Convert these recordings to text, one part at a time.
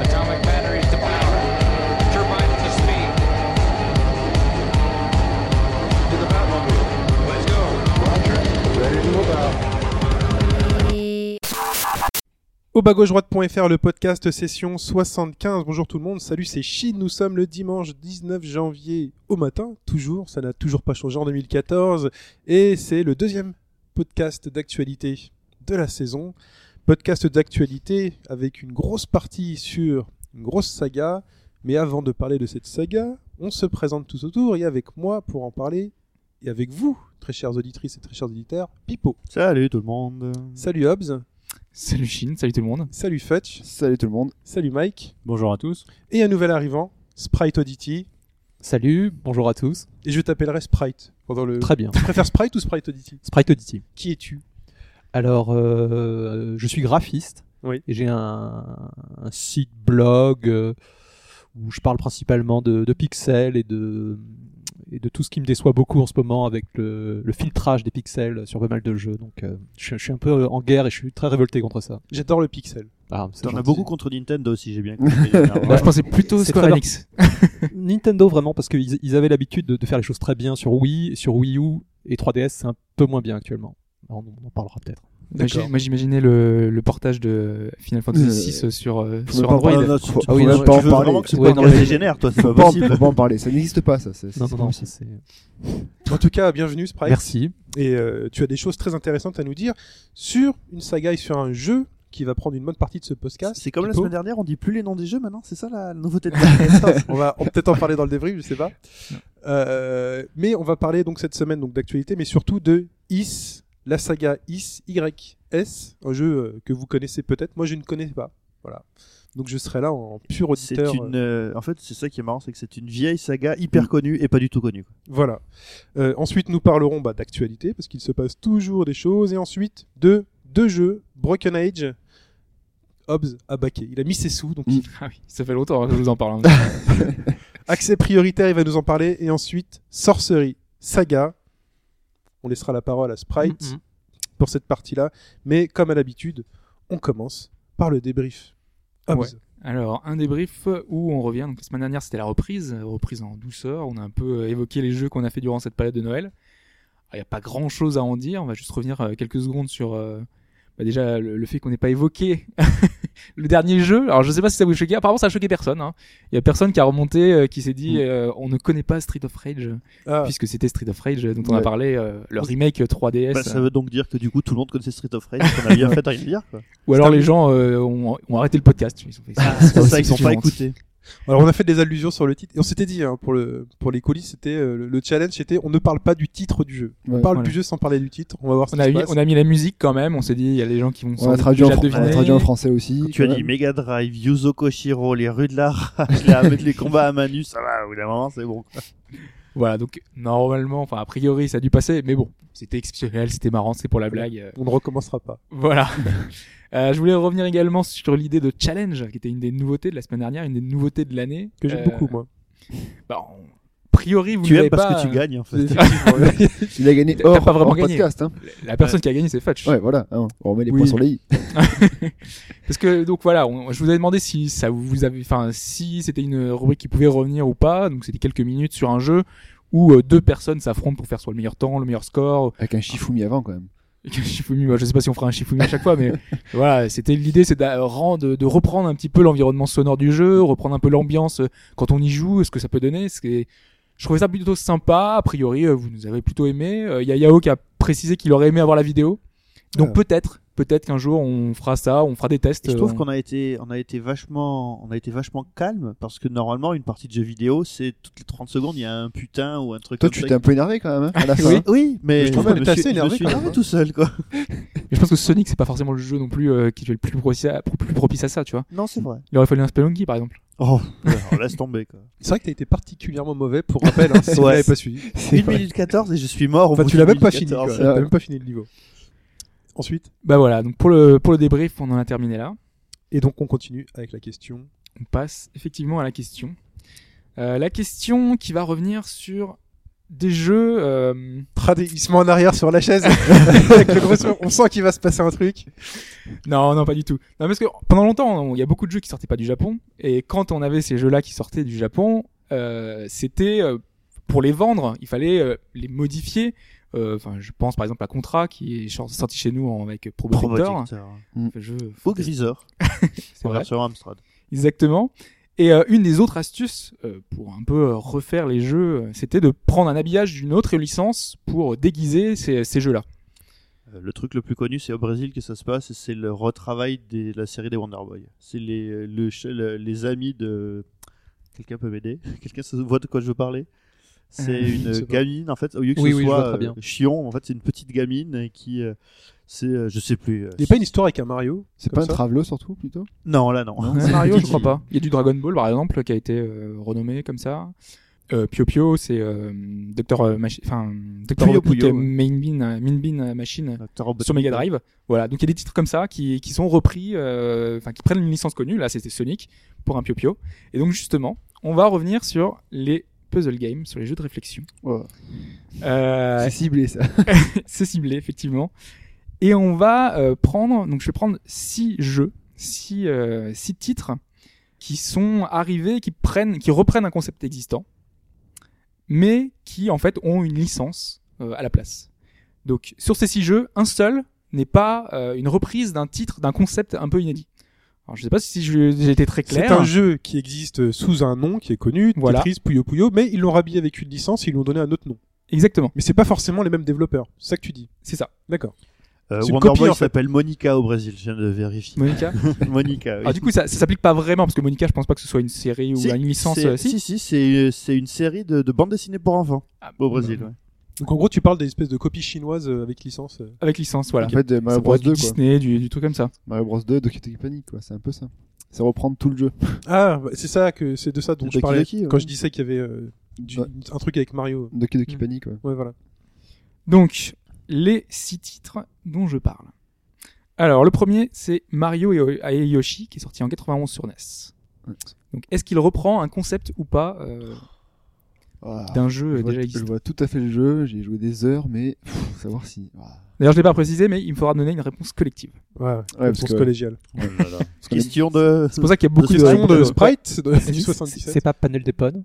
Atomic batteries to power. Turbines to speed. To the Batmobile. Let's go. Au bas gauche droite.fr, le podcast session 75. Bonjour tout le monde, salut, c'est Chine. Nous sommes le dimanche 19 janvier au matin, toujours, ça n'a toujours pas changé en 2014. Et c'est le deuxième podcast d'actualité de la saison. Podcast d'actualité avec une grosse partie sur une grosse saga. Mais avant de parler de cette saga, on se présente tous autour et avec moi pour en parler, et avec vous, très chères auditrices et très chers auditeurs, Pipo. Salut tout le monde. Salut Hobbs, Salut Chine, salut tout le monde. salut Fetch, Salut tout le monde. salut Mike. Bonjour à tous. Et un nouvel arrivant, Sprite Oddity. Salut, bonjour à tous. Et je t'appellerai Sprite pendant le. Très bien. Tu préfères Sprite ou Sprite Oddity Sprite Oddity. Qui es-tu Alors, euh, je suis graphiste. Oui. Et j'ai un, un site blog euh, où je parle principalement de, de pixels et de, et de tout ce qui me déçoit beaucoup en ce moment avec le, le filtrage des pixels sur pas mal de jeux. Donc, euh, je, je suis un peu en guerre et je suis très révolté contre ça. J'adore le pixel. Ah, c'est T'en as gentil. beaucoup contre Nintendo si j'ai bien compris. Moi, je pensais plutôt C'est Square très Enix. Nintendo vraiment parce qu'ils ils avaient l'habitude de, de faire les choses très bien sur Wii, sur Wii U et 3DS, c'est un peu moins bien actuellement. Alors, on en parlera peut-être. Moi, j'ai- moi, j'imaginais le, le portage de Final Fantasy VI sur, euh, sur Android. Ah oui, non, pas non, tu en veux parler. vraiment que ce Ouais, non, podcast mais- dégénère, toi, c'est pas Faut pas, en- possible. faut pas en parler, ça n'existe pas ça. c'est- Non, c'est- non, c'est- ça, c'est- En tout cas, bienvenue Sprite. Merci. Et euh, tu as des choses très intéressantes à nous dire sur une saga et sur un jeu qui va prendre une bonne partie de ce podcast. C'est comme la Pipo. semaine dernière, on dit plus les noms des jeux maintenant, c'est ça la nouveauté de la on va on va peut-être en parler dans le débrief, je sais pas. Euh, mais on va parler donc cette semaine donc d'actualité, mais surtout de Is, la saga Is YS, un jeu euh, que vous connaissez peut-être. Moi, je ne connais pas. Voilà. Donc je serai là en pur C'est auditeur. euh, une, euh, en fait, c'est ça qui est marrant, c'est que c'est une vieille saga hyper connue et pas du tout connue. quoi. Voilà. Euh, ensuite, nous parlerons bah, d'actualité, parce qu'il se passe toujours des choses. Et ensuite, de deux jeux, Broken Age, Hobbs a baqué. Il a mis ses sous, donc Ah oui, ça fait longtemps hein, que je vous en parle. accès prioritaire, il va nous en parler. Et ensuite, Sorcery, Saga. On laissera la parole à Sprite Mhm. pour cette partie-là. Mais comme à l'habitude, on commence par le débrief. Hobbs. Ouais. Alors, un débrief où on revient. Donc, la semaine dernière, c'était la reprise, euh, reprise en douceur. On a un peu euh, évoqué les jeux qu'on a fait durant cette période de Noël. Il n'y a pas grand chose à en dire. On va juste revenir euh, quelques secondes sur euh, bah, déjà le, le fait qu'on n'ait pas évoqué le dernier jeu. Alors, je ne sais pas si ça vous choquait. Apparemment, ça a choqué personne. hein. Il y a personne qui a remonté, euh, qui s'est dit Mm. euh, on ne connaît pas Street of Rage, Ah, puisque c'était Street of Rage dont on a Ouais. parlé, euh, le remake 3DS. Bah, ça veut donc dire que du coup, tout le monde connaissait Street of Rage, qu'on a bien fait à rien dire. quoi. Ou alors les gens euh, ont, ont arrêté le podcast. Ils ont fait, Ah C'est ça, ils sont sont pas écoutés. Alors on a fait des allusions sur le titre et on s'était dit hein, pour le pour les colis c'était euh, le- le challenge c'était on ne parle pas du titre du jeu on Ouais. parle Voilà. du jeu sans parler du titre on va voir ce On qui a, se mis, passe. on a mis la musique quand même, on s'est dit, il y a les gens qui vont On s'en a traduit en, déjà fran- on a deviner. traduit en français aussi. Tu as quand dit même. Mega Drive, Yuzo Koshiro, les rues de la rage, là, mettre les combats à Manu, ça va, au bout d'un moment, c'est bon. Voilà, donc normalement, enfin a priori ça a dû passer, mais bon, c'était exceptionnel, c'était marrant, c'est pour la blague. euh, on ne recommencera pas Voilà. Euh, je voulais revenir également sur l'idée de challenge, qui était une des nouveautés de la semaine dernière, une des nouveautés de l'année. que j'aime Euh, beaucoup moi bah, on- a priori, vous Tu ne l'avez aimes parce pas, que tu euh, gagnes, en fait. Effectivement. Il a gagné T'as hors, pas vraiment hors gagné. podcast. Hein. La personne qui a gagné, c'est Fetch. Ouais, voilà. hein, On remet les Oui. points sur les i. Parce que donc voilà, on- je vous avais demandé si ça vous avait, enfin si c'était une rubrique qui pouvait revenir ou pas. Donc c'était quelques minutes sur un jeu où euh, deux personnes s'affrontent pour faire soit le meilleur temps, le meilleur score. Avec un Shifumi avant quand même. Et que Shifumi, moi, je sais pas si on fera un Shifumi à chaque fois, mais voilà, c'était l'idée, c'est d'a- ren- de, de reprendre un petit peu l'environnement sonore du jeu, reprendre un peu l'ambiance euh, quand on y joue, ce que ça peut donner. Ce qui est- Je trouvais ça plutôt sympa. A priori, euh, vous nous avez plutôt aimé. Euh, Il y a Yao qui a précisé qu'il aurait aimé avoir la vidéo. Donc Ah. peut-être, peut-être qu'un jour on fera ça, on fera des tests. Et Euh. je trouve euh, qu'on a été, on a été vachement, on a été vachement calme parce que normalement une partie de jeu vidéo, c'est toutes les 30 secondes il y a un putain ou un truc. Toi, comme tu ça. t'es un peu énervé quand même hein, à la fin. Oui, hein. oui, mais Mais je trouve je qu'on me est suis- assez je me énervé suis quand énervé même, hein. tout seul quoi. Mais je pense que Sonic, c'est pas forcément le jeu non plus euh, qui est le plus propice, à, plus propice à ça, tu vois. Non, c'est vrai. Il aurait fallu un Spelunky, par exemple. Oh, alors, laisse tomber quoi. c'est vrai que t'as été particulièrement mauvais pour rappel hein, si vous Ouais. l'avez pas suivi C'est 1 vrai. minute 14 et je suis mort. au enfin bout tu de l'as 1 même pas minute fini 14. quoi. t'as même pas fini le niveau ensuite Bah voilà, donc pour le, pour le débrief, on en a terminé là. et donc on continue avec la question On passe effectivement à la question. Euh, la question qui va revenir sur des jeux. euh, Tradé, il se met en arrière sur la chaise. Avec le gros sourire. on sent qu'il va se passer un truc. Non, non, pas du tout. Non, parce que pendant longtemps, on- il y a beaucoup de jeux qui sortaient pas du Japon. Et quand on avait ces jeux-là qui sortaient du Japon, euh, c'était euh, pour les vendre, il fallait euh, les modifier. Euh, Enfin, je pense par exemple à Contra qui est sor- sorti chez nous en- avec Probotector. Probotector. Un jeu- Au Grisor, c'est en vrai. version Amstrad. Exactement. Et euh, une des autres astuces euh, pour un peu euh, refaire les jeux, euh, c'était de prendre un habillage d'une autre licence pour déguiser ces, ces jeux-là. Euh, Le truc le plus connu, c'est au Brésil que ça se passe, et c'est le retravail de la série des Wonder Boy. C'est les, euh, le ch- le- les amis de. Quelqu'un peut m'aider Quelqu'un se voit de quoi je veux parler C'est Euh, je sais une pas. gamine, en fait, au lieu que Oui, ce oui, je vois soit très bien. euh, Chion, en fait, c'est une petite gamine euh, qui. euh, c'est. euh, je sais plus. euh, Il n'y a pas une histoire avec un Mario C'est Comme pas un ça Travelo surtout plutôt Non, là, non. Non, Mario, je crois pas. Il y a du Dragon Ball, par exemple, qui a été euh, renommé comme ça. Euh, Pio Pio, c'est euh, Docteur euh, Machi- enfin Docteur Puyo Robotnik, Puyo, euh, ouais. Main Bean, euh, Min Bean, euh, Machine Dr. Robotnik. sur Mega Drive. Voilà, donc il y a des titres comme ça qui, qui sont repris, euh, enfin qui prennent une licence connue. Là, c'était Sonic pour un Pio Pio. Et donc justement, on va revenir sur les puzzle games, sur les jeux de réflexion. Oh, Euh, C'est ciblé ça. c'est ciblé effectivement. Et on va euh, prendre, donc je vais prendre six jeux, six, euh, six titres qui sont arrivés, qui prennent, qui reprennent un concept existant, mais qui en fait ont une licence euh, à la place. Donc sur ces six jeux, un seul n'est pas euh, une reprise d'un titre, d'un concept un peu inédit. Alors je sais pas si je- j'ai été très clair. C'est un jeu qui existe sous un nom qui est connu, Voilà. Tetris, Puyo Puyo, mais ils l'ont rhabillé avec une licence, ils lui ont donné un autre nom. Exactement, Mais c'est pas forcément les mêmes développeurs. C'est ça que tu dis. c'est ça. D'accord. Euh, C'est une Wonder copie, Boy en fait. s'appelle Monica au Brésil, je viens de vérifier. Monica. Monica, oui. Ah, du coup, ça, ça s'applique pas vraiment parce que Monica, je pense pas que ce soit une série ou Si, une licence. c'est- euh, si. Si, si, c'est c'est une série de, de bandes dessinées pour enfants Ah, au Brésil. ouais. Donc en gros, tu parles des espèces de copies chinoises euh, avec licence. euh. Avec licence, voilà. En fait, de Ça Mario pourrait Bros être du 2 quoi. Disney, du, du truc comme ça. Mario Bros 2, Donkey Kong Panic quoi, c'est un peu ça. C'est reprendre tout le jeu. Ah, bah, c'est ça que c'est de ça dont De je parlais Doki Doki, ouais. quand je disais qu'il y avait euh, du- Ouais. un truc avec Mario. Donkey Doki Mm. Panic quoi. Ouais, voilà. Donc, les six titres dont je parle. Alors, le premier, c'est Mario et et Yoshi, qui est sorti en 91 sur NES. Ouais. Donc, est-ce qu'il reprend un concept ou pas euh, Ah, d'un je, jeu vois, déjà je existant vois tout à fait le jeu, j'ai joué des heures, mais pff, savoir si. Ah. D'ailleurs, je l'ai pas précisé, mais il me faudra donner une réponse collective. Ouais, parce réponse que- collégiale. qu'on est- Oh Question de. C'est pour ça qu'il y a beaucoup de, euh, Question de réponses. sprite de- C'est- du C'est 77. pas Panel Depon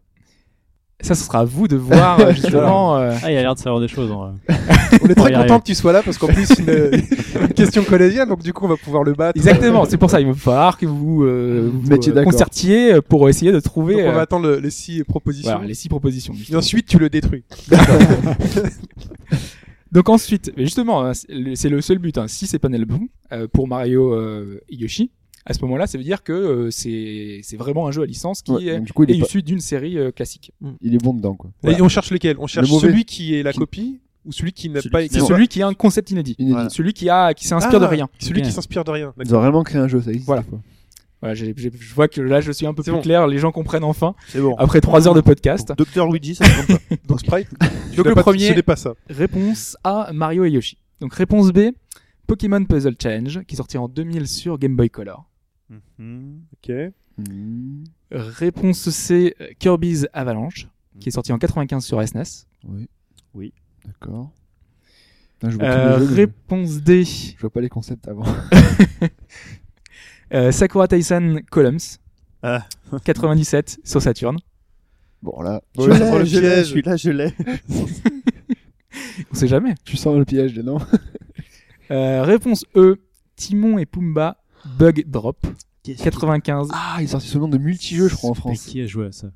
Ça, ce sera à vous de voir euh, justement. euh, Ah, il a l'air de savoir des choses. hein. On est Pour très y arriver. content que tu sois là parce qu'en plus une, une question collégiale, donc du coup on va pouvoir le battre. Exactement, c'est pour ça. Il va falloir que vous euh, vous Mettiez euh, d'accord. concertiez pour essayer de trouver Donc on va euh, attendre le- les six propositions. voilà, les six propositions. Et ensuite tu le détruis. Donc ensuite, mais justement, hein, c'est le c'est le seul but. hein. Si c'est pas bon euh, pour Mario euh, et Yoshi, à ce moment-là, ça veut dire que euh, c'est c'est vraiment un jeu à licence qui Ouais, est, donc du coup, il est est, pas- issu d'une série euh, classique. il est bon dedans quoi. Et on cherche lequel On cherche Le mauvais. celui qui est la Qui- copie ou celui qui n'a Celui pas qui C'est Non. celui qui a un concept inédit, Inédit. Voilà. celui qui a qui s'inspire de Ah, rien. Celui qui Rien. s'inspire de rien. Ils ont réellement créé un jeu, ça existe. Voilà. des fois. Voilà, j'ai- j'ai- je vois que là, je suis un peu C'est plus bon. clair. Les gens comprennent enfin C'est bon. après trois heures de podcast. Docteur Luigi, ça me compte pas. Donc Sprite. tu Donc, l'as le pas- premier- Ce n'est pas ça. Réponse A Mario et Yoshi. Donc réponse B Pokémon Puzzle Challenge qui est sorti en 2000 sur Game Boy Color. Mhm. Ok. Mm. Réponse C Kirby's Avalanche qui est sorti en 95 sur E SNES. Oui. Oui. D'accord. Putain, Je vois tous Euh, les jeux, mais réponse D, Je vois pas les concepts avant. euh, Sakura Tyson Columns, Ah. 97 sur Saturn. Bon là, Je Ouais, l'ai, ça sent le je l'ai, piège. je l'ai, je l'ai. On sait jamais. tu sens le piège des noms. Euh, réponse E, Timon et Pumba Bug Drop, 95. Ah, il est sorti sous le nom de multijeux, je crois, en France. Mais qui a joué à ça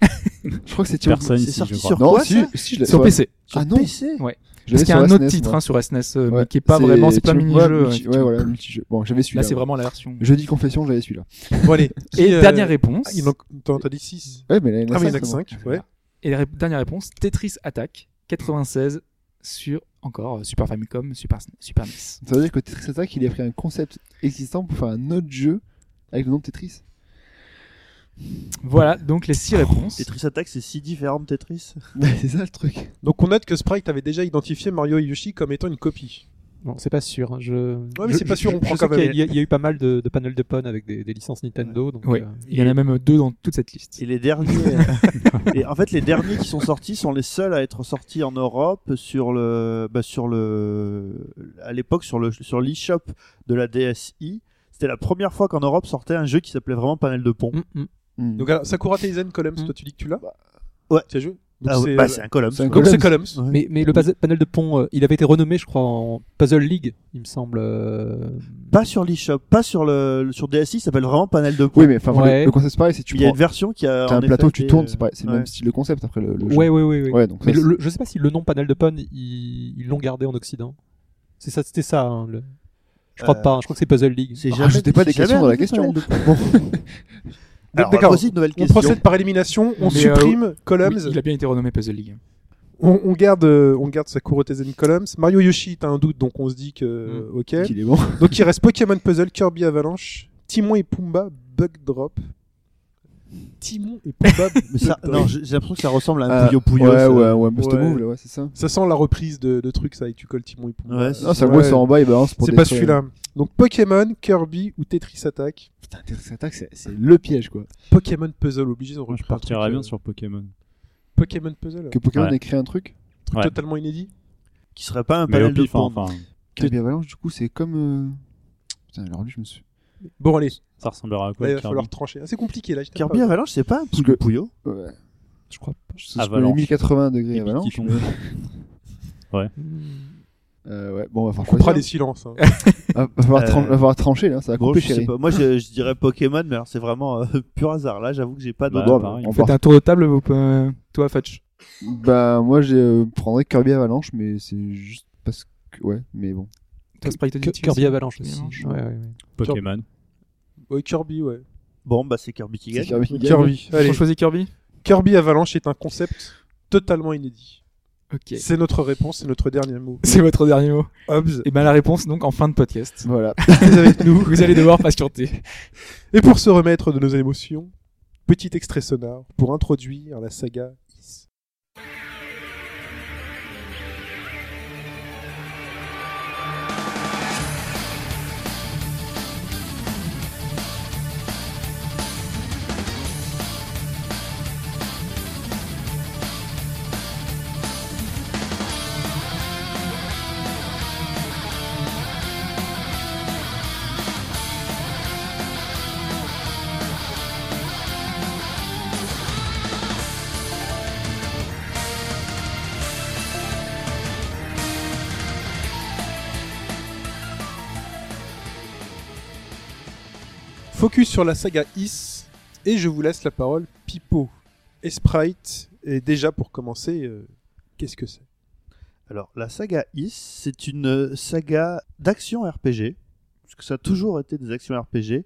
Je crois que c'est Tiago. Personne C'est ici, je sorti crois. sur Non, quoi si, ça si, je l'ai- sur ouais. PC. Ah Sur non, PC je Parce l'avais qu'il y sur a un la autre SNES, titre moi. hein, sur SNES, euh, Ouais, mais qui est pas vraiment, c'est plein euh, tu vois, mini-jeu. hein, multi- ouais. Ouais, voilà, multijeu. Bon, j'avais celui-là. Là, c'est vraiment la version. Jeudi confession, j'avais celui-là. Bon allez. Qui, Et euh, dernière réponse. ah, il manque- T'en t'as dit 6 Ouais, mais là, il y en Ah a mais il y en cinq, a que c'est bon. 5. Ouais. Et ré- dernière réponse, Tetris Attack, 96 sur encore euh, Super Famicom, Super, Super E NES. Ça veut dire que Tetris Attack, il a pris un concept existant pour faire un autre jeu avec le nom de Tetris. Voilà, donc les Oh, six réponses. Tetris Attack, c'est si différent de Tetris. Ouais, c'est ça le truc. Donc on note que Sprite avait déjà identifié Mario et Yoshi comme étant une copie. Non, c'est pas sûr. hein, Je... Ouais, mais c'est pas sûr, on prend je sais quand qu'il y a- même. Il y, a- il y a eu pas mal de, de panels de pun avec des, des licences Nintendo. Donc, Ouais. euh, Il y en a même deux dans toute cette liste. Et les derniers. et en fait, les derniers qui sont sortis sont les seuls à être sortis en Europe sur le, bah, sur le, à l'époque sur le sur l'eShop de la DSI. C'était la première fois qu'en Europe sortait un jeu qui s'appelait vraiment Panel de Pont. mm, mm. Hmm. Donc alors, Sakura Teisen Columns, Mm. toi tu dis que tu l'as Bah, Ouais. Tu as joué Donc Ah ouais, c'est bah, euh, c'est un column. c'est un quoi. donc Columns. c'est Columns. Mais, mais le pas- panel de pont, euh, il avait été renommé, je crois, en Puzzle League, il me semble. euh, Pas sur l'eShop, pas sur le sur DSI, ça s'appelle vraiment Panel de Pont. Oui, mais enfin, Ouais. le, le concept c'est pareil, c'est tu Il y a prends une version qui a t'as en un effet, plateau, tu des- tournes, c'est pareil, c'est le ouais. même style de concept après le, le jeu. Ouais, ouais, ouais. ouais. Ouais, donc Mais ça, le- le- je sais pas si le nom panel de pun, ils ils l'ont gardé en Occident. C'est ça, c'était ça. hein, le- Je crois Euh, pas. hein, Je crois que c'est Puzzle League. C'est Ah, jamais. c'était pas des jamais questions dans la arrivé, question. Panel de Pont. Alors, on va D'accord. poser une nouvelle On question. procède par élimination, on Mais, supprime Oui, Columns, il a bien été renommé Puzzle League. on, on garde euh, on garde Sakura Teisen Columns. Mario Yoshi, t'as un doute donc on se dit que OK. qu'il est bon. Donc il reste Pokémon Puzzle, Kirby Avalanche, Timon et Pumba, Bug Drop. Timon et Pumba. Mais ça, Bug non, Drop. j'ai j'ai l'impression que ça ressemble à un Euh, Puyo Puyo. ouais, ça. ouais, ouais, boost Ouais. move, là, ouais, c'est ça. Ça sent la reprise de, de trucs ça et tu colles Timon et Pumba. Ouais, c'est Non, Ah, ça, hein. Ouais. gros, c'est en bas, il balance pour C'est des pas trucs. celui-là. Donc Pokémon, Kirby ou Tetris Attack. Putain, Tetris Attack, c'est- c'est le piège, quoi. Pokémon Puzzle obligé de Moi, je reprendre un partirais truc, bien euh, sur Pokémon. Pokémon Puzzle. Que Pokémon Ouais. ait créé un truc. Ouais. Totalement inédit. Qui serait pas un Mais au panel de pif, hein, pont. enfin, Kirby Avalanche, du coup, c'est comme. euh, Putain, alors lui, je me suis. Bon allez, ça ressemblera à quoi là, il va Kirby falloir trancher. Ah, c'est compliqué là. je t'aime Kirby pas. Avalanche, c'est pas un Parce Puyo que- Puyo. Ouais. Je crois pas. Ah, Je sais pas, Avalanche. 1080 degrés Et bah puis qui Avalanche. tombe. Euh, ouais, bon, on va falloir On coupera des choisir. silences. hein. Ah, va falloir Euh, tran- va falloir trancher, là, ça va Bon, couper, je sais chérie. pas. Moi, je, je dirais Pokémon, mais alors c'est vraiment euh, pur hasard. Là, j'avoue que j'ai pas de. Bah, Ah, Bon, pareil. on va- Faites un tour de table, vous, euh, toi, Fetch. Bah, moi, je euh, prendrais Kirby Avalanche, mais c'est juste parce que. Ouais, mais bon. Toi, Sprite, t'as dit K- tu Kirby aussi Avalanche aussi. Avalanche. Ouais, ouais, ouais. Pokémon. Ah, Ouais, Kirby, ouais. Bon, bah, c'est Kirby qui C'est gagne. Kirby qui gagne. Kirby. On Allez. choisit Kirby Kirby Avalanche est un concept totalement inédit. Ok. C'est notre réponse, c'est notre dernier mot. C'est votre dernier mot. Hobbs, Et bien, Eh ben, la réponse, donc, en fin de podcast. Voilà. restez avec nous. Vous allez devoir patienter. Et pour se remettre de nos émotions, petit extrait sonore pour introduire la saga Is. Focus sur la saga Is et je vous laisse la parole Pipo et Sprite. Et déjà pour commencer, euh, qu'est-ce que c'est Alors, la saga Is, c'est une euh, saga d'action RPG, parce que ça a toujours été des actions RPG.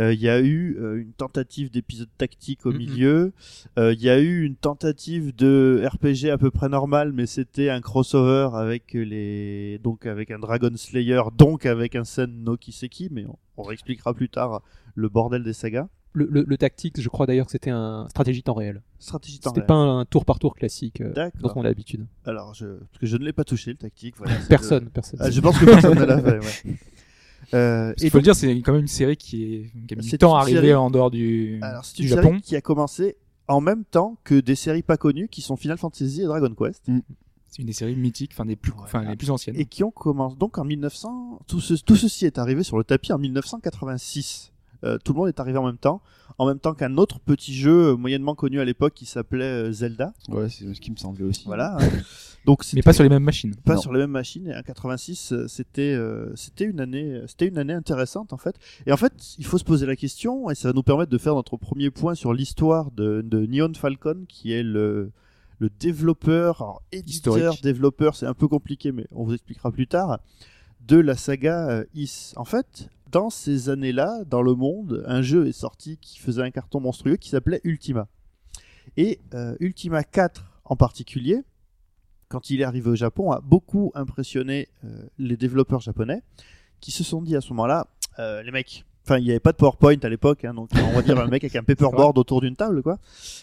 Euh, Il y a eu euh, une tentative d'épisode tactique au Mhm. milieu. Euh, Il y a eu une tentative de RPG à peu près normal, mais c'était un crossover avec les donc avec un Dragon Slayer, donc avec un Sen no Kiseki, mais on, on réexpliquera plus tard le bordel des sagas. Le, le- le tactique, je crois d'ailleurs que c'était un stratégie temps réel. Stratégie temps C'était réel. pas un tour par tour classique euh, dont D'accord. on a l'habitude. Alors, je... parce que je ne l'ai pas touché le tactique. voilà, c'est de- Personne, personne. Ah, je pense que personne ne l'a fait. Ouais. Euh, Il faut le dire, c'est quand même une série qui est qui a mis C'est du temps à une série- arriver en dehors du, Alors, c'est du une Japon. série qui a commencé en même temps que des séries pas connues qui sont Final Fantasy et Dragon Quest C'est une des séries mythiques, enfin des plus, Ouais. enfin les plus anciennes. et qui ont commencé donc en 1900. Tout, ce- tout ceci est arrivé sur le tapis en 1986. Euh, tout le monde est arrivé en même temps, en même temps qu'un autre petit jeu euh, moyennement connu à l'époque qui s'appelait euh, Zelda. Ouais, c'est ce qui me semblait aussi. Voilà. hein. Donc mais c'était pas sur les mêmes machines. pas non. sur les mêmes machines. Et en 86, euh, c'était euh, c'était une année c'était une année intéressante en fait. Et en fait, il faut se poser la question et ça va nous permettre de faire notre premier point sur l'histoire de, de Neon Falcon qui est le le développeur, alors éditeur, Historique. développeur, c'est un peu compliqué, mais on vous expliquera plus tard, de la saga euh, Is. En fait, dans ces années-là, dans le monde, un jeu est sorti qui faisait un carton monstrueux qui s'appelait Ultima. Et euh, Ultima 4 en particulier, quand il est arrivé au Japon, a beaucoup impressionné euh, les développeurs japonais qui se sont dit à ce moment-là, euh, les mecs, enfin il n'y avait pas de PowerPoint à l'époque, hein, donc on va dire un mec avec un paperboard autour d'une table, quoi.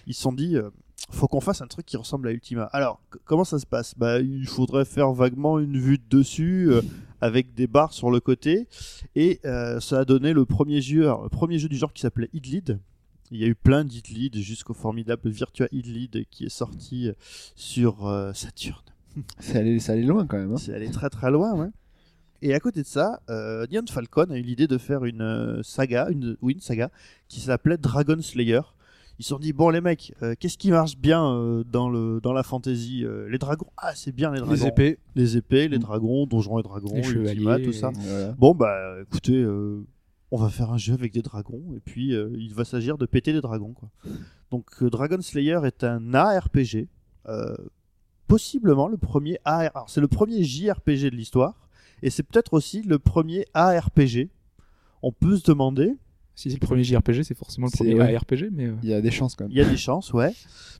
Ils se sont dit, euh, faut qu'on fasse un truc qui ressemble à Ultima. Alors, c- comment ça se passe Bah, il faudrait faire vaguement une vue de dessus euh, avec des barres sur le côté, et euh, ça a donné le premier jeu, le premier jeu du genre qui s'appelait Hit Lead. Il y a eu plein d'Hit Lead jusqu'au formidable Virtua Hit Lead qui est sorti euh, sur euh, Saturn. Ça allait, ça allait loin quand même. hein. C'est allé très très loin, ouais. Et à côté de ça, euh, Ian Falcon a eu l'idée de faire une euh, saga, une, oui, une saga, qui s'appelait Dragon Slayer. Ils se sont dit, bon les mecs, euh, qu'est-ce qui marche bien euh, dans, le, dans la fantasy Euh, Les dragons, ah c'est bien les dragons. Les épées. Les épées, les dragons, donjons et dragons, Les Ultima, chevaliers, tout ça. Voilà. Bon bah écoutez, euh, on va faire un jeu avec des dragons et puis euh, il va s'agir de péter des dragons quoi. Donc euh, Dragon Slayer est un ARPG, euh, possiblement le premier AR, alors, c'est le premier JRPG de l'histoire et c'est peut-être aussi le premier ARPG. On peut se demander, Si c'est le premier JRPG, c'est forcément le C'est- premier ouais. ARPG, mais euh, Il y a des chances quand même. il y a des chances, ouais,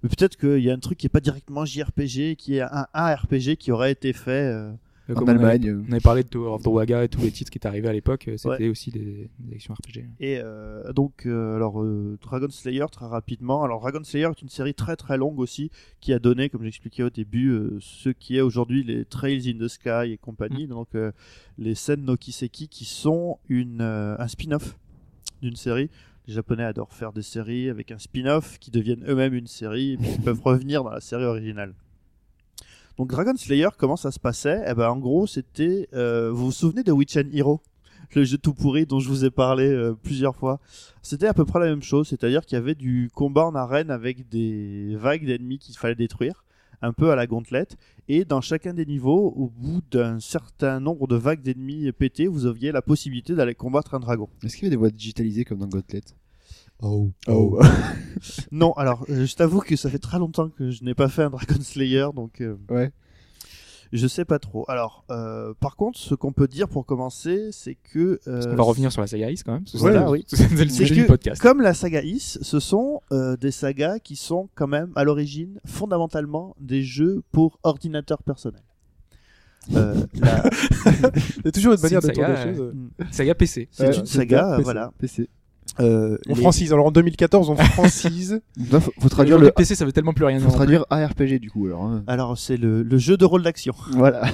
mais peut-être qu'il y a un truc qui est pas directement JRPG, qui est un ARPG qui aurait été fait. euh, euh, En comme on avait- Allemagne, euh, On avait parlé de Tower of the Waga et tous les titres qui étaient arrivés à l'époque, euh, c'était aussi des, des actions RPG. Et euh, donc, euh, alors, euh, Dragon Slayer, très rapidement. Alors, Dragon Slayer est une série très très longue aussi, qui a donné, comme j'expliquais au début, euh, ce qui est aujourd'hui les Trails in the Sky et compagnie, donc euh, les scènes no Kiseki, qui sont une, euh, un spin-off d'une série. Les Japonais adorent faire des séries avec un spin-off qui deviennent eux-mêmes une série et puis ils peuvent revenir dans la série originale. Donc Dragon Slayer, comment ça se passait Eh ben en gros, c'était. euh, vous vous souvenez de Witch and Hero le jeu tout pourri dont je vous ai parlé euh, plusieurs fois. C'était à peu près la même chose, c'est-à-dire qu'il y avait du combat en arène avec des vagues d'ennemis qu'il fallait détruire, un peu à la gontelette, et dans chacun des niveaux, au bout d'un certain nombre de vagues d'ennemis pétées, vous aviez la possibilité d'aller combattre un dragon. euh, Est-ce qu'il y avait des voix digitalisées comme dans Gauntlet Oh. Oh. Non, alors, euh, je t'avoue que ça fait très longtemps que je n'ai pas fait un Dragon Slayer, donc... euh, Ouais. Je sais pas trop. Alors, euh, par contre, ce qu'on peut dire pour commencer, c'est que... euh, on va revenir sur la saga Ice quand même. parce que Voilà, c'est- oui. C'est le C'est sujet que- du podcast. Comme la saga Is, ce sont euh, des sagas qui sont quand même à l'origine fondamentalement des jeux pour ordinateur personnel. Euh, la- C'est toujours une C'est manière une de tourner saga, euh, les choses. euh, Saga PC. c'est Ouais, une Euh, c'est saga, bien, voilà. PC. Euh, On les- francise. Alors en 2014, on francise. Non, faut, faut traduire Le le. PC, ça veut tellement plus rien Faut dire. traduire ARPG du coup alors. hein. Alors c'est le, le jeu de rôle d'action. Voilà.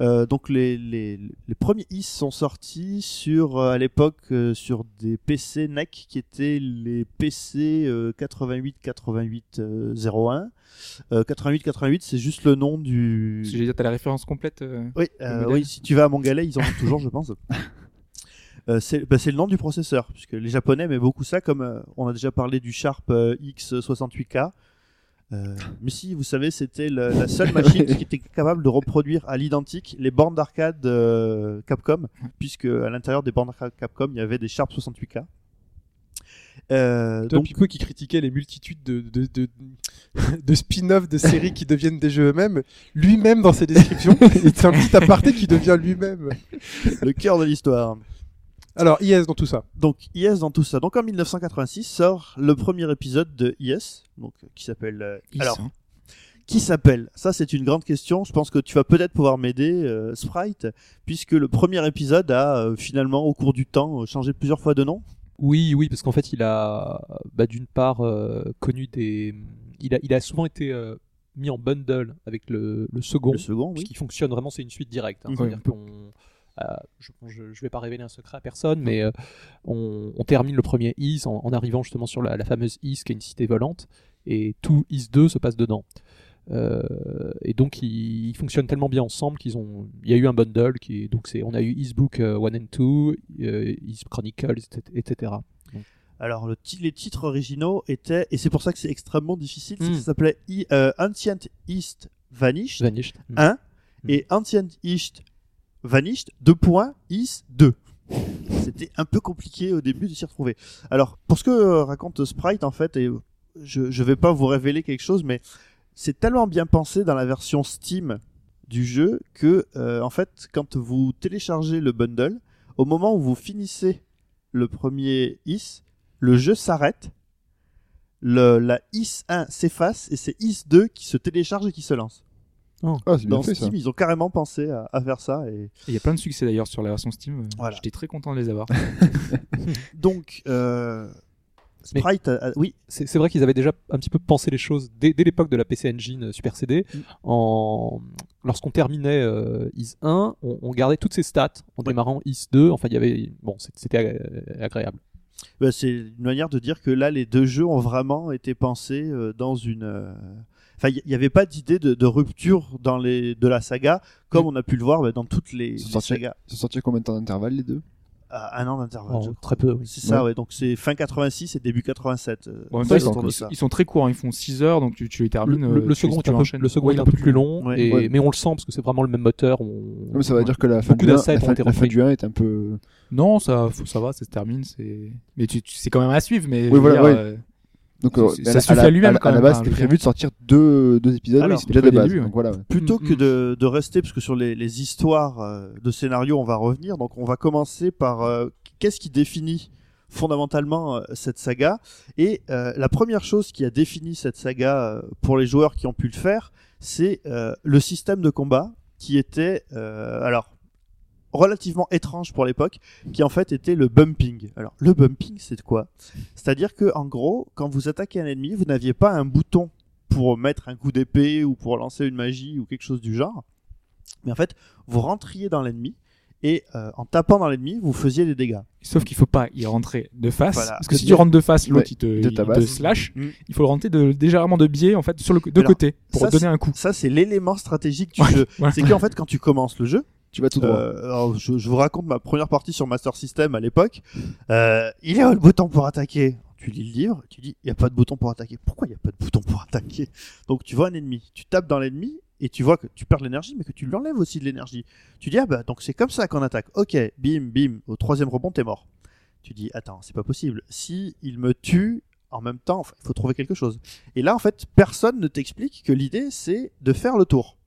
Euh, donc les, les, les premiers Is sont sortis sur euh, à l'époque euh, sur des PC NEC E qui étaient les euh, PC 88 88 01. 88 88 Euh, c'est juste le nom du Si j'ai dit, t'as la référence complète. euh, Oui, euh, modèle. oui, si tu vas à Mangalais, ils en ont toujours, je pense. Euh, c'est bah, c'est le nom du processeur, puisque les Japonais aiment beaucoup ça, comme euh, on a déjà parlé du Sharp euh, X68K. Euh, mais si, vous savez, c'était le- la seule machine qui était capable de reproduire à l'identique les bornes d'arcade euh, Capcom, puisque à l'intérieur des bornes d'arcade Capcom, il y avait des Sharp 68K. Euh, Toi, donc, Pipo, qui critiquait les multitudes de, de, de, de spin-off de séries qui deviennent des jeux eux-mêmes, lui-même dans ses descriptions, c'est un petit aparté qui devient lui-même. le cœur de l'histoire. Alors, IS dans tout ça. Donc IS dans tout ça. Donc en 1986 sort le premier épisode de IS, donc euh, qui s'appelle. euh, Is, alors hein. qui s'appelle Ça c'est une grande question. Je pense que tu vas peut-être pouvoir m'aider, euh, Sprite, puisque le premier épisode a euh, finalement au cours du temps euh, changé plusieurs fois de nom. Oui, oui, parce qu'en fait, il a, bah, d'une part, euh, connu des, il a, il a souvent été euh, mis en bundle avec le, le second, Le second, oui. qui fonctionne vraiment, c'est une suite directe. hein. Mhm. C'est-à-dire qu'on- euh, je, je, je vais pas révéler un secret à personne, mais euh, on, on termine le premier Is en, en arrivant justement sur la, la fameuse Is qui est une cité volante, et tout Is 2 se passe dedans. Euh, et donc ils, ils fonctionnent tellement bien ensemble qu'ils ont, il y a eu un bundle qui, est- donc c'est, on a eu Is Book 1 and 2, euh, Is Chronicles, etc. etc. Alors le ti- les titres originaux étaient et c'est pour ça que c'est extrêmement difficile. c'est Mm. que Ça s'appelait I- euh, Ancient East Vanished Vanished. Mm. 1 et Ancient East Vanished 2 points Is 2. C'était un peu compliqué au début de s'y retrouver. Alors, pour ce que euh, raconte Sprite, en fait, et je, je vais pas vous révéler quelque chose, mais c'est tellement bien pensé dans la version Steam du jeu que, euh, en fait, quand vous téléchargez le bundle, au moment où vous finissez le premier Is, le jeu s'arrête, le, la Is 1 s'efface et c'est Is 2 qui se télécharge et qui se lance Ah, c'est bien dans fait ça. Steam, ils ont carrément pensé à, à faire ça. Et... Et Il y a plein de succès d'ailleurs sur la version Steam. euh, Voilà. J'étais très content de les avoir. Donc, euh, Mais- Sprite, a- a- oui, c'est c'est vrai qu'ils avaient déjà un petit peu pensé les choses dès, dès l'époque de la PC Engine euh, Super CD. En... Lorsqu'on terminait euh, IS 1, on, on gardait toutes ces stats en démarrant IS 2. Enfin, il y avait bon, c'est- c'était agré- agréable. Bah, c'est une manière de dire que là, les deux jeux ont vraiment été pensés euh, dans une. euh, Enfin, il n'y avait pas d'idée de, de rupture dans les de la saga, comme Mm. on a pu le voir bah, dans toutes les, Ils sont les sortis- sagas Ils sont sortis à combien de temps d'intervalle les deux à un an d'intervalle. En je crois. très peu. oui. C'est ça, ouais. Donc c'est fin 86 et début 87. euh, En ça, même temps, ils c'est autour sont, de ils- ça. ils sont très courts, hein, ils font 6 heures, donc tu, tu les Le, termines. le- euh, le tu- second tu est un peu, enchaînes. le second Ouais, est un peu plus long, Ouais. et- Ouais. mais on le sent parce que c'est vraiment le même moteur. On... Non, mais ça veut ouais. dire que la fin Beaucoup du un- d'assets la ont fin- été la fin refaits. du 1 est un peu. Non, ça, faut- ça va, ça se termine. C'est... Mais tu, tu- c'est quand même à suivre. Mais je veux voilà, dire, ouais. euh, Donc, Ça- euh, ça à la- suffit à la- à lui-même, la- quand À la même, base, enfin, c'était je veux prévu de sortir deux deux épisodes Alors, oui, déjà de depuis le base. début, Donc ouais. voilà. ouais. Plutôt Mm, que mm. de, de rester, parce que sur les, les histoires euh, de scénario, on va revenir. Donc, on va commencer par euh, qu'est-ce qui définit fondamentalement euh, cette saga. Et euh, la première chose qui a défini cette saga euh, pour les joueurs qui ont pu le faire, c'est euh, le système de combat qui était, euh, alors, relativement étrange pour l'époque, qui en fait était le bumping. Alors, le bumping, c'est quoi C'est-à-dire que, en gros, quand vous attaquez un ennemi, vous n'aviez pas un bouton pour mettre un coup d'épée ou pour lancer une magie ou quelque chose du genre. Mais en fait, vous rentriez dans l'ennemi et euh, en tapant dans l'ennemi, vous faisiez des dégâts. Sauf qu'il faut pas y rentrer de face. Voilà. Parce que si De- tu rentres de face, l'autre ouais, il te, de il te tabasse. slash. Mm. Il faut le rentrer de, légèrement de biais, en fait, sur le, de Alors, côté, pour ça, donner un coup. Ça, c'est l'élément stratégique du Ouais, jeu. voilà. C'est qu'en fait, quand tu commences le jeu, Tu vas tout droit. euh, alors, je, je vous raconte ma première partie sur Master System à l'époque. Euh, il y a le bouton pour attaquer. Tu lis le livre, tu dis, il n'y a pas de bouton pour attaquer. Pourquoi il n'y a pas de bouton pour attaquer Donc tu vois un ennemi, tu tapes dans l'ennemi et tu vois que tu perds de l'énergie, mais que tu lui enlèves aussi de l'énergie. Tu dis, ah bah donc c'est comme ça qu'on attaque. Ok, bim, bim, au troisième rebond, t'es mort. Tu dis, attends, c'est pas possible. Si il me tue en même temps, enfin, il faut trouver quelque chose. Et là, en fait, personne ne t'explique que l'idée, c'est de faire le tour.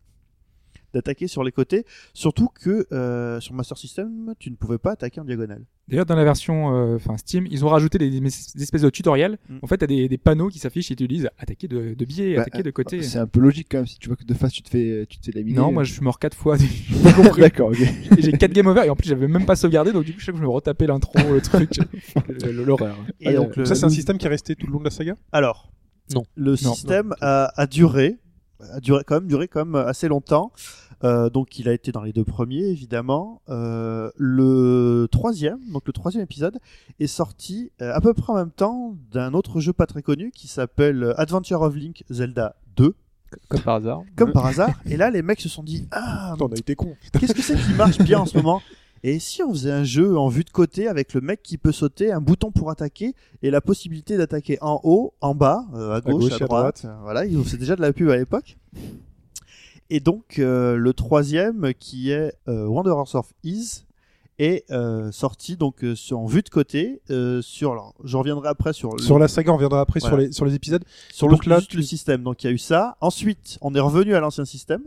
D'attaquer sur les côtés. Surtout que euh, sur Master System, tu ne pouvais pas attaquer en diagonale. D'ailleurs, dans la version euh, enfin, Steam, ils ont rajouté des, des espèces de tutoriels. Mm. En fait, t'as des, des panneaux qui s'affichent et tu lisent attaquer de, de biais, Bah, attaquer de côté. C'est un peu logique quand même. Si tu vois que de face, tu te fais euh, tu te fais laminer. Non, moi je suis mort 4 fois. J'ai D'accord, ok. j'ai 4 game over et en plus j'avais même pas sauvegardé donc du coup je sais que je me retapais l'intro, le truc, le- le- l'horreur. Et Ah, donc, Ça, le- c'est un système qui est resté tout le long de la saga Alors, Non. le système A, a duré, a duré quand même, duré quand même assez longtemps. Euh, donc, il a été dans les deux premiers, évidemment. Euh, le troisième, donc le troisième épisode, est sorti euh, à peu près en même temps d'un autre jeu pas très connu qui s'appelle euh, Adventure of Link Zelda 2, Comme par hasard. comme par hasard. Et là, les mecs se sont dit, ah, Euh. Putain, on a été con. Qu'est-ce que c'est qui marche bien en ce moment Et si on faisait un jeu en vue de côté avec le mec qui peut sauter, un bouton pour attaquer et la possibilité d'attaquer en haut, en bas, euh, à, gauche, à droite. euh, Voilà, il- c'est déjà de la pub à l'époque. Et donc euh, le troisième qui est euh, Wanderers of Ease est euh, sorti donc euh, sur- en vue de côté euh, sur. Alors, je reviendrai après sur le, Sur la saga, on reviendra après sur, Voilà. les, sur les épisodes. sur Donc le, là, juste le système. Donc il y a eu ça. Ensuite, on est revenu à l'ancien système.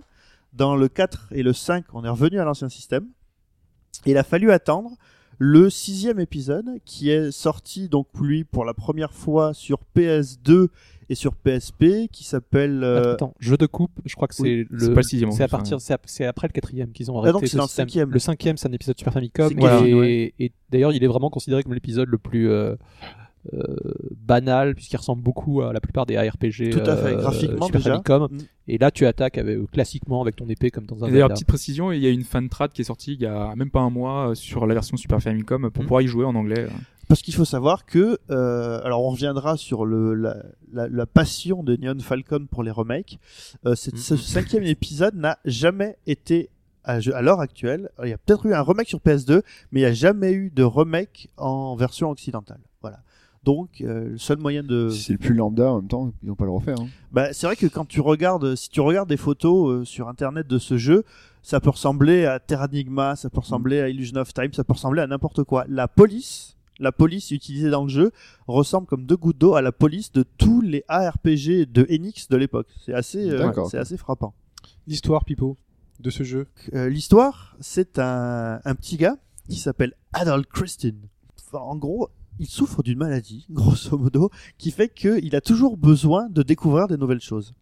Dans le 4 et le 5, on est revenu à l'ancien système. Et il a fallu attendre le sixième épisode qui est sorti donc lui pour la première fois sur PS2 et sur PSP qui s'appelle euh, Attends, je te coupe. Je crois que c'est oui, c'est le. pas le sixième, en C'est à plus, hein. partir. C'est ap- c'est après le quatrième qu'ils ont Ah, arrêté. donc c'est ce dans le système. cinquième. Le cinquième, c'est un épisode Super Famicom. C'est Et, Voilà. et d'ailleurs, il est vraiment considéré comme l'épisode le plus euh, euh, banal puisqu'il ressemble beaucoup à la plupart des ARPG. Tout à fait, euh, graphiquement, Super déjà. Famicom. Mm. Et là, tu attaques avec, euh, classiquement avec ton épée comme dans un. Et D'ailleurs, Zelda. petite précision, il y a une fan trad qui est sortie il y a même pas un mois euh, sur la version Super Famicom pour Mm. pouvoir y jouer en anglais. Parce qu'il faut savoir que, euh, alors on reviendra sur le, la, la, la passion de Neon Falcon pour les remakes. Euh, c'est- Mhm. Ce cinquième épisode n'a jamais été, à, à l'heure actuelle, il y a peut-être eu un remake sur PS2, mais il n'y a jamais eu de remake en version occidentale. Voilà. Donc, euh, le seul moyen de... Si c'est le plus lambda en même temps, ils vont pas le refaire. hein. Bah, c'est vrai que quand tu regardes, si tu regardes des photos euh, sur internet de ce jeu, ça peut ressembler à Terranigma, ça peut ressembler à Illusion of Time, ça peut ressembler à n'importe quoi. La police, la police utilisée dans le jeu ressemble comme deux gouttes d'eau à la police de tous les ARPG de Enix de l'époque. C'est assez, euh, D'accord. c'est assez frappant. L'histoire, Pipo, de ce jeu. Euh, L'histoire, c'est un, un petit gars qui s'appelle Adol Christine. Enfin, en gros, il souffre d'une maladie, grosso modo, qui fait qu'il a toujours besoin de découvrir des nouvelles choses.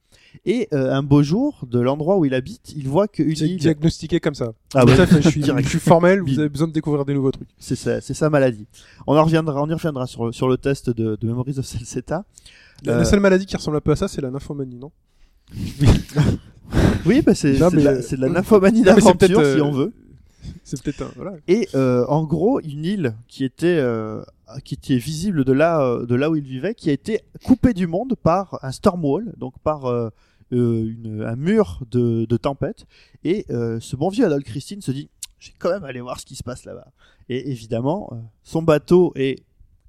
Et euh, un beau jour, de l'endroit où il habite, il voit qu'une C'est île. diagnostiqué comme ça. Ah Tout ouais, à fait, je suis, direct. je suis formel, vous Bim. avez besoin de découvrir des nouveaux trucs. C'est sa, c'est sa maladie. On en reviendra, on y reviendra sur, sur le test de, de Memories of Celceta. La, la Euh, seule maladie qui ressemble un peu à ça, c'est la nymphomanie, non Oui, bah c'est Non, c'est de, mais, la- euh, c'est de la nymphomanie Non, mais c'est d'aventure, peut-être, si euh, on veut. C'est peut-être un. Voilà. Et euh, en gros, une île qui était, euh, qui était visible de là, euh, de là où il vivait, qui a été coupée du monde par un stormwall, donc par euh, euh, une- un mur de, de tempête. Et euh, ce bon vieux Adolf Christine se dit Je vais quand même aller voir ce qui se passe là-bas. Et évidemment, euh, son bateau est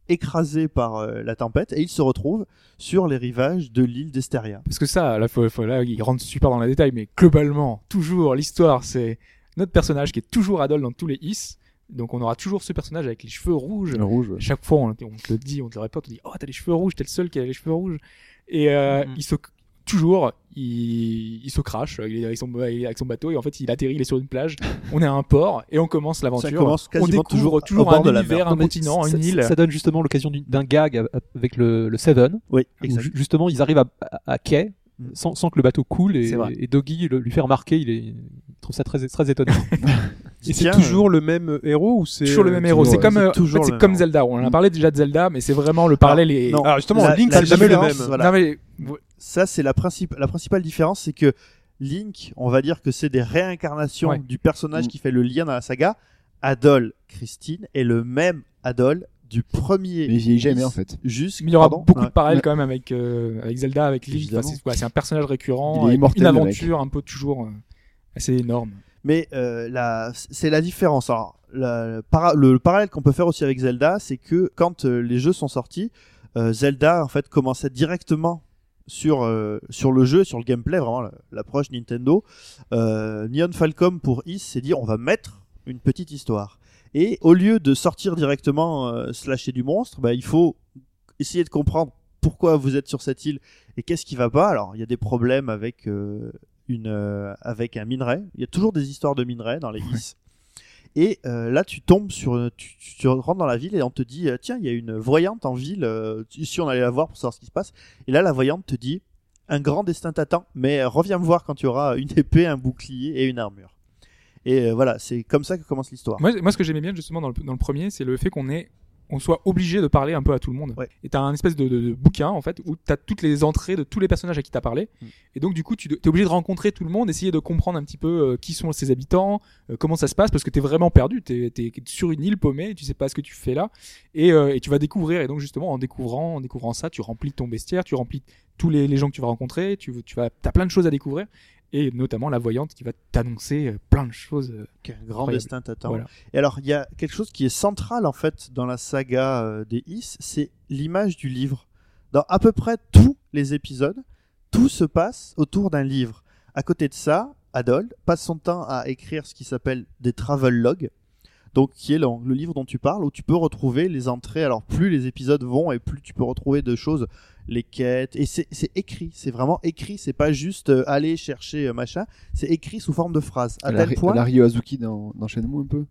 écrasé par euh, la tempête et il se retrouve sur les rivages de l'île d'Esteria. Parce que ça, là, faut, faut- là, il rentre super dans les détails, mais globalement, toujours, l'histoire, c'est notre personnage qui est toujours Adol dans tous les his. Donc on aura toujours ce personnage avec les cheveux rouges. Le rouge, ouais. Chaque fois, on, on te le dit, on te le répète, on dit Oh, t'as les cheveux rouges, t'es le seul qui a les cheveux rouges. Et euh, Mhm. il se. Toujours, il, il se crache, il est, avec son, il est avec son bateau et en fait il atterrit, il est sur une plage. On est à un port et on commence l'aventure. Ça commence on quasiment découvre toujours, toujours, au bord un de la mer. univers, un Donc, continent, ça- une ça- île. Ça donne justement l'occasion d'une- d'un gag a- avec le, le Seven. Oui, où exact. ju- justement, ils arrivent à, à- à quai Mm. sans, sans que le bateau coule et, C'est vrai. et Doggy le- lui fait remarquer, il, est, il trouve ça très, très étonnant. Et c'est Tiens, toujours le même héros ou c'est toujours le euh, même héros. C'est toujours- comme, euh, en fait, toujours c'est le comme même. Mm. Zelda. On en a parlé déjà de Zelda, mais c'est vraiment le parallèle. est... non. Alors justement, La- Link, la c'est jamais le différence, même. voilà. Non, mais ça c'est la principe la principale différence c'est que Link on va dire que c'est des réincarnations Ouais. du personnage Mm. qui fait le lien dans la saga Adol Christine est le même Adol du premier Mais il vieillit jamais X en fait. jusqu'à il y aura pardon, beaucoup ouais. de parallèles quand même avec, euh, avec Zelda, avec Link. Évidemment. Enfin, c'est ouais, c'est un personnage Il est récurrent, avec immortel, une le mec. aventure un peu toujours euh, assez énorme. mais euh, la- c'est la différence alors la- le para- le, le parallèle qu'on peut faire aussi avec Zelda c'est que quand euh, les jeux sont sortis euh, Zelda en fait commençait directement sur euh, sur le jeu sur le gameplay vraiment la- l'approche Nintendo euh, Neon Falcom pour Is s'est dit on va mettre une petite histoire. Et au lieu de sortir directement euh, se lâcher du monstre, bah, il faut essayer de comprendre pourquoi vous êtes sur cette île et qu'est-ce qui va pas. Alors il y a des problèmes avec euh, une euh, avec un minerai. Il y a toujours des histoires de minerais dans les Is. Et euh, là, tu tombes sur, tu, tu- tu rentres dans la ville et on te dit, euh, tiens, il y a une voyante en ville. euh, si on allait la voir pour savoir ce qui se passe. Et là, la voyante te dit, un grand destin t'attend, mais euh, reviens me voir quand tu auras une épée, un bouclier et une armure. Et euh, voilà, c'est comme ça que commence l'histoire. Moi, moi, ce que j'aimais bien justement dans le, dans le premier, c'est le fait qu'on est on soit obligé de parler un peu à tout le monde. Ouais. Et t'as un espèce de, de- de bouquin en fait où t'as toutes les entrées de tous les personnages à qui t'as parlé. Mm. Et donc du coup, tu de- t'es obligé de rencontrer tout le monde, essayer de comprendre un petit peu euh, qui sont ses habitants, euh, comment ça se passe, parce que t'es vraiment perdu. T'es es sur une île paumée, tu sais pas ce que tu fais là, et, euh, et tu vas découvrir. Et donc justement, en découvrant, en découvrant ça, tu remplis ton bestiaire, tu remplis tous les, les gens que tu vas rencontrer. Tu, tu vas, t'as plein de choses à découvrir, et notamment la voyante qui va t'annoncer euh, plein de choses. euh, Qu'un grand Incroyable. destin t'attend. Voilà. Et alors, il y a quelque chose qui est central en fait dans la saga euh, des Is, c'est l'image du livre. Dans à peu près tous les épisodes, tout se passe autour d'un livre. À côté de ça, Adol passe son temps à écrire ce qui s'appelle des travel logs, donc qui est le, le livre dont tu parles, où tu peux retrouver les entrées. Alors plus les épisodes vont et plus tu peux retrouver de choses, les quêtes. Et c'est c'est écrit, c'est vraiment écrit. C'est pas juste euh, aller chercher euh, machin. C'est écrit sous forme de phrases. À À la, tel point. à la Ryoazuki dans, dans Shenmue un peu.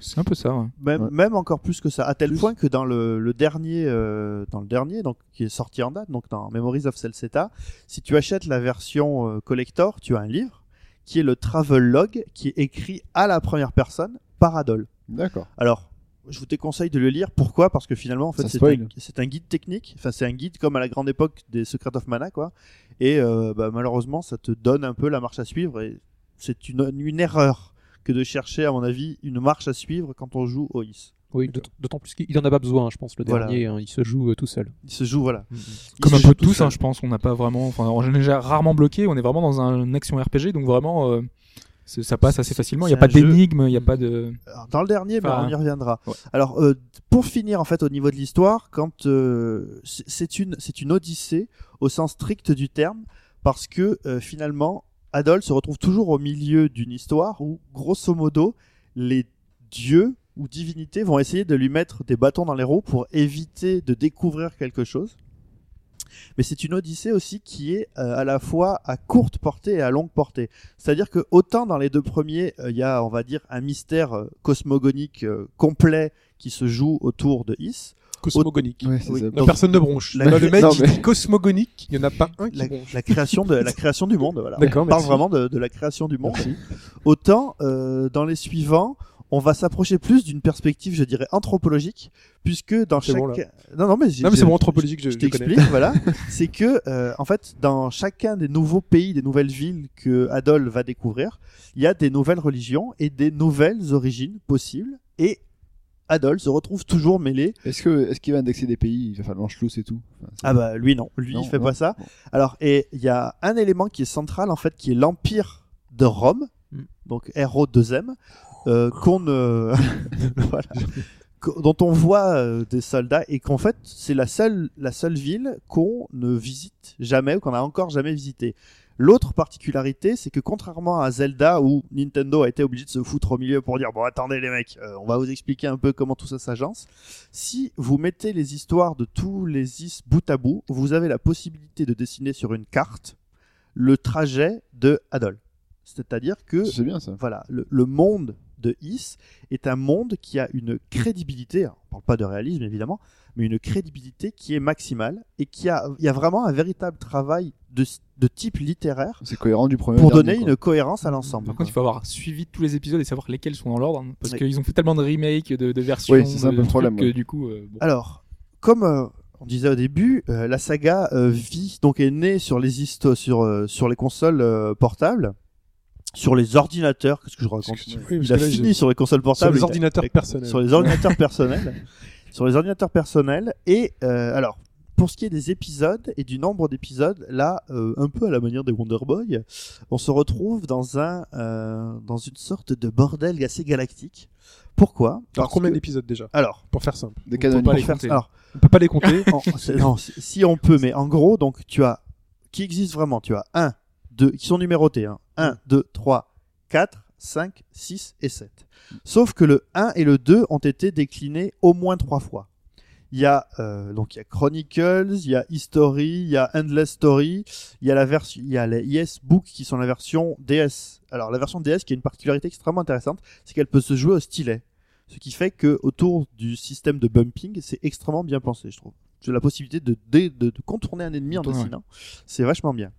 C'est un peu ça. ouais. Même, Ouais. même encore plus que ça, à tel Plus. point que dans le, le dernier, euh, dans le dernier, donc qui est sorti en date, donc dans Memories of Celceta, si tu achètes la version euh, collector, tu as un livre qui est le travel log, qui est écrit à la première personne par Adol. D'accord. Alors, je vous déconseille de le lire. Pourquoi Parce que finalement, en fait, Ça c'est spoil. un, c'est un guide technique. Enfin, c'est un guide comme à la grande époque des Secrets of Mana, quoi. Et euh, bah, malheureusement, ça te donne un peu la marche à suivre. Et c'est une, une erreur que de chercher, à mon avis, une marche à suivre quand on joue au IS. oui, d'aut- d'autant plus qu'il en a pas besoin, je pense, le Voilà. dernier. hein, il se joue euh, tout seul. Il se joue, voilà. Mhm. Il Mm, Comme se un joue peu tout tous, seul. hein, je pense, on n'a pas vraiment. Enfin, on est déjà rarement bloqué, on est vraiment dans un une action RPG, donc vraiment, euh, c'est- ça passe assez facilement. Il n'y a c'est pas un jeu. d'énigme, il n'y a pas de. Alors, dans le dernier, mais Enfin, on y reviendra. ouais. Alors, euh, pour finir, en fait, au niveau de l'histoire, quand euh, c'est- c'est une, c'est une odyssée au sens strict du terme, parce que euh, finalement, Adol se retrouve toujours au milieu d'une histoire où, grosso modo, les dieux ou divinités vont essayer de lui mettre des bâtons dans les roues pour éviter de découvrir quelque chose. Mais c'est une odyssée aussi qui est euh, à la fois à courte portée et à longue portée. C'est-à-dire que autant dans les deux premiers, euh, il y a, on va dire, un mystère euh, cosmogonique euh, complet qui se joue autour de Is, cosmogonique. Ouais, c'est Oui. ça. Non, personne ne bronche. La- Bah, le mec Non, il mais- dit cosmogonique, il n'y en a pas un qui la, bronche. la création de la création du monde voilà D'accord, on parle merci. vraiment de, de la création du monde autant euh, dans les suivants on va s'approcher plus d'une perspective je dirais anthropologique puisque dans C'est chaque bon, là. non non mais j'ai- Non mais j'ai- c'est mon anthropologique, je, je je connais. t'explique voilà c'est que euh, en fait dans chacun des nouveaux pays des nouvelles villes que Adol va découvrir il y a des nouvelles religions et des nouvelles origines possibles et Adol se retrouve toujours mêlé Est-ce que est-ce qu'il va indexer des pays Il va faire de l'anschluss et tout. Enfin, c'est- ah bah lui non, lui Non, il fait non. pas ça. Alors et il y a un élément qui est central en fait qui est l'empire de Rome, Mm. donc RO2M, euh, qu'on euh, voilà, qu'on- dont on voit euh, des soldats et qu'en fait c'est la seule la seule ville qu'on ne visite jamais ou qu'on a encore jamais visité. L'autre particularité, c'est que contrairement à Zelda où Nintendo a été obligé de se foutre au milieu pour dire bon attendez les mecs, euh, on va vous expliquer un peu comment tout ça s'agence. Si vous mettez les histoires de tous les is bout à bout, vous avez la possibilité de dessiner sur une carte le trajet de Adol. C'est-à-dire que C'est bien ça. voilà, le, le monde de Is est un monde qui a une crédibilité, hein, on parle pas de réalisme évidemment, mais une crédibilité qui est maximale et qui a, il y a vraiment un véritable travail de, de type littéraire C'est cohérent du premier. pour au donner dernier, une cohérence à l'ensemble. Par contre, il faut avoir suivi tous les épisodes et savoir lesquels sont dans l'ordre, hein, parce Oui. qu'ils ont fait tellement de remakes, de, de versions, Oui, c'est ça un de- peu le de problème, trucs ouais. que du coup, euh, bon. Alors, comme euh, on disait au début, euh, la saga euh, vit donc est née sur les histo- sur euh, sur les consoles euh, portables, sur les ordinateurs. Qu'est-ce que je raconte Parce que- oui, parce Il a que là, fini j'ai- sur les consoles sur portables. les il a- ordinateurs avec- personnels. sur les ordinateurs personnels. sur les ordinateurs personnels. Et euh, alors, pour ce qui est des épisodes et du nombre d'épisodes, là, euh, un peu à la manière des Wonder Boy, on se retrouve dans un euh, dans une sorte de bordel assez galactique. Pourquoi Alors Parce combien que- d'épisodes déjà Alors, Pour faire simple, quoi. Des on peut canons. pas les pour faire- compter. alors, on peut pas les compter. en- c'est- non, si si on peut, mais en gros, donc tu as qui existe vraiment, tu as 1, 2, qui sont numérotés, hein. 1, 2, 3, 4, 5, 6 et 7. Sauf que le 1 et le 2 ont été déclinés au moins 3 fois. Il y a euh, donc il y a Chronicles, il y a History, il y a Endless Story, il y a la version il y a les ES Book qui sont la version DS. Alors la version DS qui a une particularité extrêmement intéressante, c'est qu'elle peut se jouer au stylet. Ce qui fait que autour du système de bumping, c'est extrêmement bien pensé, je trouve. C'est la possibilité de, dé- de- de contourner un ennemi en Contourner, ouais. dessinant. C'est vachement bien.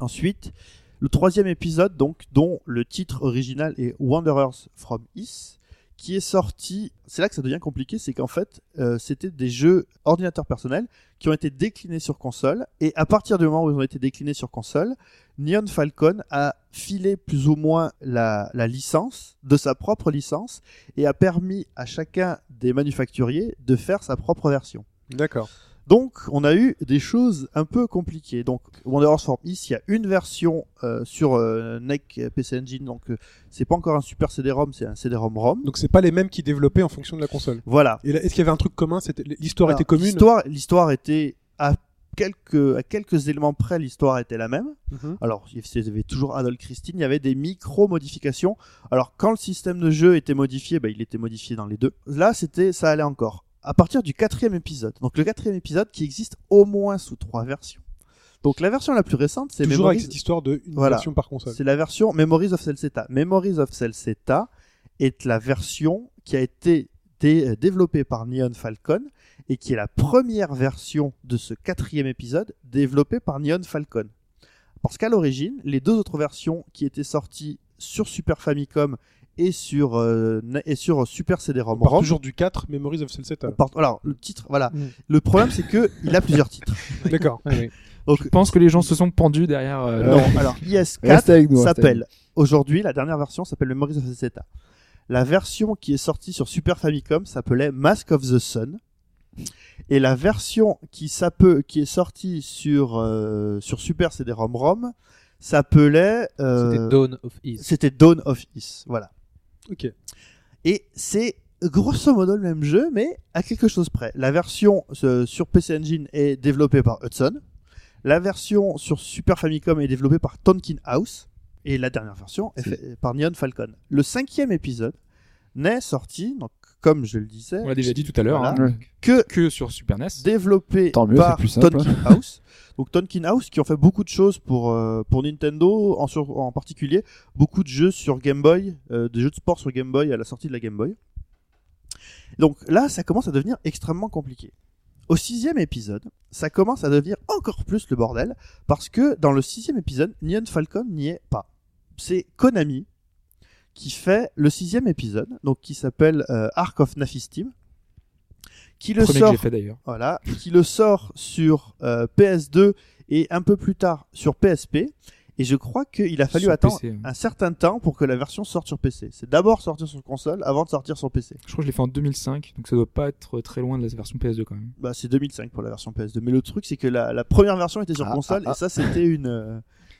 Ensuite, le troisième épisode, donc, dont le titre original est Wanderers from Is, qui est sorti. C'est là que ça devient compliqué, c'est qu'en fait, euh, c'était des jeux ordinateurs personnels qui ont été déclinés sur console. Et à partir du moment où ils ont été déclinés sur console, Neon Falcon a filé plus ou moins la, la licence de sa propre licence et a permis à chacun des manufacturiers de faire sa propre version. D'accord. Donc, on a eu des choses un peu compliquées. Donc, Wanderers Form Is, il y a une version euh, sur euh, NEC euh, PC Engine, donc euh, c'est pas encore un super CD-ROM, c'est un CD-ROM ROM. Donc c'est pas les mêmes qui développaient en fonction de la console. Voilà. Et là, est-ce qu'il y avait un truc commun C'était l'histoire Alors, était commune. L'histoire, l'histoire était à quelques à quelques éléments près, l'histoire était la même. Mhm. Alors, il y avait toujours Adol Christine, il y avait des micro-modifications. Alors, quand le système de jeu était modifié, bah, il était modifié dans les deux. Là, c'était, ça allait encore. À partir du quatrième épisode. Donc, le quatrième épisode qui existe au moins sous trois versions. Donc, la version la plus récente, c'est Toujours avec Memories. cette histoire de une Voilà. version par console. C'est la version Memories of Celceta. Memories of Celceta est la version qui a été dé- euh, développée par Neon Falcon et qui est la première version de ce quatrième épisode développée par Neon Falcon. Parce qu'à l'origine, les deux autres versions qui étaient sorties sur Super Famicom et sur, euh, na- et sur Super On CD-ROM part ROM, toujours du 4 Memories of Cell 7. on part- alors le titre, voilà. Mm. Le problème, c'est que il a plusieurs titres. D'accord. Donc, je pense que les gens se sont pendus derrière. euh, non, alors IS4, Reste avec nous. reste avec s'appelle aujourd'hui la dernière version s'appelle Memories of Zeta. La version qui est sortie sur Super Famicom s'appelait Mask of the Sun et la version qui s'appelle qui est sortie sur euh, sur Super CD-ROM ROM s'appelait euh, C'était Dawn of Ease. c'était Dawn of Is, voilà. Ok. Et c'est grosso modo le même jeu, mais à quelque chose près. La version euh, sur PC Engine est développée par Hudson. La version sur Super Famicom est développée par Tonkin House. Et la dernière version est faite par Neon Falcon. Le cinquième épisode n'est sorti, donc, comme je le disais, On l'a déjà dit tout à l'heure, Voilà. hein, nous. Ouais. que que sur Super E NES. développé Tant mieux, par c'est plus simple, hein. Tonkin House. Donc Tonkin House qui ont fait beaucoup de choses pour euh, pour Nintendo en sur- en particulier beaucoup de jeux sur Game Boy, euh, des jeux de sport sur Game Boy à la sortie de la Game Boy. Donc là, ça commence à devenir extrêmement compliqué. Au sixième épisode, ça commence à devenir encore plus le bordel, parce que dans le sixième épisode, Neon Falcon n'y est pas. C'est Konami qui fait le sixième épisode, donc qui s'appelle euh, Arc of Nafistim, qui le Premier que sort j'ai fait d'ailleurs. voilà, qui le sort sur euh, PS2 et un peu plus tard sur PSP. Et je crois qu'il a fallu Sur attendre PC, ouais. un certain temps pour que la version sorte sur PC. C'est d'abord sortir sur console avant de sortir sur PC. Je crois que je l'ai fait en 2005, donc ça doit pas être très loin de la version PS2 quand même. Bah, c'est 2005 pour la version PS2. Mais le truc, c'est que la, la première version était sur Ah, console ah, et ça, c'était une. euh,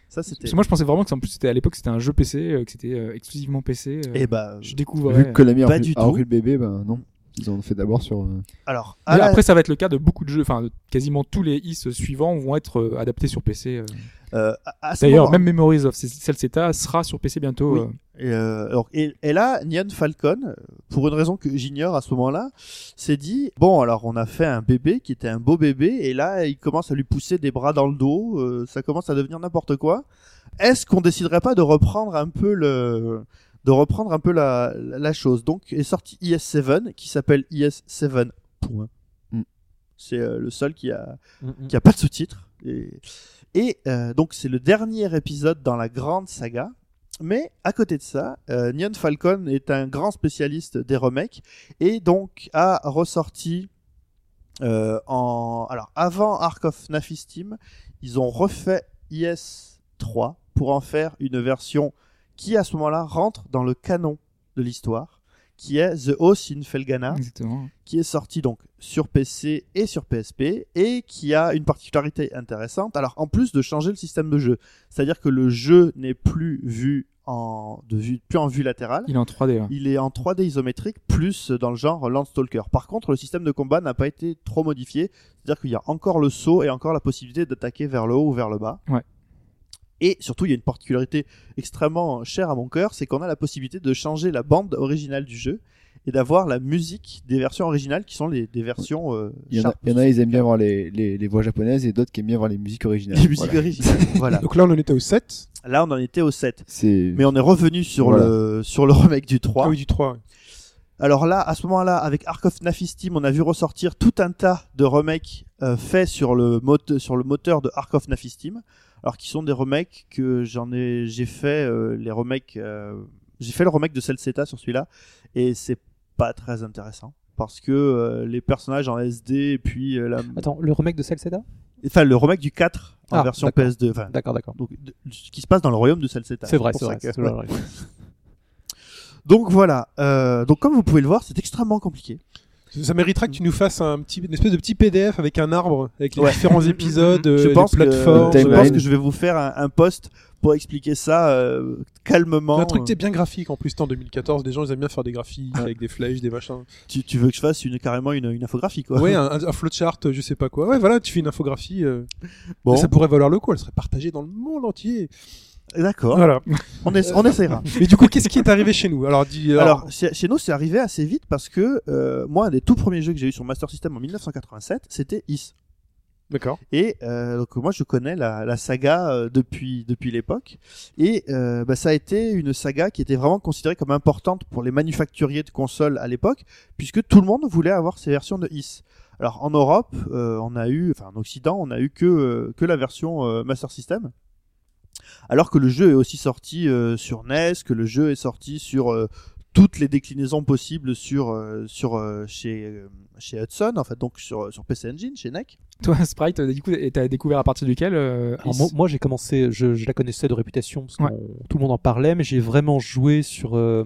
ça, c'était. Parce que moi je pensais vraiment que c'est- en plus c'était à l'époque c'était un jeu PC, euh, que c'était euh, exclusivement PC. euh, Et bah, je Vu découvrais. que Konami a Pas repris- du a tout. repris le bébé, ben non. Ils en ont fait d'abord sur. euh, alors, à Mais la- Après ça va être le cas de beaucoup de jeux, enfin de- quasiment tous les IS suivants vont être euh, adaptés sur PC. euh. euh, à- à ce D'ailleurs moment- même Memories of Celceta sera sur PC bientôt. Oui. euh. Et, euh, alors, et, et là, Nian Falcon, euh, pour une raison que j'ignore à ce moment-là, s'est dit bon, alors on a fait un bébé qui était un beau bébé, et là il commence à lui pousser des bras dans le dos, euh, ça commence à devenir n'importe quoi. Est-ce qu'on déciderait pas de reprendre un peu le, de reprendre un peu la, la, la chose Donc est sorti IS7 qui s'appelle IS7. Point. Mm. C'est euh, le seul qui a Mhm. qui a pas de sous-titres. Et, et, euh, donc c'est le dernier épisode dans la grande saga. Mais à côté de ça, euh, Neon Falcon est un grand spécialiste des remakes et donc a ressorti euh, en alors avant Ark of Nafistim, ils ont refait IS3 pour en faire une version qui à ce moment-là rentre dans le canon de l'histoire, qui est The Oath in Felgana Exactement. qui est sorti donc sur PC et sur PSP et qui a une particularité intéressante. Alors en plus de changer le système de jeu, c'est-à-dire que le jeu n'est plus vu en de vue plus en vue latérale, Il est en 3D. ouais. il est en 3D isométrique plus dans le genre Landstalker. Par contre, le système de combat n'a pas été trop modifié, c'est-à-dire qu'il y a encore le saut et encore la possibilité d'attaquer vers le haut ou vers le bas. Ouais. Et surtout, il y a une particularité extrêmement chère à mon cœur, c'est qu'on a la possibilité de changer la bande originale du jeu et d'avoir la musique des versions originales qui sont les des versions euh, Il y en a, sharp. il y en a, ils aiment bien voir les, les, les voix japonaises et d'autres qui aiment bien voir les musiques originales. les musiques Voilà. originales. voilà. Donc là, on en était au 7. Là, on en était au 7. C'est. Mais on est revenu sur Voilà. le sur le remake du 3. Ah oui, du 3. Alors là, à ce moment-là, avec Ark of Nafistim, on a vu ressortir tout un tas de remakes euh, faits sur le, mote- sur le moteur de Ark of Nafistim, alors qui sont des remakes que j'en ai, j'ai fait euh, les remakes, euh, j'ai fait le remake de Celceta sur celui-là, et c'est pas très intéressant parce que euh, les personnages en SD et puis euh, la- Attends, le remake de Celceda enfin le remake du 4 en Ah, version d'accord. PS2, enfin, D'accord, d'accord. donc de- ce qui se passe dans le royaume de Celceta. C'est vrai, pour c'est ça vrai. que- c'est vrai. Donc voilà. euh, donc comme vous pouvez le voir, c'est extrêmement compliqué. Ça mériterait que tu nous fasses un petit, une espèce de petit PDF avec un arbre, avec les Ouais. différents épisodes, euh, je les pense plateformes. que, je timeline. pense que je vais vous faire un, un post pour expliquer ça euh, calmement. Un truc qui est bien graphique en plus, c'était en 2014, les gens ils aiment bien faire des graphiques avec des flèches, des machins. tu, tu veux que je fasse une, carrément une, une infographie quoi Ouais, un, un flowchart, euh, je sais pas quoi. Ouais, voilà, tu fais une infographie. euh, Bon, et ça pourrait valoir le coup, elle serait partagée dans le monde entier. d'accord. Voilà. On, es- Euh, on essaiera. Et du coup, qu'est-ce qui est arrivé chez nous Alors, dis. Alors, chez chez nous, c'est arrivé assez vite parce que euh, moi, un des tout premiers jeux que j'ai eu sur Master System en 1987, c'était Is. D'accord. Et euh, donc moi je connais la, la saga euh, depuis depuis l'époque et euh, bah, ça a été une saga qui était vraiment considérée comme importante pour les manufacturiers de consoles à l'époque puisque tout le monde voulait avoir ces versions de IS. Alors en Europe euh, on a eu enfin en Occident on a eu que euh, que la version euh, Master System alors que le jeu est aussi sorti euh, sur NES que le jeu est sorti sur euh, toutes les déclinaisons possibles sur euh, sur euh, chez euh, chez Hudson en fait donc sur sur PC Engine chez E NEC Toi Sprite, euh, du coup, et t'as découvert à partir duquel euh, Alors, Is- moi, moi, j'ai commencé, je, je la connaissais de réputation parce que Ouais. tout le monde en parlait, mais j'ai vraiment joué sur, euh,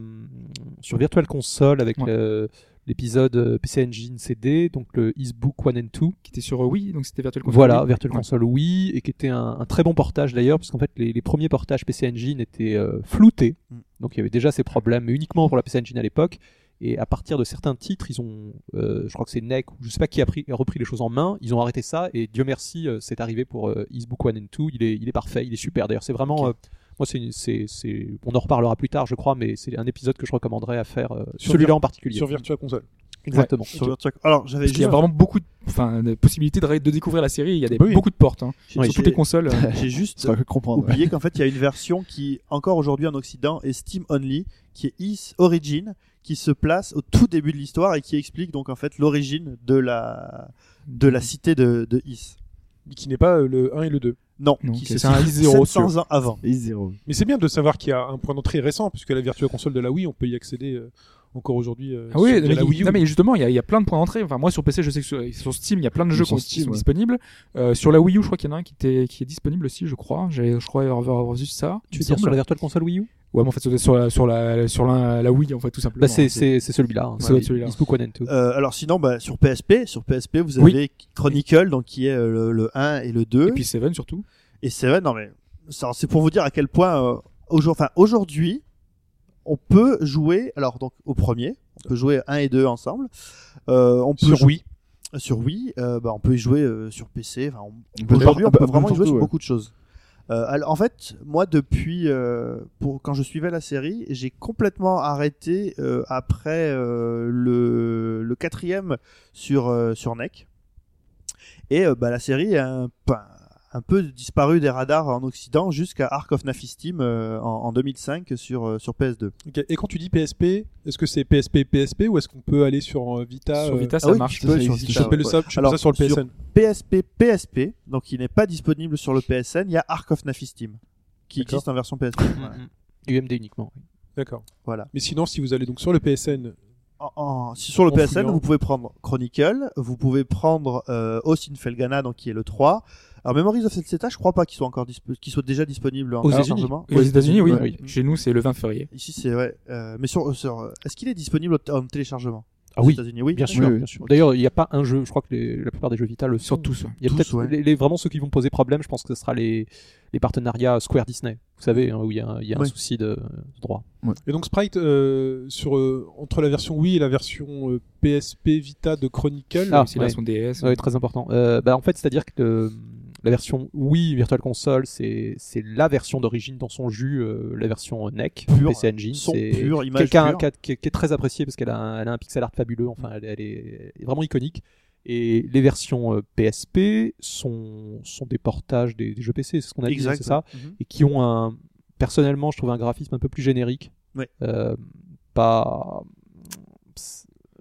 sur Virtual Console avec Ouais. le- l'épisode euh, PC Engine CD, donc le Isbook 1 and 2. qui était sur euh, Wii, donc c'était Virtual Console. Voilà, Wii. Virtual Ouais. Console oui, et qui était un, un très bon portage d'ailleurs, parce qu'en fait les, les premiers portages PC Engine étaient euh, floutés, Mm. donc il y avait déjà ces problèmes mais uniquement pour la PC Engine à l'époque. Et à partir de certains titres, ils ont, euh, je crois que c'est NEC ou je sais pas qui a, pris, a repris les choses en main, ils ont arrêté ça et Dieu merci, euh, c'est arrivé pour euh, Isbook 1 and 2. Il est, il est parfait, il est super. D'ailleurs, c'est vraiment, euh, moi c'est, une- c'est, c'est, on en reparlera plus tard, je crois, mais c'est un épisode que je recommanderais à faire euh, Sur celui-là Vir- en particulier. Sur Virtua Console. Exactement. Sur Virtua- Alors, j'avais Parce qu'il y a juste, vraiment beaucoup de, enfin, de possibilités de, ré- de découvrir la série. Il y a des, Bah oui. beaucoup de portes hein, j'ai- sur toutes les j'ai- consoles. euh. j'ai juste C'est pas que comprendre. oublié qu'en fait, il y a une version qui, encore aujourd'hui en Occident, est Steam Only, qui est Is Origin, qui se place au tout début de l'histoire et qui explique donc en fait l'origine de la, de la cité de, de Is. Qui n'est pas euh, le 1 et le 2. Non, Non, qui ok, se c'est un situe Is zéro, 700 ans avant. Et zéro. Mais c'est bien de savoir qu'il y a un point d'entrée récent, puisque la Virtua Console de la Wii, on peut y accéder euh, encore aujourd'hui. euh, Ah oui, sur- mais, via la il- Wii U. non, mais justement, il y, a- il y a plein de points d'entrée. Enfin, moi sur PC, je sais que sur, sur Steam, il y a plein de jeux Sur qui qui Steam, sont ouais. disponibles. Euh, sur la Wii U, je crois qu'il y en a un qui, était- qui est disponible aussi, je crois. J'ai- Je crois avoir, avoir vu ça. Tu il veux dire me sur semble. la Virtual Console Wii U Ouais, mais en fait, ça doit être sur la, sur la, sur la, la Wii, en fait, tout simplement. Bah, c'est c'est- c'est celui-là. hein. Ouais, C'est celui-là. Xbook One and Two. Euh, alors sinon, bah, sur PSP, sur PSP, vous Oui. avez Chronicle, donc qui est euh, le, le 1 et le 2. Et puis Seven surtout. Et c'est vrai, non mais ça, c'est pour vous dire à quel point euh, aujourd- enfin, aujourd'hui, on peut jouer. Alors donc au premier, on peut jouer 1 et 2 ensemble. Euh, on peut Sur jou- Wii. Sur Wii, euh, bah, on peut y jouer euh, sur PC. Enfin, on- On Aujourd'hui, on bah, peut vraiment y jouer surtout, sur ouais. beaucoup de choses. Euh, alors, en fait, moi, depuis euh, pour, quand je suivais la série, j'ai complètement arrêté euh, après euh, le, le quatrième sur, euh, sur NEC. Et euh, bah, la série a un, pa- un peu disparu des radars en Occident jusqu'à Ark of Nafistim euh, en, en 2005 sur, euh, sur PS2. Ok. Et quand tu dis PSP, est-ce que c'est PSP PSP ou est-ce qu'on peut aller sur euh, Vita sur euh, Vita, ça ah oui, marche. tu peux Ça sur existe. Vita, choper le ouais. sable, choper Alors, ça sur le sur- PSN. PSP, PSP, donc il n'est pas disponible sur le PSN, il y a Ark of Nafistim qui D'accord. existe en version PSP. Voilà. Mm, UMD uniquement. D'accord. Voilà. Mais sinon, si vous allez donc sur le PSN, En- en- si sur le En PSN, fouillant. vous pouvez prendre Chronicle, vous pouvez prendre euh, Osin Felgana, donc qui est le 3. Alors Memories of Celceta, je crois pas qu'ils soient encore dispo- qu'ils soient déjà disponibles en Aux téléchargement. Et Ah, aux Oui. États-Unis, oui. Ouais. oui. Chez nous, c'est le 20 février. Ici c'est ouais, euh, mais sur, sur- euh, est-ce qu'il est disponible au- en téléchargement Ah Aux oui, États-Unis, oui. bien sûr. oui. bien sûr. D'ailleurs, il n'y a pas un jeu, je crois que les- la plupart des jeux Vita le Sur sont. tout ça. Il y a Tous, peut-être ouais. les, les- vraiment ceux qui vont poser problème, je pense que ce sera les, les partenariats Square Disney. Vous savez, hein, où il y a, un- il y a un Ouais. souci de, de droit. Et donc Sprite, euh, sur, euh, entre la version Wii et la version euh, PSP Vita de Chronicle, Ah, c'est là ouais. son DS. Ouais, très important. Euh, bah, en fait, c'est-à-dire que euh, la version Wii Virtual Console, c'est c'est la version d'origine dans son jus, euh, la version NEC, Pure, PC Engine. son c'est pur, image quelqu'un pure. qui, a- qui est- qui est très apprécié parce qu'elle a, un- elle a un pixel art fabuleux, enfin, elle, elle est vraiment iconique. Et les versions euh, PSP sont, sont des portages des, des jeux PC, c'est ce qu'on a dit, Exact, c'est ça ouais. Mhm. et qui ont un personnellement je trouve un graphisme un peu plus générique Ouais. Euh, pas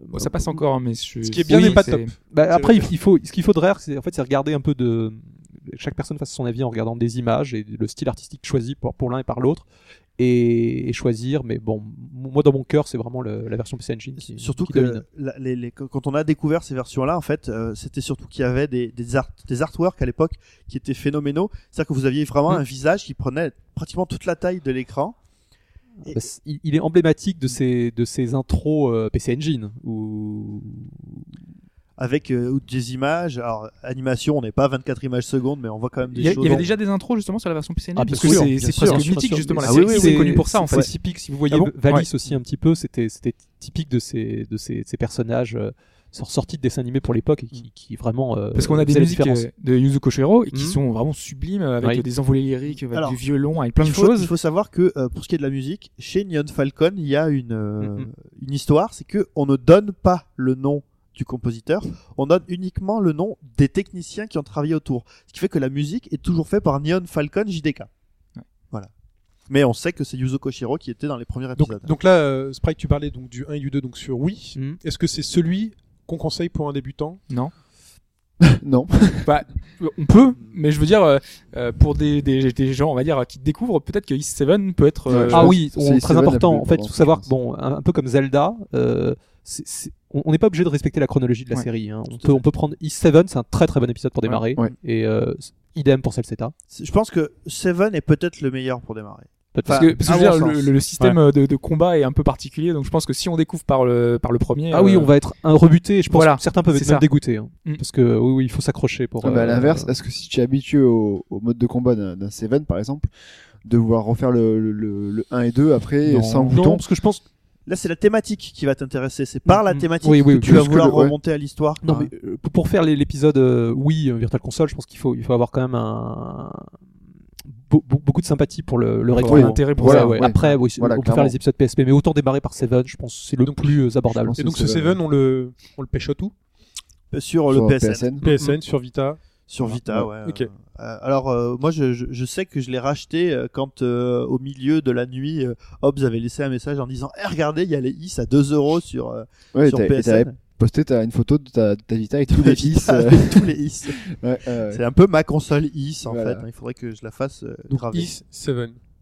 Bon, ça passe encore, hein, mais je... ce qui est bien oui, n'est pas c'est- top. Bah, C'est après vrai. il, il faut ce qu'il faudrait c'est en fait c'est regarder un peu de chaque personne fasse son avis en regardant des images et le style artistique choisi pour, pour l'un et par l'autre et, et choisir mais bon moi dans mon cœur c'est vraiment le- la version PC Engine qui, Surtout qui que domine. la- les- les- quand on a découvert ces versions-là, en fait, euh, c'était surtout qu'il y avait des, des, art, des artworks à l'époque qui étaient phénoménaux. C'est-à-dire que vous aviez Mm. vraiment Mhm. un visage qui prenait pratiquement toute la taille de l'écran. Et- Bah, c'est- il, il est emblématique de ces de ces intros euh, PC Engine où avec euh, des images. Alors, animation, on n'est pas à 24 images secondes, mais on voit quand même des Il y, a- il choses. y avait déjà des intros justement sur la version PC Ah, bien parce que sûr, c'est bien c'est sûr, presque bien mythique sûr. justement. La Ah série oui, oui, c'est oui. connu pour ça en C'est fait. typique, si vous voyez Ah bon V- Valis Ouais. aussi un petit peu, c'était c'était typique de ces, de ces, ces personnages euh, sor- sortis de dessins animés pour l'époque et qui, qui vraiment. euh, Mm. Parce qu'on a des faisaient la musiques différence. euh, de Yuzo Koshiro et qui Mhm. sont vraiment sublimes euh, avec Oui. des envolées lyriques, avec Alors, du violon, avec plein de il faut, choses. il faut savoir que euh, pour ce qui est de la musique, chez Neon Falcon, il y a une, euh, Mhm. une histoire, c'est que on ne donne pas le nom du compositeur, on donne uniquement le nom des techniciens qui ont travaillé autour. Ce qui fait que la musique est toujours faite par Neon Falcon JDK. Ouais. Voilà. Mais on sait que c'est Yuzo Koshiro qui était dans les premiers épisodes. Donc, donc là, euh, Sprite, tu parlais donc du 1 et du 2 donc sur Wii. euh, Mhm. Mm. Est-ce que c'est celui qu'on conseille pour un débutant Non. On peut, mais je veux dire, euh, euh, pour des, des, des gens, on va dire, qui découvrent, peut-être que East Seven peut être. euh, Ouais, je ah pense oui, que on- c'est- c'est très Evan la important. plus En fait, il importante, faut savoir je que pense. bon, un, un peu comme Zelda, euh, c'est- c'est- on on n'est pas obligé de respecter la chronologie de la Ouais. série. hein. On, à peut, fait. on peut prendre East 7 c'est un très très bon épisode pour Ah démarrer. Ouais. Et euh, c- idem pour Celceta. C'est- Je pense que Seven est peut-être le meilleur pour démarrer. parce enfin, que, parce que à je veux mon dire, le, sens. le- le système euh, de, de combat est un peu particulier, donc je pense que si on découvre par le, par le premier. Ah oui, euh, on va être un rebuté. Je pense voilà, que certains peuvent c'est être ça. même dégoûtés. hein. Mm. Parce que oui, oui, il faut s'accrocher pour. Ah bah, à euh, l'inverse, est-ce que si tu es habitué au, au mode de combat d'un d'un Seven, par exemple, de vouloir refaire le, le- le- le 1 et 2 après Non. sans Non, bouton parce que je pense. Là, c'est la thématique qui va t'intéresser. C'est par la Mhm. thématique Oui, oui, que oui. tu vas Plus que vouloir le- ouais. remonter à l'histoire. Ah. Non, quoi. mais euh, pour- pour faire les- l'épisode euh, oui euh, Virtual Console, je pense qu'il faut, il faut avoir quand même un be- be- beaucoup de sympathie pour le, le rétro. avoir un intérêt pour Ouais, ça, ouais. ouais. Après, oui, Voilà, on peut faire clairement. les épisodes PSP, mais autant démarrer par Seven, je pense que c'est le Donc, plus euh, abordable. je Et C'est donc ce Seven. 7, on le, on le pêche à tout Euh, Sur, le sur Mm, PSN. PSN. PSN, sur Vita. Sur Vita, ouais. Ok. euh, euh, alors, euh, moi, je, je- je sais que je l'ai racheté euh, quand, euh, au milieu de la nuit, euh, Hobbs avait laissé un message en disant Eh, regardez, il y a les is à 2 euros sur, euh, Ouais, sur t'as- et t'avais PSN. posté t'as une photo de ta, de ta Vita avec tous les fils. euh, Tous les is. ouais, euh, C'est un peu ma console is, en Voilà. fait. hein. Il faudrait que je la fasse euh, Donc graver. Is 7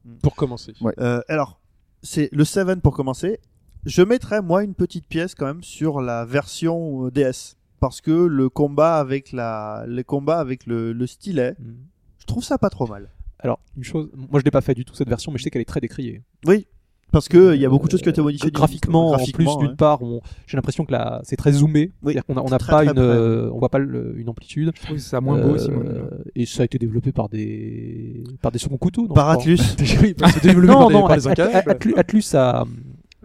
Mm. pour commencer. Ouais. Euh, alors, c'est le 7 pour commencer. Je mettrais moi une petite pièce quand même sur la version euh, DS parce que le combat avec la les combats avec le, le stylet, Hmm. je trouve ça pas trop mal. Alors, une chose, moi je l'ai pas fait du tout cette version, mais je sais qu'elle est très décriée. Oui, parce que il y a beaucoup de choses qui ont été Euh, modifiées hein. graphiquement, en plus ouais. d'une part, on- j'ai l'impression que là, c'est très zoomé. Oui, C'est-à-dire qu'on a, on n'a très, pas très une, près. euh, on voit pas le- une amplitude. Je trouve ça moins beau aussi. moi, Euh, d'ailleurs. et ça a été développé par des, par des seconds couteaux. non, par je crois. Atlus. Oui, parce que c'est développé non, par des- non, par les At- At- incanables. Atlus, Atlus a,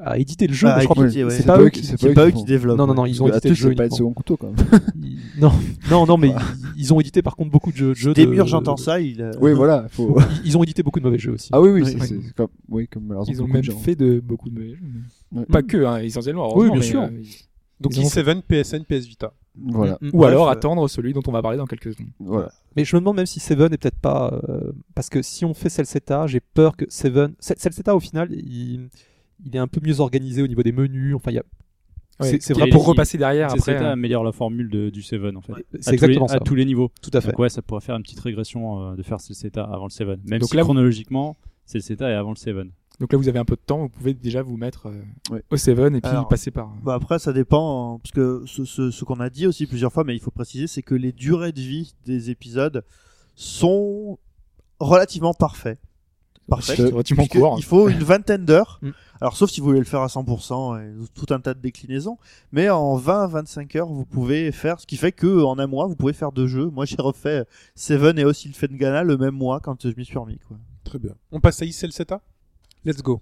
a édité le jeu. Ah, mais je crois édité, ouais. c'est pas eux qui- c'est C'est pas eux font. qui développent. Non, non, non, ils ont Parce que édité le Atlus, jeu. Bah, c'est pas le uniquement. second couteau quand même. Ils- Non, non, non, mais ils- ils ont édité par contre beaucoup de jeux. jeux Des de- murs, j'entends ça. Il, euh, oui, voilà. Faut... Ils- Ils ont édité beaucoup de mauvais jeux aussi. Ah oui, oui, Oui, c'est oui. c'est- c'est comme, oui, comme malheureusement Ils ont beaucoup de même gens. fait de beaucoup de mauvais jeux, mais- Ouais. Pas que, hein, essentiellement. Oui, bien heureusement, mais, sûr. euh, Donc Ils ont Is 7 PSN, PS Vita. Voilà. Mm. Ou Bref, alors euh, attendre celui dont on va parler dans quelques secondes. voilà. Mais je me demande même si Seven est peut-être pas. euh, parce que si on fait Celceta, j'ai peur que Seven. Cel- Celceta, au final, il, il est un peu mieux organisé au niveau des menus. Enfin, il y a. Ouais, c'est c'est qui vrai est- pour. pour repasser derrière C'est après. ça hein. améliore la formule de- du 7 en fait. C'est À tous les- exactement ça. À tous les niveaux. Tout à fait. Donc ouais, ça pourrait faire une petite régression euh, de faire Celceta avant le 7. Même Donc si là, vous- chronologiquement, Celceta est avant le 7. Donc là, vous avez un peu de temps, vous pouvez déjà vous mettre euh, Ouais. au 7 et puis Alors, passer par. euh, Bah après, ça dépend, hein, parce que ce, ce- ce qu'on a dit aussi plusieurs fois, mais il faut préciser, c'est que les durées de vie des épisodes sont relativement parfaits. Parfait. Tu vois, tu m'en Puisque cours. Il faut une vingtaine d'heures. Mm. Alors, sauf si vous voulez le faire à 100% et tout un tas de déclinaisons. Mais en 20-25 heures, vous pouvez faire ce qui fait que en un mois, vous pouvez faire deux jeux. Moi, j'ai refait Seven et aussi le Fengana le même mois quand je m'y suis remis. Quoi. Très bien. On passe à Is 7 Let's go.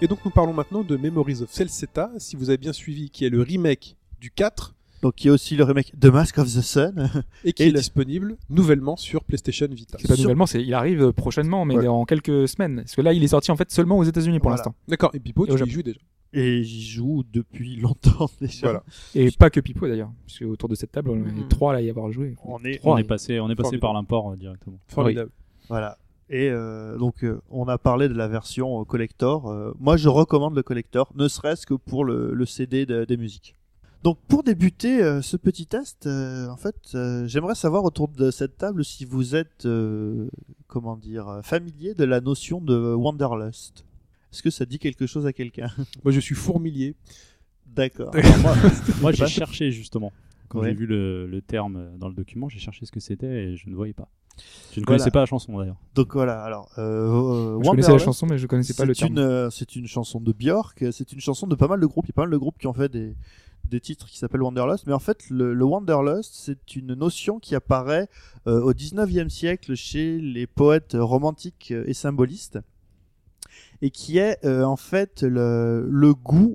Et donc nous parlons maintenant de Memories of Celceta, si vous avez bien suivi, qui est le remake du 4 Donc, il y a aussi le remake de Mask of the Sun. et qui Et est le- disponible nouvellement sur PlayStation Vita. C'est pas Sur- nouvellement, c'est il arrive prochainement, mais Ouais. en quelques semaines. Parce que là, il est sorti en fait seulement aux États-Unis pour Voilà. l'instant. D'accord, et Pipo, Et tu au y Japon. joues déjà. Et j'y joue depuis longtemps déjà. Voilà. Et pas que Pipo d'ailleurs, parce que autour de cette table, on Mhm. est trois là à y avoir joué. On est, Trois, on est oui. passé, on est passé Formidable. par l'import euh, directement. Formidable. Voilà. Et euh, donc, euh, on a parlé de la version euh, collector. Euh, moi, je recommande le collector, ne serait-ce que pour le, le CD de- des musiques. Donc, pour débuter euh, ce petit test, euh, en fait, euh, j'aimerais savoir autour de cette table si vous êtes, euh, comment dire, euh, familier de la notion de Wanderlust. Est-ce que ça dit quelque chose à quelqu'un Moi je suis fourmilier. D'accord. Alors moi, moi, pas- j'ai cherché justement. Quand Ouais. j'ai vu le, le terme euh, dans le document, j'ai cherché ce que c'était et je ne voyais pas. Je ne Voilà. connaissais pas la chanson d'ailleurs. Donc voilà. Alors, euh, euh, Je connaissais la Wanderlust, chanson, mais je connaissais pas le C'est terme. une, euh, c'est une chanson de Björk, euh, c'est une chanson de pas mal de groupes. Il y a pas mal de groupes qui ont fait des, des titres qui s'appellent Wanderlust. Mais en fait, le, le Wanderlust, c'est une notion qui apparaît euh, au 19e siècle chez les poètes romantiques euh, et symbolistes. Et qui est euh, en fait le, le goût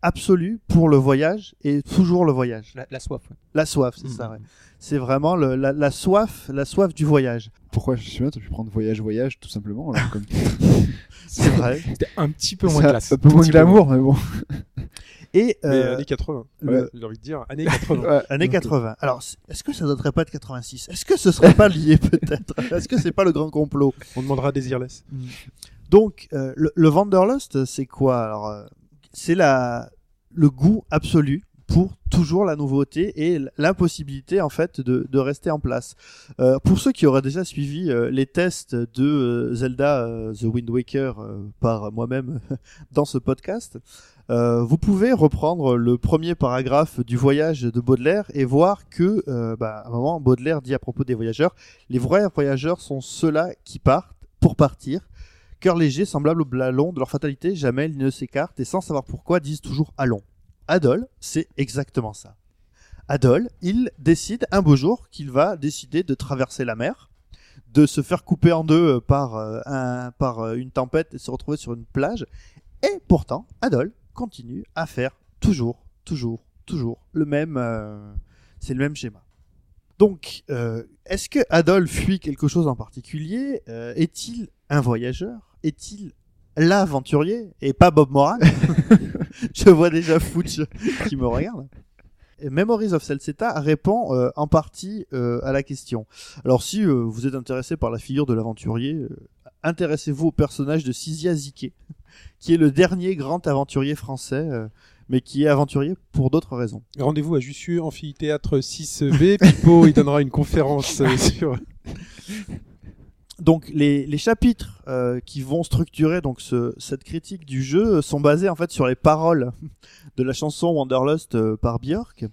absolu pour le voyage et toujours le voyage. La, la soif. La soif, c'est Mhm. Hmm. ça, ouais. C'est vraiment le- la, la soif, la soif du voyage. Pourquoi je suis bien, t'as pu prendre voyage, voyage, tout simplement. Là, comme... C'est vrai. C'était un petit peu moins classe. C'est un peu moins Petit glamour, mais bon. Et Mais euh, années 80. ouais. J'ai envie de dire années 80. Ouais. Années 80. Alors, c'est- est-ce que ça daterait pas de 86 Est-ce que ce serait pas lié peut-être Est-ce que c'est pas le grand complot On demandera à Desireless. Donc, euh, le, le Wanderlust, c'est quoi Alors, euh, c'est la le goût absolu pour toujours la nouveauté et l'impossibilité en fait de, de rester en place. Euh, pour ceux qui auraient déjà suivi euh, les tests de euh, Zelda euh, The Wind Waker euh, par moi-même dans ce podcast, euh, vous pouvez reprendre le premier paragraphe du voyage de Baudelaire et voir que, euh, bah, à un moment, Baudelaire dit à propos des voyageurs, les vrais voyageurs sont ceux-là qui partent pour partir. Cœur léger, semblable au blalon de leur fatalité, jamais ils ne s'écartent et sans savoir pourquoi disent toujours allons. Adol, c'est exactement ça. Adol, il décide un beau jour qu'il va décider de traverser la mer, de se faire couper en deux euh, par, euh, un- par euh, une tempête et se retrouver sur une plage. Et pourtant, Adol continue à faire toujours, toujours, toujours le même. euh, c'est le même schéma. Donc, euh, est-ce que Adol fuit quelque chose en particulier Euh, Est-il un voyageur Est-il l'aventurier et pas Bob Moran Je vois déjà Fouch qui me regarde. Et Memories of Salsetta répond euh, en partie euh, à la question. Alors si euh, vous êtes intéressé par la figure de l'aventurier, euh, intéressez-vous au personnage de Sizia Ziquet, qui est le dernier grand aventurier français, euh, mais qui est aventurier pour d'autres raisons. Rendez-vous à Jussieu, amphithéâtre 6B. Pipo, il donnera une conférence euh, sur. Donc les, les chapitres euh, qui vont structurer donc ce- cette critique du jeu euh, sont basés en fait sur les paroles de la chanson Wanderlust euh, par Björk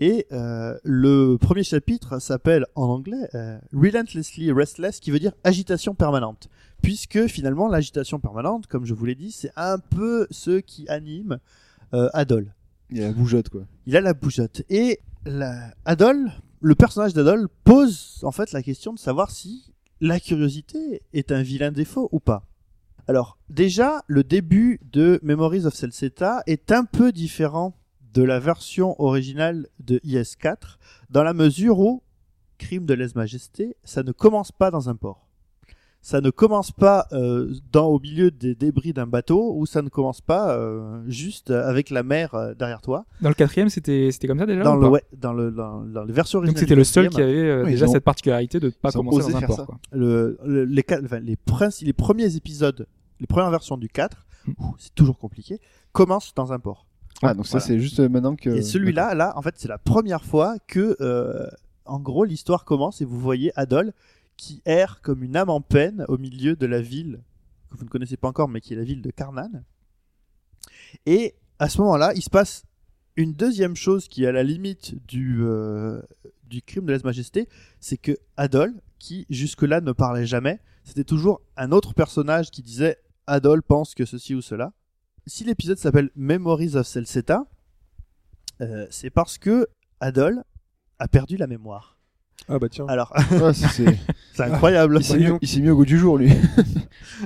et euh, le premier chapitre s'appelle en anglais euh, Relentlessly Restless qui veut dire agitation permanente puisque finalement l'agitation permanente comme je vous l'ai dit c'est un peu ce qui anime euh, Adol Il y a la bougeotte, quoi. Ah, il a la bougeotte. Et la- Adol, le personnage d'Adol, pose en fait la question de savoir si la curiosité est un vilain défaut ou pas. Alors, déjà, le début de Memories of Celceta est un peu différent de la version originale de IS4, dans la mesure où, crime de lèse-majesté, ça ne commence pas dans un port. Ça ne commence pas euh, dans, au milieu des débris d'un bateau, ou ça ne commence pas euh, juste avec la mer euh, derrière toi Dans le quatrième, c'était c'était comme ça déjà dans, ou le, pas ouais, dans le dans, dans les versions Donc originales. c'était du le seul qui quatrième, avait euh, Oui, déjà ils ont- cette particularité de ne pas ils ont commencer osé dans un faire port. ça. quoi. le- le- les, quatre- enfin, les, princes- les premiers épisodes, les premières versions du 4, Mm. ouh, c'est toujours compliqué, commencent dans un port. Ah, donc ça, Voilà. c'est juste euh, maintenant que. Et celui-là, là, en fait, c'est la première fois que, euh, en gros, l'histoire commence et vous voyez Adol qui erre comme une âme en peine au milieu de la ville que vous ne connaissez pas encore, mais qui est la ville de Karnan. Et à ce moment-là, il se passe une deuxième chose qui est à la limite du, euh, du crime de lèse-majesté, c'est que Adol, qui jusque-là ne parlait jamais, c'était toujours un autre personnage qui disait Adol pense que ceci ou cela. Si l'épisode s'appelle Memories of Celceta, euh, c'est parce que Adol a perdu la mémoire. Ah bah tiens. Alors, Ah, si, c'est- c'est incroyable. il s'est mis, il s'est mis au goût du jour, lui.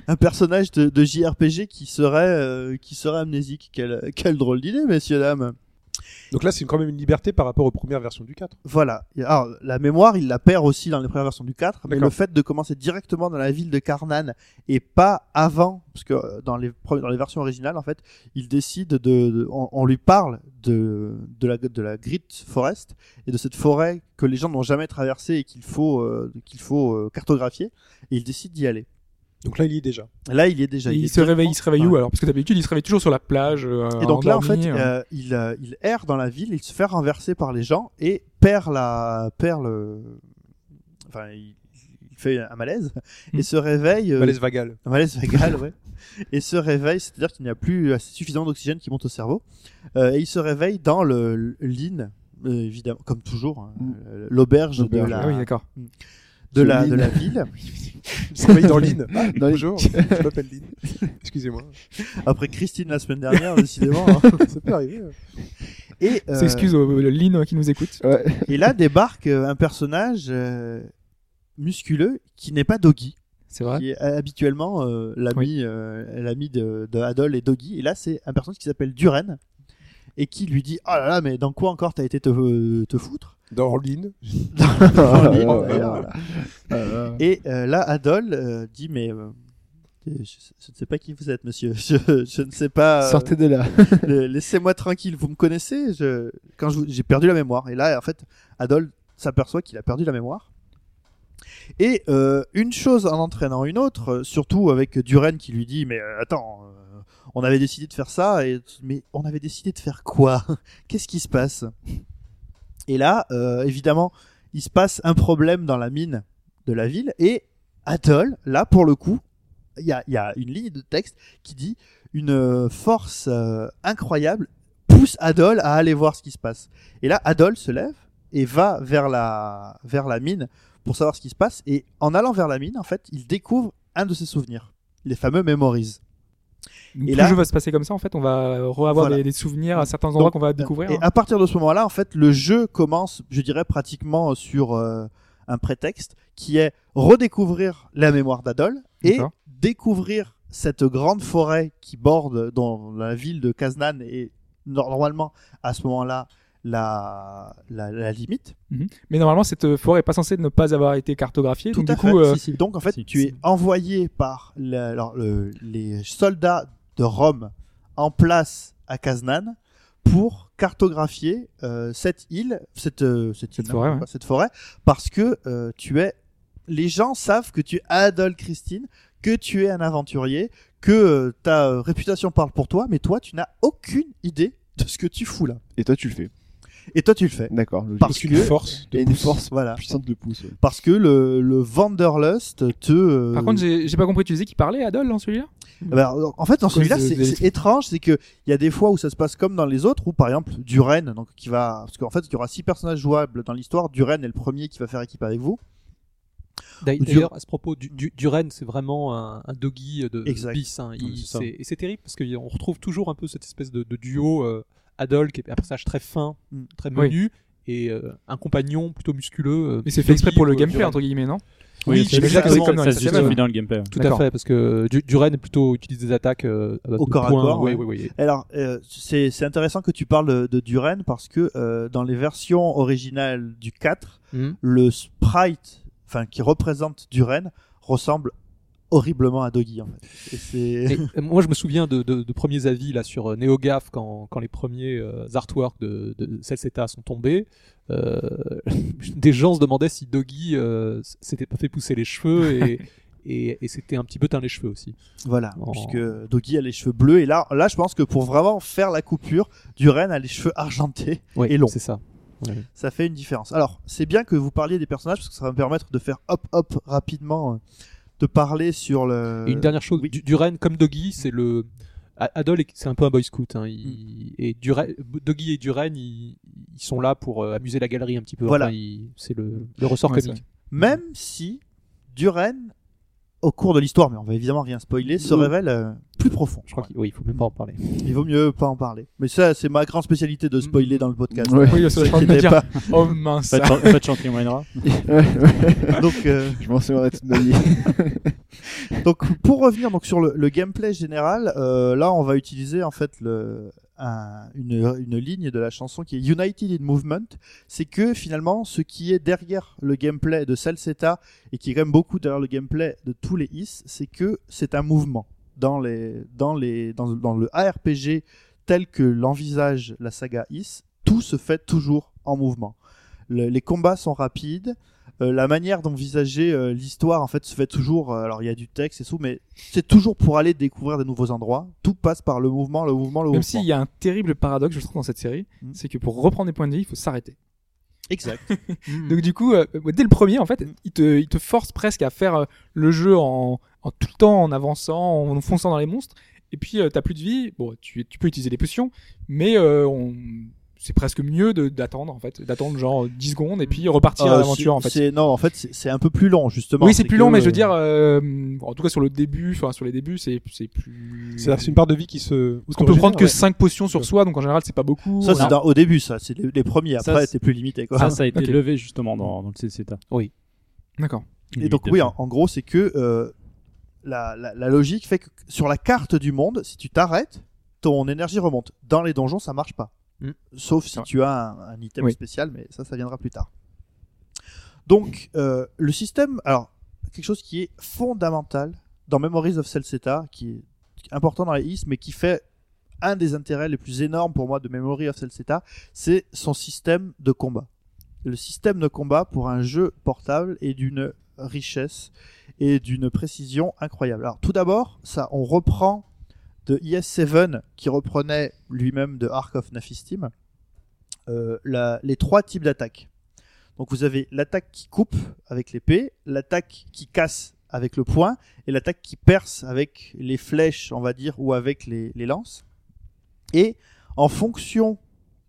Un personnage de, de JRPG qui serait, euh, qui serait amnésique. Quelle, quelle drôle d'idée, messieurs, dames. Donc là, c'est quand même une liberté par rapport aux premières versions du 4. Voilà. Et Alors, la mémoire, il la perd aussi dans les premières versions du 4, mais D'accord. le fait de commencer directement dans la ville de Karnan et pas avant, parce que euh, dans les, pre- dans les versions originales, en fait, il décide de, de- on, on lui parle de, de la, de la Grit Forest et de cette forêt que les gens n'ont jamais traversée et qu'il faut, euh, qu'il faut euh, cartographier, et il décide d'y aller. Donc là, il y est déjà. Là, il y est déjà. Et est Il se réveille, directement- il se réveille où alors Parce que d'habitude, il se réveille toujours sur la plage. Et donc là, en fait, euh, il, euh, il erre dans la ville, il se fait renverser par les gens et perd la, perd le, enfin, il, il fait un malaise Mm. et se réveille. euh, Malaise vagal. un malaise vagal, ouais. Et se réveille, c'est-à-dire qu'il n'y a plus assez suffisamment d'oxygène qui monte au cerveau. Euh, et il se réveille dans le l'île, euh, évidemment, comme toujours, hein, Mm. euh, l'auberge de L'auberge, la, Ah oui, d'accord. de la, Lynn. de la ville. C'est dans l'îne. Dans les- Bonjour, je m'appelle Lynn. Excusez-moi. Après Christine la semaine dernière, décidément. hein. Ça peut arriver. Et, euh, S'excuse au- au- Lynn euh, qui nous écoute. Ouais. Et là débarque euh, un personnage euh, musculeux qui n'est pas Doggy, C'est vrai. qui est euh, habituellement euh, l'ami Oui. euh, l'ami de, de Adol et Doggy. Et là, c'est un personnage qui s'appelle Duren et qui lui dit Oh là là, mais dans quoi encore t'as été te, te foutre Dans l'îne. Ah, Dans l'île, là, là, d'ailleurs. là. Ah, là. Et euh, là, Adol euh, dit Mais. euh, je, je ne sais pas qui vous êtes, monsieur. Je, je ne sais pas. euh, Sortez de là. Le- Laissez-moi tranquille, vous me connaissez je... Quand je vous- j'ai perdu la mémoire. Et là, en fait, Adol s'aperçoit qu'il a perdu la mémoire. Et euh, une chose en entraînant une autre, euh, surtout avec Duren qui lui dit Mais euh, attends, euh, on avait décidé de faire ça, et... mais on avait décidé de faire quoi Qu'est-ce qui se passe Et là, euh, évidemment, il se passe un problème dans la mine de la ville, et Adol, là, pour le coup, il y a- il y a une ligne de texte qui dit une euh, force euh, incroyable pousse Adol à aller voir ce qui se passe. Et là, Adol se lève et va vers la, vers la mine pour savoir ce qui se passe. Et en allant vers la mine, en fait, il découvre un de ses souvenirs, les fameux Memories. Donc, Et tout là- le jeu va se passer comme ça, en fait, on va reavoir Voilà. des, des souvenirs à certains endroits Donc, euh, qu'on va découvrir. hein. Et à partir de ce moment-là, en fait, le jeu commence, je dirais, pratiquement sur euh, un prétexte qui est redécouvrir la mémoire d'Adol et D'accord. découvrir cette grande forêt qui borde dans la ville de Kaznan et normalement à ce moment-là la, la, la limite. Mais normalement, cette euh, forêt est pas censée ne pas avoir été cartographiée. Tout donc, à du coup, fait. euh, Si, si. Donc en fait, Si. tu es envoyé par le- alors, le- les soldats de Rome en place à Kaznan pour cartographier euh, cette île, cette, euh, cette, Cette île, forêt, n'importe ouais. quoi, cette forêt, parce que euh, tu es. Les gens savent que tu es Adol Christine, que tu es un aventurier, que euh, ta euh, réputation parle pour toi, mais toi, tu n'as aucune idée de ce que tu fous là. Et toi, tu le fais. Et toi, tu le fais. D'accord. logique. Parce Il que force y a une force voilà, puissante de pouce. ouais. parce que le, le Vanderlust te. euh, par contre, j'ai j'ai pas compris, tu disais qu'il parlait Adol dans celui-là Eh ben, alors, en fait, dans cause celui-là, de- c'est de- c'est étrange, c'est que il y a des fois où ça se passe comme dans les autres, où par exemple Duren, donc qui va, parce qu'en fait, il y aura six personnages jouables dans l'histoire. Duren est le premier qui va faire équipe avec vous. D'ailleurs, Dur- d'ailleurs, à ce propos, du, du, Duren, c'est vraiment un, un doggy de Exact. bis. hein. Il- Ouais, c'est ça. c'est- et c'est terrible parce qu'on retrouve toujours un peu cette espèce de, de duo euh, Adol, qui est un personnage très fin, Mm. très Oui. menu, et euh, un compagnon plutôt musculeux. euh, Mais c'est fait exprès doggy, pour le euh, gameplay, Duren. entre guillemets, non Oui, j'imagine c'est que exactement- Ah, c'est comme dans ça les se Saturn. justifie dans le gameplay. ouais. Tout à D'accord. fait, parce que Du- Duren plutôt utilise des attaques euh, à base de corps à poings, corps, oui, ouais. oui, oui. Alors, euh, c'est c'est intéressant que tu parles de Duren parce que euh, dans les versions originales du 4, Mhm. le sprite, enfin qui représente Duren, ressemble horriblement à Doggy. En fait. Et c'est- Mais, euh, moi, je me souviens de, de- de premiers avis là sur euh, NeoGaf quand, quand les premiers euh, artworks de, de Celceta sont tombés. euh, des gens se demandaient si Doggy euh, s'était pas fait pousser les cheveux et, et, et c'était un petit peu teint les cheveux aussi. Voilà, Oh. puisque Doggy a les cheveux bleus et là, là, je pense que pour vraiment faire la coupure, Duren a les cheveux argentés. Et long. C'est ça. Ça fait une différence. Alors, c'est bien que vous parliez des personnages parce que ça va me permettre de faire hop hop rapidement, euh, de parler sur le. Et une dernière chose, Euh, oui. Du- Duren comme Doggy, c'est le A- Adol, est- c'est un peu un boy scout. hein, il- Et Duren- Doggy et Duren, ils, ils sont là pour euh, amuser la galerie un petit peu. Voilà. Enfin, ils- c'est le, le ressort Ouais, comique. Même si Duren, au cours de l'histoire, mais on va évidemment rien spoiler, se Oui. révèle euh, plus profond. Je crois qu'il oui, il faut même pas en parler. Il vaut mieux pas en parler. Mais ça, c'est ma grande spécialité de spoiler dans le podcast. Ouais. Oui, Vous ça, je crois que inquiétez me dire, pas. oh mince. Pas de chan- pas de chantier moindra. Donc. euh, Je m'en souviendrai toute ma vie. Donc pour revenir donc sur le, le gameplay général, euh, là on va utiliser en fait le, un- une, une ligne de la chanson qui est United in Movement. C'est que finalement ce qui est derrière le gameplay de Salsetta et qui est quand même beaucoup derrière le gameplay de tous les his, c'est que c'est un mouvement dans les dans les dans, dans le ARPG tel que l'envisage la saga his, tout se fait toujours en mouvement. Le- les combats sont rapides. Euh, la manière d'envisager euh, l'histoire en fait se fait toujours euh, alors il y a du texte et tout mais c'est toujours pour aller découvrir de nouveaux endroits tout passe par le mouvement le mouvement le Même mouvement s'il y a un terrible paradoxe, je trouve, dans cette série, Mm. c'est que pour reprendre des points de vie, il faut s'arrêter. exact Donc du coup, euh, dès le premier, en fait, Mm. il te, il te force presque à faire euh, le jeu en, en tout le temps, en avançant, en fonçant dans les monstres. Et puis, euh, t'as plus de vie. Bon, tu, tu peux utiliser des potions, mais euh, on- c'est presque mieux de- d'attendre, en fait, d'attendre genre 10 secondes et puis repartir à Euh, l'aventure, en c'est- fait. c'est- non en fait c'est c'est un peu plus long justement Oui, c'est plus que, long, mais je veux euh, dire, euh, en tout cas sur le début, enfin sur les débuts, c'est c'est plus. C'est-à-dire que c'est une part de vie qui se. Parce qu'on peut prendre que ouais. 5 potions sur soi, donc en général, c'est pas beaucoup. ça c'est Euh, dans- au début ça c'est les, les premiers Ça, après c'est- c'est plus limité quoi Ça, ça a été ok. levé justement dans, dans le CCTA. D'accord. Et donc oui, en, en gros, c'est que euh, la, la- la logique fait que sur la carte du monde, si tu t'arrêtes, ton énergie remonte. Dans les donjons, ça marche pas. Mm. Sauf si Ouais. tu as un, un item Oui. spécial, mais ça, ça viendra plus tard. Donc euh, le système, alors quelque chose qui est fondamental dans Memories of Celceta, qui est important dans les is, mais qui fait un des intérêts les plus énormes pour moi de Memory of Celceta, c'est son système de combat. Le système de combat pour un jeu portable est d'une richesse et d'une précision incroyable. Alors tout d'abord, ça, on reprend de IS-7 qui reprenait lui-même de Ark of Nafistim euh, la- les trois types d'attaques. Donc vous avez l'attaque qui coupe avec l'épée, l'attaque qui casse avec le poing et l'attaque qui perce avec les flèches, on va dire, ou avec les, les lances. Et en fonction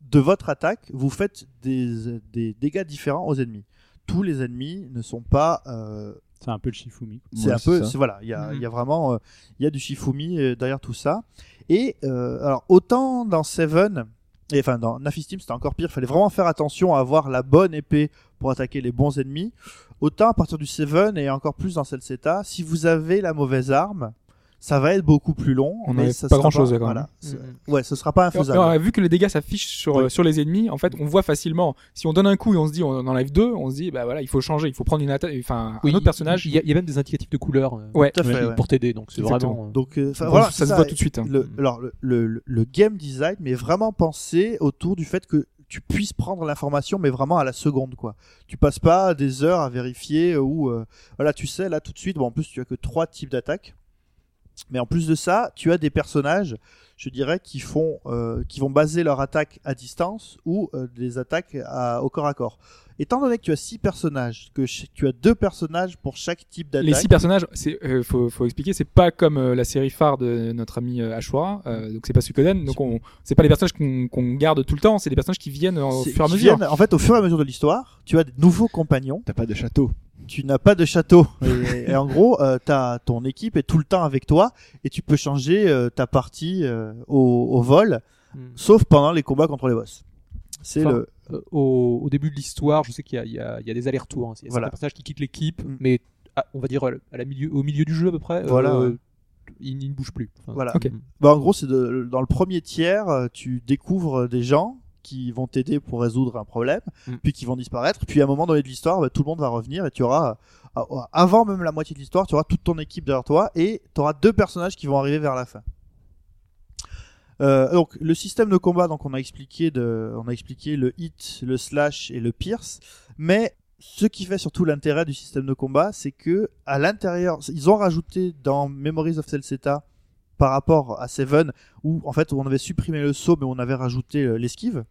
de votre attaque, vous faites des, des dégâts différents aux ennemis. Tous les ennemis ne sont pas euh, C'est un peu le Shifumi. quoi. C'est Ouais, un c'est peu, ça. c'est- voilà, il y, a- Mhm. il y a vraiment, euh, il y a du Shifumi euh, derrière tout ça. Et euh, alors autant dans Seven, et enfin dans Nafistim c'était encore pire, fallait vraiment faire attention à avoir la bonne épée pour attaquer les bons ennemis. Autant à partir du Seven et encore plus dans Cell Zeta, si vous avez la mauvaise arme, ça va être beaucoup plus long. On mais avait ça pas sera grand-chose, quand voilà. même. Ah C'est- Ouais, ce sera pas infaisable. Alors, vu que les dégâts s'affichent sur, Oui. euh, sur les ennemis, en fait, on voit facilement. Si on donne un coup et on se dit on en enlève deux, on se dit bah voilà, il faut changer, il faut prendre une atta- enfin Oui, un autre personnage. Il y, a- il y a même des indicatifs de couleur euh, Ouais. Tout à fait, qui- ouais. pour t'aider, donc c'est Exactement. vraiment. euh, Donc euh, enfin, Bon, voilà, c'est ça se voit tout de suite. hein. Mm. le, alors le, le, le game design, mais vraiment pensé autour du fait que tu puisses prendre l'information, mais vraiment à la seconde, quoi. Tu passes pas des heures à vérifier euh, ou euh, voilà, tu sais là tout de suite. Bon, en plus, tu as que trois types d'attaques, mais en plus de ça, tu as des personnages, je dirais, qui font, euh, qui vont baser leur attaque à distance ou euh, des attaques à- au corps à corps. Étant donné que tu as six personnages, que ch- tu as deux personnages pour chaque type d'attaque. Les six personnages, c'est euh, faut, faut expliquer, c'est pas comme euh, la série phare de notre ami euh, Ashura, euh, donc c'est pas Suikoden, donc on c'est pas les personnages qu'on qu'on garde tout le temps, c'est des personnages qui viennent euh, au c'est- fur et à qui mesure. viennent- en fait, au fur et à mesure de l'histoire, tu as des nouveaux compagnons. T'as pas de château. tu n'as pas de château. Et, et en gros, euh, t'as- ton équipe est tout le temps avec toi et tu peux changer euh, ta partie euh, au, au vol, Mm. sauf pendant les combats contre les boss. C'est Enfin, le. euh, au, au début de l'histoire, je sais qu'il y a, il y a- il y a des allers-retours. hein. Il y a Voilà. certains personnages qui quittent l'équipe, Mm. mais à- on va dire euh, à la- à la milieu, au milieu du jeu à peu près, euh, Voilà, ouais. ils, ils ne bougent plus. Enfin, Voilà. Ok. mm. Bah, en gros, c'est de- dans le premier tiers, euh, tu découvres des gens qui vont t'aider pour résoudre un problème, Mm. puis qui vont disparaître. Puis à un moment donné de l'histoire, bah, tout le monde va revenir et tu auras, euh, euh, avant même la moitié de l'histoire, tu auras toute ton équipe derrière toi et tu auras deux personnages qui vont arriver vers la fin. Euh, donc le système de combat, donc on a expliqué, de, on a expliqué le hit, le slash et le pierce, mais ce qui fait surtout l'intérêt du système de combat, c'est que à l'intérieur, ils ont rajouté dans Memories of Celceta par rapport à Seven, où en fait on avait supprimé le saut mais on avait rajouté euh, l'esquive,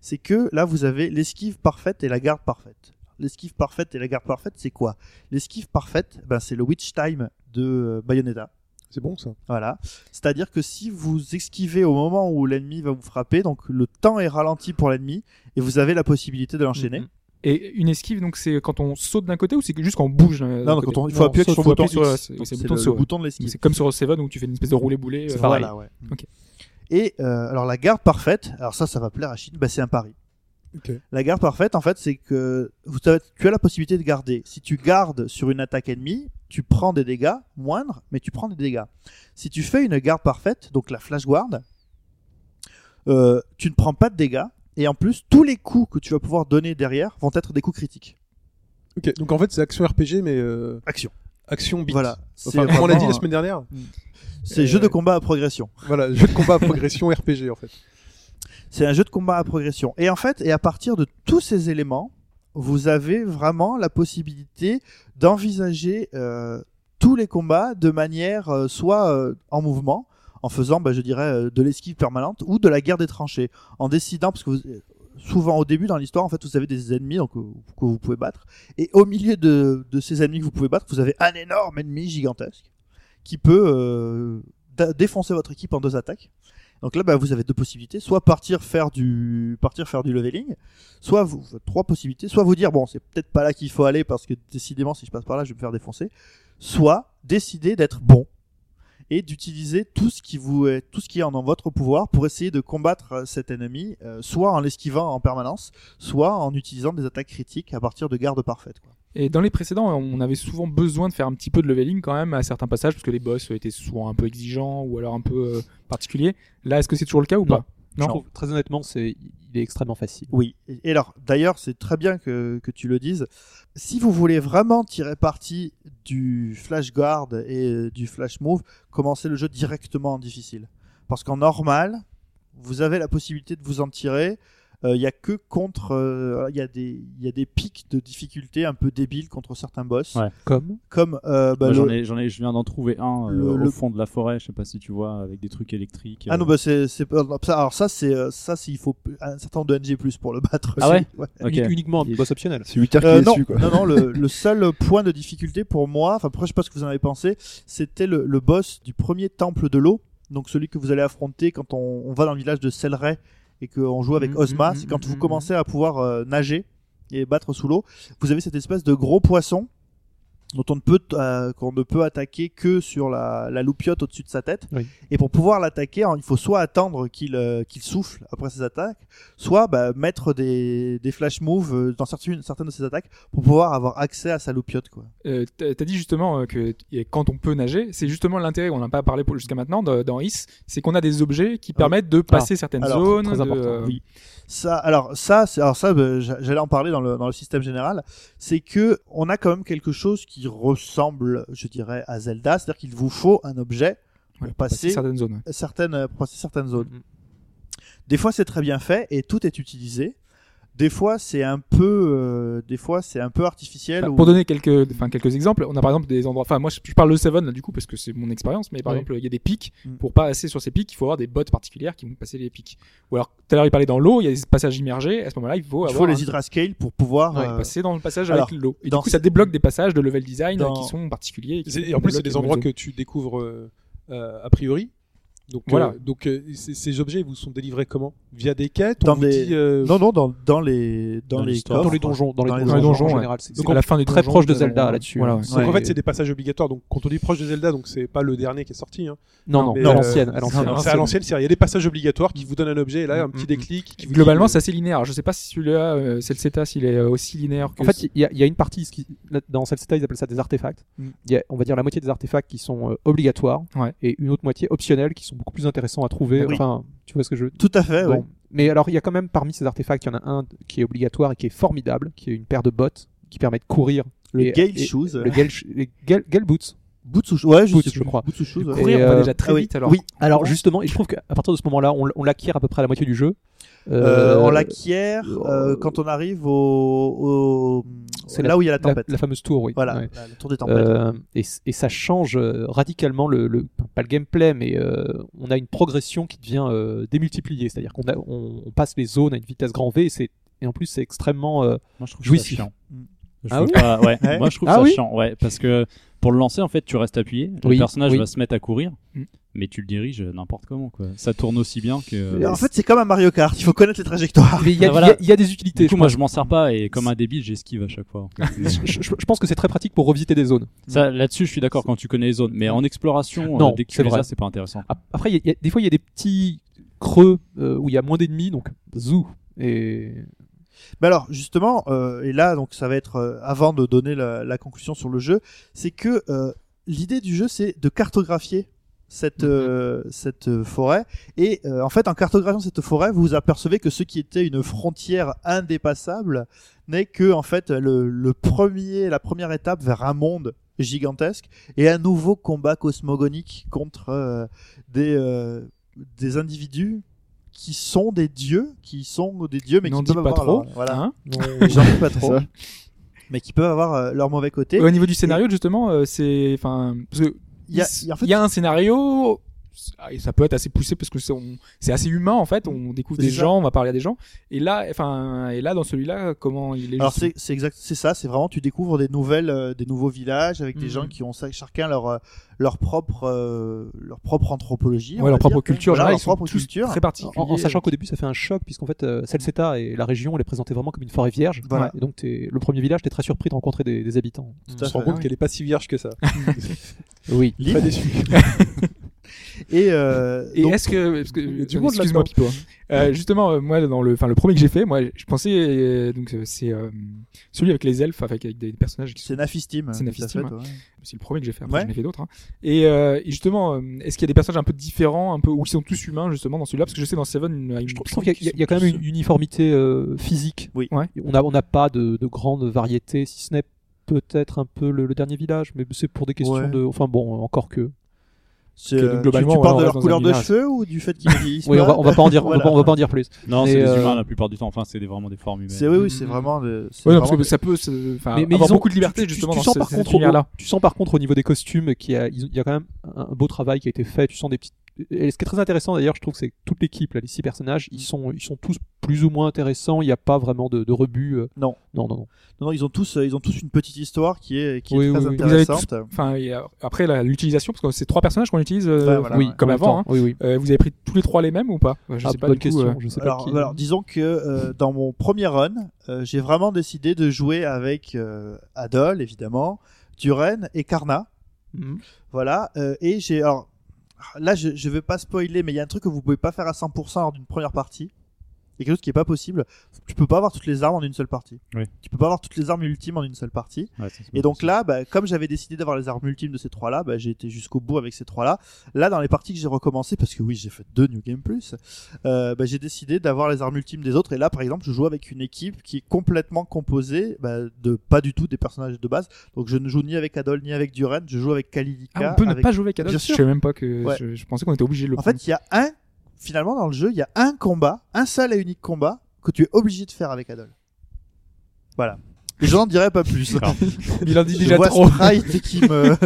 c'est que là vous avez l'esquive parfaite et la garde parfaite. L'esquive parfaite et la garde parfaite, c'est quoi L'esquive parfaite, ben, c'est le Witch Time de euh, Bayonetta. C'est bon ça. Voilà. C'est-à-dire que si vous esquivez au moment où l'ennemi va vous frapper, donc le temps est ralenti pour l'ennemi et vous avez la possibilité de l'enchaîner. Mhm. Mm. Et une esquive, donc c'est quand on saute d'un côté ou c'est que- juste quand on bouge euh, Non, d'un donc côté quand on- il faut appuyer saute, sur le faut bouton appuyer sur la- X. c'est- Donc, c'est C'est le le bouton de saut, ouais. bouton de l'esquive. C'est comme sur Seven où tu fais une espèce de roulé boulet. C'est euh, pareil. Voilà, ouais. Mm. Ok. Et euh, alors la garde parfaite, alors ça, ça va plaire à Chine, bah, c'est un pari. Ok. La garde parfaite, en fait, c'est que vous avez- tu as la possibilité de garder. Si tu gardes sur une attaque ennemie, tu prends des dégâts moindres, mais tu prends des dégâts. Si tu fais une garde parfaite, donc la flash guard, euh, tu ne prends pas de dégâts. Et en plus, tous les coups que tu vas pouvoir donner derrière vont être des coups critiques. Ok, donc en fait c'est action RPG mais euh, Action. action beat. Voilà. C'est Enfin, comme on l'a dit vraiment, la semaine Euh, dernière. c'est jeu de combat à progression. Voilà, jeu de combat à progression RPG en fait. C'est un jeu de combat à progression. Et en fait, et à partir de tous ces éléments, vous avez vraiment la possibilité d'envisager euh, tous les combats de manière euh, soit euh, en mouvement, en faisant, bah, je dirais, euh, de l'esquive permanente ou de la guerre des tranchées, en décidant parce que vous- euh, souvent au début dans l'histoire, en fait, vous avez des ennemis donc, euh, que vous pouvez battre, et au milieu de, de ces ennemis que vous pouvez battre, vous avez un énorme ennemi gigantesque qui peut euh, dé- défoncer votre équipe en deux attaques. Donc là, bah, vous avez deux possibilités. Soit partir faire du, partir faire du leveling. Soit vous, vous avez trois possibilités. Soit vous dire, bon, c'est peut-être pas là qu'il faut aller parce que décidément, si je passe par là, je vais me faire défoncer. Soit décider d'être bon et d'utiliser tout ce qui vous est, tout ce qui est en votre pouvoir pour essayer de combattre euh, cet ennemi, euh, soit en l'esquivant en permanence, soit en utilisant des attaques critiques à partir de gardes parfaites. quoi. Et dans les précédents, on avait souvent besoin de faire un petit peu de leveling quand même à certains passages parce que les boss étaient souvent un peu exigeants ou alors un peu euh, particuliers. Là, est-ce que c'est toujours le cas ou Non. pas Je trouve, très honnêtement, c'est, il est extrêmement facile. Oui. Et et alors, d'ailleurs, c'est très bien que, que tu le dises. Si vous voulez vraiment tirer parti du flash guard et euh, du flash move, commencez le jeu directement en difficile. Parce qu'en normal, vous avez la possibilité de vous en tirer. Euh, Il y a que contre, euh, il y a des, il y a des pics de difficulté un peu débiles contre certains boss, Ouais. Comme comme euh, bah, Moi, le- j'en ai, j'en ai, je viens d'en trouver un euh, le- au le- fond de la forêt, je sais pas si tu vois, avec des trucs électriques. Ah euh, non, bah c'est, c'est pas- ça- alors ça c'est, euh, ça c'est, il faut un certain nombre de NG plus pour le battre. Ah ouais ok. uni- uniquement un boss optionnel. C'est 8 heures qu'il Euh, est non, dessus, quoi. non, non, le, le seul point de difficulté pour moi, enfin après je sais pas ce que vous en avez pensé, c'était le, le boss du premier temple de l'eau, donc celui que vous allez affronter quand on, on va dans le village de Selray et qu'on joue avec Mhm, Ozma, mhm, c'est quand vous mhm, commencez à pouvoir euh, nager et battre sous l'eau, vous avez cette espèce de gros poisson dont on ne peut euh, qu'on ne peut attaquer que sur la, la loupiote au-dessus de sa tête. Oui. Et pour pouvoir l'attaquer, hein, il faut soit attendre qu'il euh, qu'il souffle après ses attaques, soit bah, mettre des, des flash moves euh, dans certaines, certaines de ses attaques pour pouvoir avoir accès à sa loupiote quoi. Euh, t'as t'as dit justement euh, que t- et quand on peut nager, c'est justement l'intérêt, on n'a pas parlé pour- jusqu'à maintenant de- dans IS, c'est qu'on a des objets qui permettent de passer certaines Ah Alors, zones. très de, important, euh, Oui. Ça, alors ça, c'est- alors ça, ben, j'a- j'allais en parler dans le, dans le système général, c'est que on a quand même quelque chose qui ressemble, je dirais, à Zelda, c'est-à-dire qu'il vous faut un objet voilà, pour passer certaines zones. certaines, euh, pour passer certaines zones. Mm. Des fois, c'est très bien fait et tout est utilisé. Des fois, c'est un peu, euh, des fois, c'est un peu artificiel. Bah, ou- Pour donner quelques, enfin, quelques exemples, on a par exemple des endroits. Enfin, moi, je, je parle de Seven là, du coup parce que c'est mon expérience, mais par Oui. exemple, il y a des pics. Mm. Pour passer sur ces pics, il faut avoir des bottes particulières qui vont passer les pics. Ou alors, tout à l'heure, il parlait dans l'eau, il y a des passages immergés. À ce moment-là, il faut il avoir faut un- les hydrascales pour pouvoir. ouais, bah, euh, passer dans le passage alors, avec l'eau. Et dans du coup, ce- ça débloque des passages de level design euh, Dans- qui sont particuliers. et qui C'est- sont- et en plus, c'est débloquent des les endroits nouvelles que tu découvres euh, euh, a priori. Donc voilà. Voilà. donc euh, ces, ces objets vous sont délivrés comment Via des quêtes Dans on des- vous dit, euh, Non, non, dans, dans les, dans, Dans les l'histoire. coffres. Dans les donjons, dans les Dans les donjons, donjons, en ouais. général. C'est zones. Donc, à la fin des très donjons, proche de t'as- Zelda là-dessus. Voilà, ouais. Donc en Ouais. fait, c'est des passages obligatoires. Donc quand on dit proche de Zelda, donc c'est pas le dernier qui est sorti. hein. Non, non, Mais, à euh, l'ancienne, à l'ancienne. C'est à l'ancienne, c'est il y a des passages obligatoires qui vous donnent un objet et là un Mm, petit mm, déclic. Qui vous dit, Globalement, euh, c'est assez linéaire. Alors, Je sais pas si celui-là, euh, c'est le CETA, s'il est euh, aussi linéaire que. En fait, il y, a- il y a une partie, ce qui- là- dans Celta, ils appellent ça des artefacts. Mm. Il y a, on va dire la moitié des artefacts qui sont euh, obligatoires Ouais. et une autre moitié optionnelle qui sont beaucoup plus intéressants à trouver. Oui. Enfin, tu vois ce que je veux Tout à fait. Bon. Eh ouais. Mais alors, il y a quand même parmi ces artefacts, il y en a un qui est obligatoire et qui est formidable, qui est une paire de bottes qui permet de courir. Le Et- Gale et- Shoes. Le Gale, les Gale- Gale Boots. Boots ou- ouais, je, Boots, sais je plus. crois. Boots ou shoes, ouais. courir, Et, on va euh, déjà très ah oui. vite. Alors, oui, alors Ouais. justement, et je trouve qu'à partir de ce moment-là, on, l- on l'acquiert à peu près à la moitié du jeu. Euh, Euh, on l'acquiert euh, euh, quand on arrive au, au- C'est là où il y a la tempête. La, fameuse tour, oui. Voilà, Ouais. la- le tour des tempêtes. Euh, et, c- et ça change euh, radicalement le, le- pas le gameplay, mais euh, on a une progression qui devient euh, démultipliée. C'est-à-dire qu'on a- on, on passe les zones à une vitesse grand V et, c'est- et en plus c'est extrêmement euh, Moi, je trouve ça Jouissif. chiant. Mm. Je Ah trouve oui pas- ouais. Ouais. Moi, je trouve Ah ça oui chiant. Ouais, parce que pour le lancer, en fait, tu restes appuyé. Le Oui, personnage oui. va se mettre à courir, Mm. mais tu le diriges n'importe comment. Quoi. Ça tourne aussi bien que. euh, Et en fait, c'est comme un Mario Kart. Il faut connaître les trajectoires. Mais il y, a- Ah, voilà. il y a- il y a des utilités. du coup, je moi, pense. je m'en sers pas et comme un débile, j'esquive à chaque fois. je, je- je pense que c'est très pratique pour revisiter des zones. Mm. Ça, là-dessus, je suis d'accord quand tu connais les zones, mais en exploration, Non, euh, dès que tu c'est les vrai. as, c'est pas intéressant. Ap- Après, il y a- il y a- des fois, il y a des petits creux euh, où il y a moins d'ennemis, donc zou. Et Mais alors, justement, euh, et là, donc, ça va être euh, avant de donner la, la conclusion sur le jeu, c'est que euh, l'idée du jeu, c'est de cartographier cette Mm-hmm. euh, cette euh, forêt et euh, en fait en cartographiant cette forêt vous vous apercevez que ce qui était une frontière indépassable n'est que en fait le, le premier la première étape vers un monde gigantesque et un nouveau combat cosmogonique contre euh, des euh, des individus qui sont des dieux qui sont des dieux mais N'en qui dis peuvent pas avoir trop. leur- voilà Hein j'en dis pas trop ça. mais qui peuvent avoir euh, leur mauvais côté Et au niveau du scénario, justement, euh, c'est, enfin, parce que il y a, s- il y a- en fait, il y a un scénario. c'est- ah, et Ça peut être assez poussé parce que c'est on- c'est assez humain en fait. On découvre C'est des ça. gens, on va parler à des gens. Et là, enfin, et là dans celui-là, comment il est alors justement- c'est c'est exact c'est ça c'est vraiment tu découvres des nouvelles euh, des nouveaux villages avec des Mhm. gens qui ont ça- chacun leur euh, leur propre euh, leur propre anthropologie on Ouais, va leur propre dire. culture, Voilà, générale, leur ils propre sont tous culture très en, particulier. en sachant qu'au début, ça fait un choc, puisqu'en fait, euh, Salsetta et la région, on les présentait vraiment comme une forêt vierge. Voilà. Et donc, t'es- le premier village, t'es très surpris de rencontrer des, des habitants. Tout on à se rend fait. compte qu'elle est pas si vierge que ça. Oui. Libre. et, euh, Et donc- est-ce que, parce que Il y a du euh, monde là-dedans. excuse-moi Pipo, hein. Euh, justement euh, moi dans le enfin le premier que j'ai fait, moi je pensais euh, donc euh, c'est euh, celui avec les elfes avec, avec des personnages qui c'est Nafistim C'est Nafistim, tout à fait, ouais. c'est le premier que j'ai fait, après Ouais. j'en ai fait d'autres. hein. Et, euh, et justement, euh, est-ce qu'il y a des personnages un peu différents, un peu où ils sont tous humains justement dans celui-là Parce que je sais dans Seven, euh, il me Je trouve, je trouve semble qu'il y a- il qu'ils y, a- il y a sont quand même tous- une uniformité euh, physique. Oui. Ouais. On n'a on n'a pas de, de grande variété, si ce n'est peut-être un peu le, le dernier village, mais c'est pour des questions Ouais. de. Enfin bon, euh, encore que. C'est, Ok, donc euh, tu- globalement, tu parles on de reste leur dans un couleur de village. cheveux ou du fait qu'ils vieillissent Oui, on va, pas on va pas en dire, on va Voilà. pas- on va pas en dire plus. Non, Mais, c'est des euh, humains la plupart du temps. Enfin, c'est des- vraiment des formes humaines. c'est oui, oui, Mhm. c'est vraiment de, c'est Ouais, non, parce vraiment que de- ça peut, se- enfin, Mais- mais avoir ils ont- beaucoup de liberté tu- tu- justement tu dans sens ce- par cet contre au- univers-là. Tu sens par contre au niveau des costumes qu'il y a, ils ont- il y a quand même un, un beau travail qui a été fait. Tu sens des petites. Et ce qui est très intéressant d'ailleurs, je trouve, c'est que toute l'équipe, là, les six personnages, ils sont, ils sont tous plus ou moins intéressants. Il n'y a pas vraiment de, de rebut. euh. Non. Non, non, non. non, non, ils ont tous euh, ils ont tous une petite histoire qui est qui est Oui, très oui, oui. Vous avez tous- intéressante Enfin, et, euh, après la- l'utilisation, parce que c'est trois personnages qu'on utilise euh, Ouais, voilà, oui, ouais. comme En même avant. temps. Oui, oui. hein. Euh, vous avez pris tous les trois les mêmes ou pas Ouais, Je Ah, sais pas bonne du coup, question. euh, Je sais pas Alors, qui. alors, disons que euh, dans mon premier run, euh, j'ai vraiment décidé de jouer avec euh, Adol, évidemment, Duren et Karna. Mhm. Voilà. euh, et j'ai. Alors, là, je, je vais pas spoiler, mais il y a un truc que vous pouvez pas faire à 100% lors d'une première partie. Il y a quelque chose qui est pas possible. Tu peux pas avoir toutes les armes en une seule partie. Oui. Tu peux pas avoir toutes les armes ultimes en une seule partie. Ouais, ça, c'est Et donc possible. là, bah, comme j'avais décidé d'avoir les armes ultimes de ces trois-là, bah, j'ai été jusqu'au bout avec ces trois-là. Là, dans les parties que j'ai recommencé, parce que oui, j'ai fait deux New Game Plus, euh, bah, j'ai décidé d'avoir les armes ultimes des autres. Et là, par exemple, je joue avec une équipe qui est complètement composée bah, de pas du tout des personnages de base. Donc je ne joue ni avec Adol ni avec Duran, je joue avec Kalilika. Ah, on peut ne avec- pas jouer avec Adolf. Bien Je sûr. savais même pas que Ouais. je, je pensais qu'on était obligé de le En prendre. fait, il y a un, finalement, dans le jeu, il y a un combat, un seul et unique combat que tu es obligé de faire avec Adol. Voilà. Et je n'en dirai pas plus. D'accord. Il en dit Je déjà vois trop. Sprite qui me.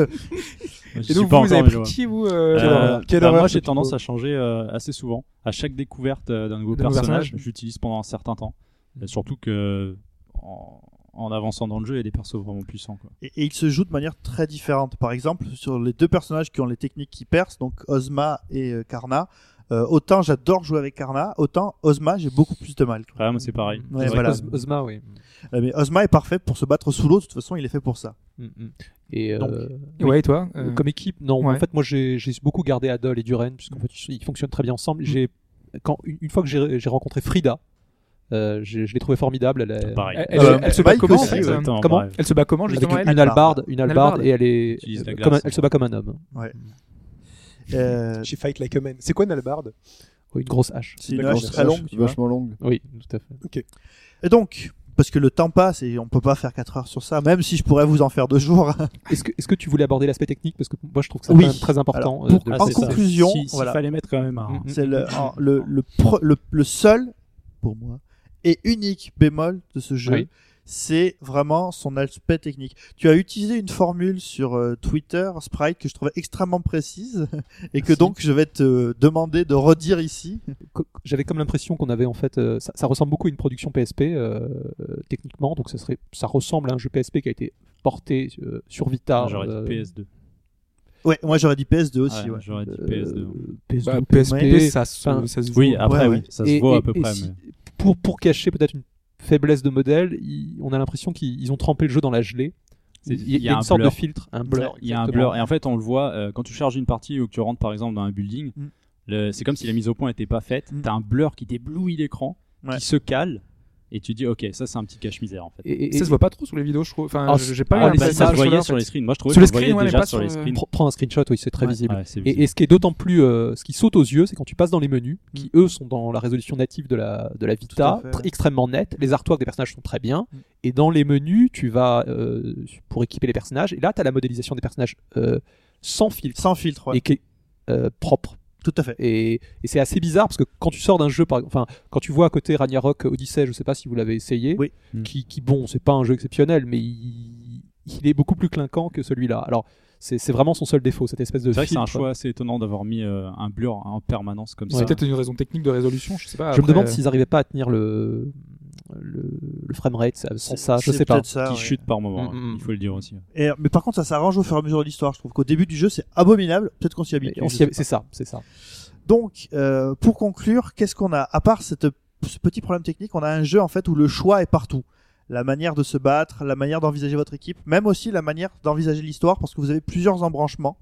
Je suis Et donc, pas vous, vous encore, avez mais pris je vois. qui, vous euh, Euh, horreur. Quelle bah, horreur, moi, ce j'ai petit tendance mot. à changer euh, assez souvent. À chaque découverte euh, d'un nouveau nouveau personnage, personnage. j'utilise pendant un certain temps. Et surtout que en, en avançant dans le jeu, il y a des persos vraiment puissants. Quoi. Et, et ils se jouent de manière très différente. Par exemple, sur les deux personnages qui ont les techniques qui percent, donc Ozma et euh, Karna, euh, autant j'adore jouer avec Karna, autant Ozma, j'ai beaucoup plus de mal. quoi. Ouais, moi, c'est pareil. Ouais, C'est vrai voilà. que- Oz- Ozma, oui. Euh, Mais Ozma est parfait pour se battre sous l'eau, de toute façon, il est fait pour ça. Mm, mm. Et euh, Donc, Ouais, et toi euh, euh, comme équipe, non. ouais. En fait, moi, j'ai j'ai beaucoup gardé Adol et Duren, puisqu'en fait, ils fonctionnent très bien ensemble. Mm. J'ai quand une, une fois que j'ai j'ai rencontré Frida, euh, j'ai- je l'ai trouvée formidable. Elle, est- Pareil. Elle, elle- Euh, elle se bat Mike comment en aussi, fait, ouais. euh, Exactement, comment pareil. Elle se bat comment Avec justement une elle une albarde, une albarde, albarde. et elle est, Utilise la comme un- glace. elle se bat comme un homme, Euh, She fight like a man. C'est quoi Nalbard Oui, une grosse hache. c'est une D'accord, hache c'est très longue. tu vois. vachement longue. Oui, tout à fait. Et donc, parce que le temps passe et on peut pas faire 4 heures sur ça, même si je pourrais vous en faire deux jours. Est-ce que, est-ce que tu voulais aborder l'aspect technique parce que moi je trouve que c'est Oui. quand même très important. euh, pour- de- Ah, en c'est ça. conclusion, Si- s'il voilà. Mm. fallait mettre quand même un. Mhm. C'est le, en- le, le, pre- le, le seul, pour moi, et unique bémol de ce jeu. Oui. C'est vraiment son aspect technique. Tu as utilisé une formule sur euh, Twitter, Sprite, que je trouvais extrêmement précise et que Merci. donc je vais te demander de redire ici. co- J'avais comme l'impression qu'on avait en fait, euh, ça, ça ressemble beaucoup à une production PSP euh, euh, techniquement, donc ça serait, ça ressemble à un jeu PSP qui a été porté euh, sur Vita. J'aurais euh, dit PS2. Ouais, moi j'aurais dit PS2 aussi. Ouais, ouais. J'aurais dit euh, PS2. PS2, Bah, PSP, PSP, ça se enfin, ça se Oui, ah, voit. après, ouais. oui, ça se voit à peu près. si- mais- pour, pour cacher peut-être une faiblesse de modèle, ils- on a l'impression qu'ils ils ont trempé le jeu dans la gelée. C'est- Il y, il y a a un une sorte blur. de filtre, un blur. Il y a un exactement. blur. Et en fait, on le voit euh, quand tu charges une partie ou que tu rentres par exemple dans un building. Mm. le- C'est comme si la mise au point n'était pas faite. Mm. T'as un blur qui t'éblouit l'écran, Ouais. qui se cale, et tu dis ok, ça c'est un petit cache-misère en fait. Et- et- Ça se et- voit pas trop sur les vidéos, je trouve. Enfin, Ah, je- j'ai pas ah, eu bah, les ça l'impression se passages, voyait là, en sur fait. les screens. Moi je trouvais Sur que les ça se voyait screens, ouais, mais déjà pas sur les sur, euh, screens. Pr- Prends un screenshot, oui, c'est très Ouais, visible. ouais, c'est Et, visible. et ce qui est d'autant plus, euh, ce qui saute aux yeux, c'est quand tu passes dans les menus, qui eux sont dans la résolution native de la, de la Vita, Mm. à fait, tr- ouais. extrêmement nette. Les artworks des personnages sont très bien. Mm. Et dans les menus, tu vas euh, pour équiper les personnages. Et là, tu as la modélisation des personnages euh, sans filtre Sans filtre, ouais. et qui est euh, propre. tout à fait. Et, et c'est assez bizarre parce que quand tu sors d'un jeu, par, enfin, quand tu vois à côté Ragnarok Odyssey, je sais pas si vous l'avez essayé, Oui. Mm. qui, qui, bon, c'est pas un jeu exceptionnel, mais il, il est beaucoup plus clinquant que celui-là. Alors, c'est c'est vraiment son seul défaut, cette espèce de. C'est vrai que c'est un filtre. choix assez étonnant d'avoir mis euh, un blur en permanence comme C'est ça. peut-être une raison technique de résolution, je sais pas. je me après, demande euh, s'ils n'arrivaient pas à tenir le, le, le framerate ça- sans ça, je C'est sais pas. peut-être ça, Qui Ah, ouais. chute par moment, Mm, hein, mm. il faut le dire aussi. Et- euh, mais par contre, ça s'arrange au fur et à mesure de l'histoire. Je trouve qu'au début du jeu, c'est abominable. Peut-être qu'on s'y Mais habitue. on je s'y- sais pas. C'est ça, c'est ça. Donc, euh, pour conclure, qu'est-ce qu'on a À part cette, ce petit problème technique, on a un jeu en fait où le choix est partout. La manière de se battre, la manière d'envisager votre équipe, même aussi la manière d'envisager l'histoire, parce que vous avez plusieurs embranchements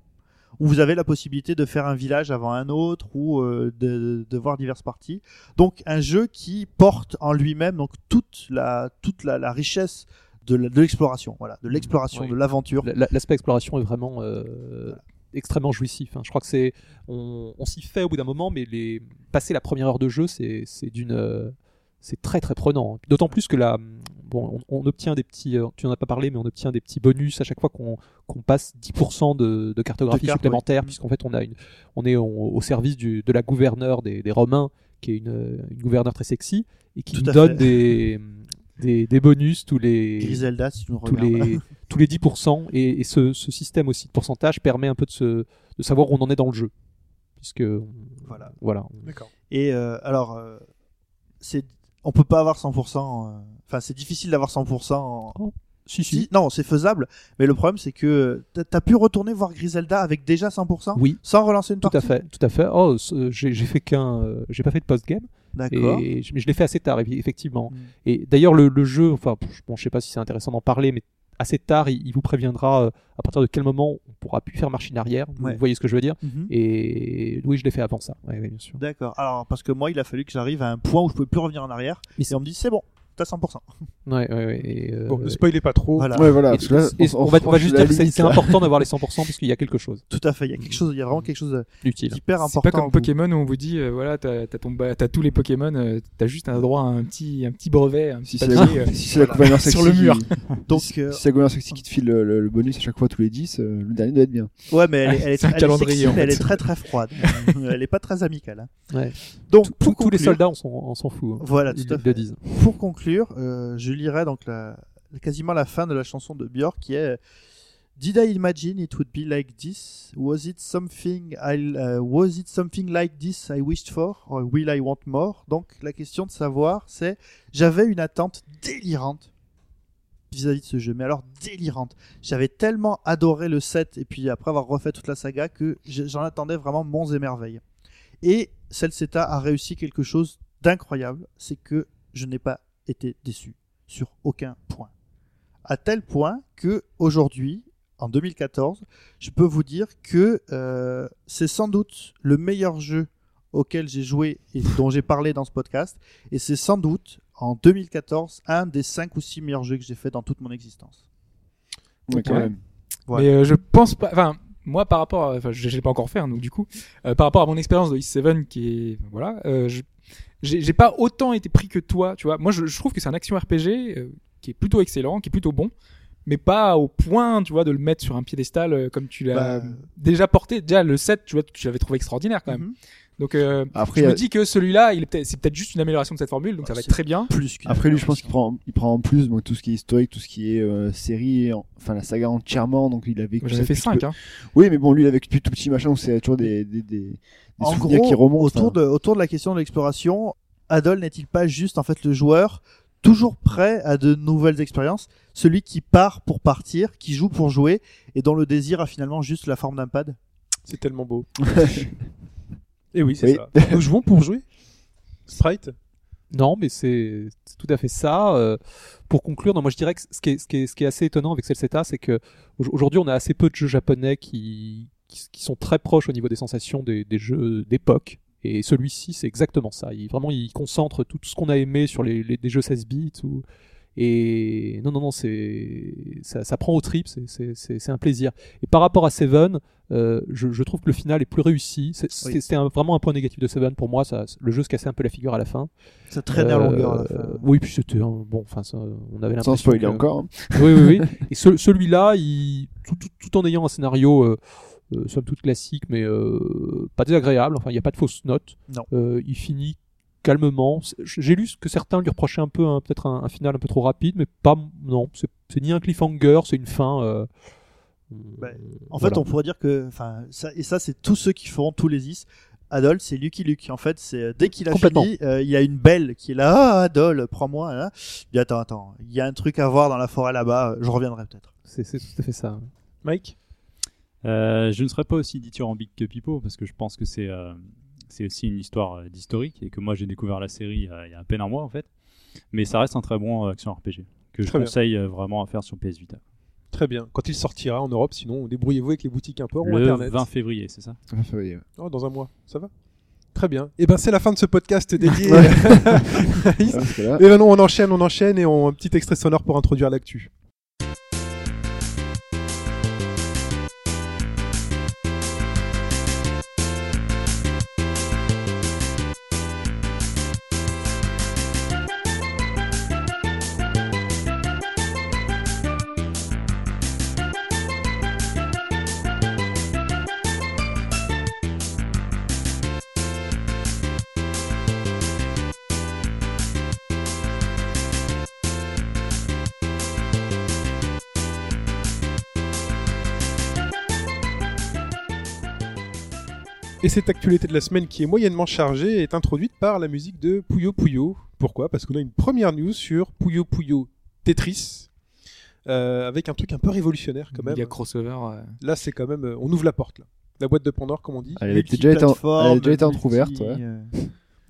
où vous avez la possibilité de faire un village avant un autre ou euh, de, de voir diverses parties. Donc un jeu qui porte en lui-même donc toute la toute la, la richesse de la- de l'exploration, voilà, de l'exploration, Oui. de l'aventure. La- la- L'aspect exploration est vraiment euh, extrêmement jouissif. hein. Je crois que c'est. On, on s'y fait au bout d'un moment, mais les, passer la première heure de jeu, c'est c'est d'une. euh, c'est très très prenant. hein. D'autant plus que là, bon, on, on obtient des petits, euh, tu en as pas parlé, mais on obtient des petits bonus à chaque fois qu'on qu'on passe 10% de, de cartographie De cartes, supplémentaire, ouais. puisqu'en fait on a une, on est au- au service du, de la gouverneure des, des Romains, qui est une, une gouverneure très sexy et qui Tout nous à donne fait. des, des, des bonus tous les Griselda, si tu nous tous regardes. les, tous les 10%. Et, et ce, ce système aussi de pourcentage permet un peu de, se, de savoir où on en est dans le jeu. Puisque, on- Voilà. voilà. D'accord. Et euh, alors, euh, c'est, on peut pas avoir 100%. euh, Enfin, c'est difficile d'avoir 100%. en- Si, Si, non, c'est faisable. Mais le problème, c'est que euh, t'as- t'as pu retourner voir Griselda avec déjà 100% Oui, sans relancer une tout partie. à fait, tout à fait. Oh, ce- j'ai j'ai fait qu'un, euh, j'ai pas fait de post-game, D'accord. et je, mais je l'ai fait assez tard, et puis, effectivement. Mm. Et d'ailleurs, le, le jeu, enfin, bon, je sais pas si c'est intéressant d'en parler, mais assez tard, il, il vous préviendra euh, à partir de quel moment on pourra plus faire machine arrière. Vous Ouais. voyez ce que je veux dire Mhm. Et oui, je l'ai fait avant ça. Ouais, ouais, bien sûr. D'accord. Alors, parce que moi, il a fallu que j'arrive à un point où je pouvais plus revenir en arrière. Mais Et on me dit, c'est bon, t'as 100%. Ouais, ouais, ouais, et, euh, Bon, ne spoilez pas trop. Voilà. Ouais, voilà. et- parce que là, et- on, va, on va franchit juste la dire que c'est limite, c'est là. important d'avoir les 100% parce qu'il y a quelque chose Tout à fait. Il y a quelque chose, il y a vraiment quelque chose d'utile. d'hyper important. C'est pas comme au bout. Pokémon où on vous dit, euh, voilà, t'as t'as ton ba- t'as tous les Pokémon, euh, t'as juste un droit à un petit, un petit brevet, un Si petit c'est la, papier. euh, si c'est la gouverneure sexy Sur le mur. qui- Donc, si, euh, si c'est la gouverneure sexy qui te file le, le- le bonus à chaque fois tous les 10, euh, le dernier doit être bien. Ouais, mais elle est, elle est, C'est un elle est calendrier, sexy, en mais elle fait. est très très froide. elle est pas très amicale. hein. Ouais. Donc, Tous- pour tous les conclure- soldats, on s'en- on s'en fout. hein. Voilà, Ils tout à le fait. disent. Pour conclure, euh, je lirai donc la, quasiment la fin de la chanson de Björk qui est euh, Did I imagine it would be like this? Was it something I euh, was it something like this I wished for or will I want more? Donc la question de savoir c'est j'avais une attente délirante vis-à-vis de ce jeu, mais alors délirante. J'avais tellement adoré le set et puis après avoir refait toute la saga que j- j'en attendais vraiment monts et merveilles. Et Celceta a réussi quelque chose d'incroyable, c'est que je n'ai pas été déçu sur aucun point. À tel point que aujourd'hui, en 2014, je peux vous dire que euh, c'est sans doute le meilleur jeu auquel j'ai joué et dont j'ai parlé dans ce podcast, et c'est sans doute en 2014 un des cinq ou six meilleurs jeux que j'ai fait dans toute mon existence. Ouais, quand Ouais. même. Mais euh, je pense pas. Enfin, moi, par rapport, à- enfin, je je l'ai pas encore fait, hein, donc du coup, euh, par rapport à mon expérience de East 7 qui est, voilà, euh, je- j'ai j'ai pas autant été pris que toi, tu vois. Moi, je, je trouve que c'est un action RPG euh, qui est plutôt excellent, qui est plutôt bon, mais pas au point, tu vois, de le mettre sur un piédestal euh, comme tu l'as Bah, déjà porté. Déjà, le 7, tu vois, tu l'avais trouvé extraordinaire quand même. mhm. Donc, euh, Après, je euh, me dis que celui-là, il est peut-être- c'est peut-être juste une amélioration de cette formule, donc Bah, ça va c'est- être très bien. Plus qu'une Après lui, je amélioration. pense qu'il prend, il prend en plus donc, tout ce qui est historique, tout ce qui est euh, série, en- enfin la saga entièrement. Donc il a vécu. J'en ai ça fait depuis 5, tout- hein. Oui, mais bon, lui, il a vécu depuis tout petit machin. Donc c'est toujours des, des, des, des en souvenirs gros, qui remontent. hein. autour, de, autour de la question de l'exploration, Adol n'est-il pas juste en fait le joueur toujours prêt à de nouvelles expériences, celui qui part pour partir, qui joue pour jouer, et dont le désir a finalement juste la forme d'un pad C'est tellement beau. enfin. Et oui, c'est Oui. ça. Nous jouons pour jouer. Sprite. Non, mais c'est c'est tout à fait ça. Euh, pour conclure, non, moi je dirais que ce qui est, ce qui est, ce qui est assez étonnant avec Celceta, c'est que au- aujourd'hui on a assez peu de jeux japonais qui, qui, qui sont très proches au niveau des sensations des, des jeux d'époque. Et celui-ci, c'est exactement ça. Il, vraiment, il concentre tout ce qu'on a aimé sur les, les- des jeux 16 bits. Ou... Et non, non, non, c'est ça, ça prend au trip, c'est- c'est c'est- c'est un plaisir. Et par rapport à Seven, euh, je, je trouve que le final est plus réussi. C'est- Oui. C'était un- vraiment un point négatif de Seven pour moi. Ça, le jeu se cassait un peu la figure à la fin. Ça traîne à Euh, longueur. à la fin. Oui, puis c'était un- bon. Enfin, ça, on avait l'impression. Sans spoiler que- encore. hein. Oui, oui, oui. Et ce- celui-là, il, tout, tout- tout en ayant un scénario, euh, euh, somme toute classique, mais euh, pas désagréable. Enfin, il n'y a pas de fausses notes. Non. Euh, il finit calmement. C'est- J'ai lu ce que certains lui reprochaient un peu, un- peut-être un, un final un peu trop rapide, mais pas. Non, c'est c'est ni un cliffhanger, c'est une fin. euh, En voilà. fait, on pourrait dire que, enfin, ça, et ça, c'est tous ceux qui feront tous les is. Adol, c'est Lucky Luke. En fait, c'est euh, dès qu'il a Complètement. fini, euh, il y a une belle qui est là. Ah, Adol, prends-moi. hein. Il dit, attends, attends, il y a un truc à voir dans la forêt là-bas. euh, Je reviendrai peut-être. c'est c'est tout à fait ça. Mike. Euh, je ne serais pas aussi dithyrambique que Pipo parce que je pense que c'est euh, c'est aussi une histoire euh, d'historique et que moi j'ai découvert la série euh, il y a à peine un mois en fait. Mais ça reste un très bon euh, action RPG que je Très bien. conseille euh, vraiment à faire sur PS Vita. Très bien. Quand il sortira en Europe, sinon débrouillez-vous avec les boutiques import ou Le internet. 20 février, c'est ça Enfin, oui, ouais. Oh, dans un mois, ça va Très bien. Et ben c'est la fin de ce podcast dédié. Ouais. Nice. Parce que là, et ben non, on enchaîne, on enchaîne et on un petit extrait sonore pour introduire l'actu. Et cette actualité de la semaine qui est moyennement chargée est introduite par la musique de Puyo Puyo. Pourquoi Parce qu'on a une première news sur Puyo Puyo Tetris. euh, avec un truc un peu révolutionnaire quand même. Il y a crossover. euh, Là, c'est quand même. euh, On ouvre la porte, là. La boîte de Pandore, comme on dit. elle était déjà été en- elle Multiplateforme, avait déjà été multi- entrouverte. ouais. euh,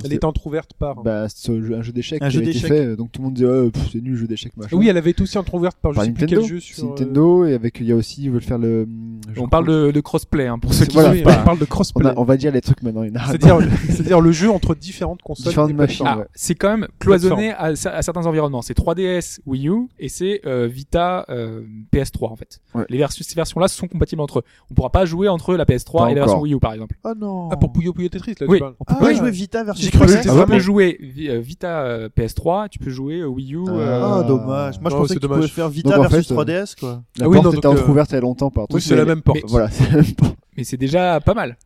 Elle est entrouverte par. Bah, c'est ce jeu- un jeu d'échecs Un qui jeu avait été d'échecs. fait, donc tout le monde disait Ah, pff, c'est nul le jeu d'échecs machin. Oui, elle avait été aussi entrouverte par je par sais plus Nintendo, quel jeu sur. C'est euh, Nintendo et avec il y a aussi ils veulent faire le. hum, je On parle de, de crossplay hein, pour ceux qui Voilà, oui, savent pas. on parle de On, crossplay. a- on va dire les trucs maintenant. il y en a- C'est-à-dire, c'est-à-dire le jeu entre différentes consoles. différentes et machines. Ah, ouais. c'est quand même cloisonné à, à certains environnements. C'est 3DS, Wii U et c'est euh, Vita, euh, PS3 en fait. Ouais. Les versions, ces versions-là sont compatibles entre eux. On pourra pas jouer entre la PS3 Pas et la encore. version Wii U par exemple. Oh non. Ah, pour Puyo Puyo Tetris, là, Oui. tu parles. On peut Ah, pas ouais. jouer Vita versus J'ai cru que PS3. c'était Tu Ah ouais, peux mais- jouer vi- euh, Vita euh, PS3, tu peux jouer euh, Wii U. euh, Ah, dommage. Moi, je Non, pensais c'est que tu dommage. pouvais faire Vita Donc, en versus fait, euh, 3DS, quoi. La Ah oui, porte non, était donc, euh, entrouverte il y a longtemps par Oui, truc, c'est la mais- même porte. Voilà, c'est la même porte. Mais c'est déjà pas mal.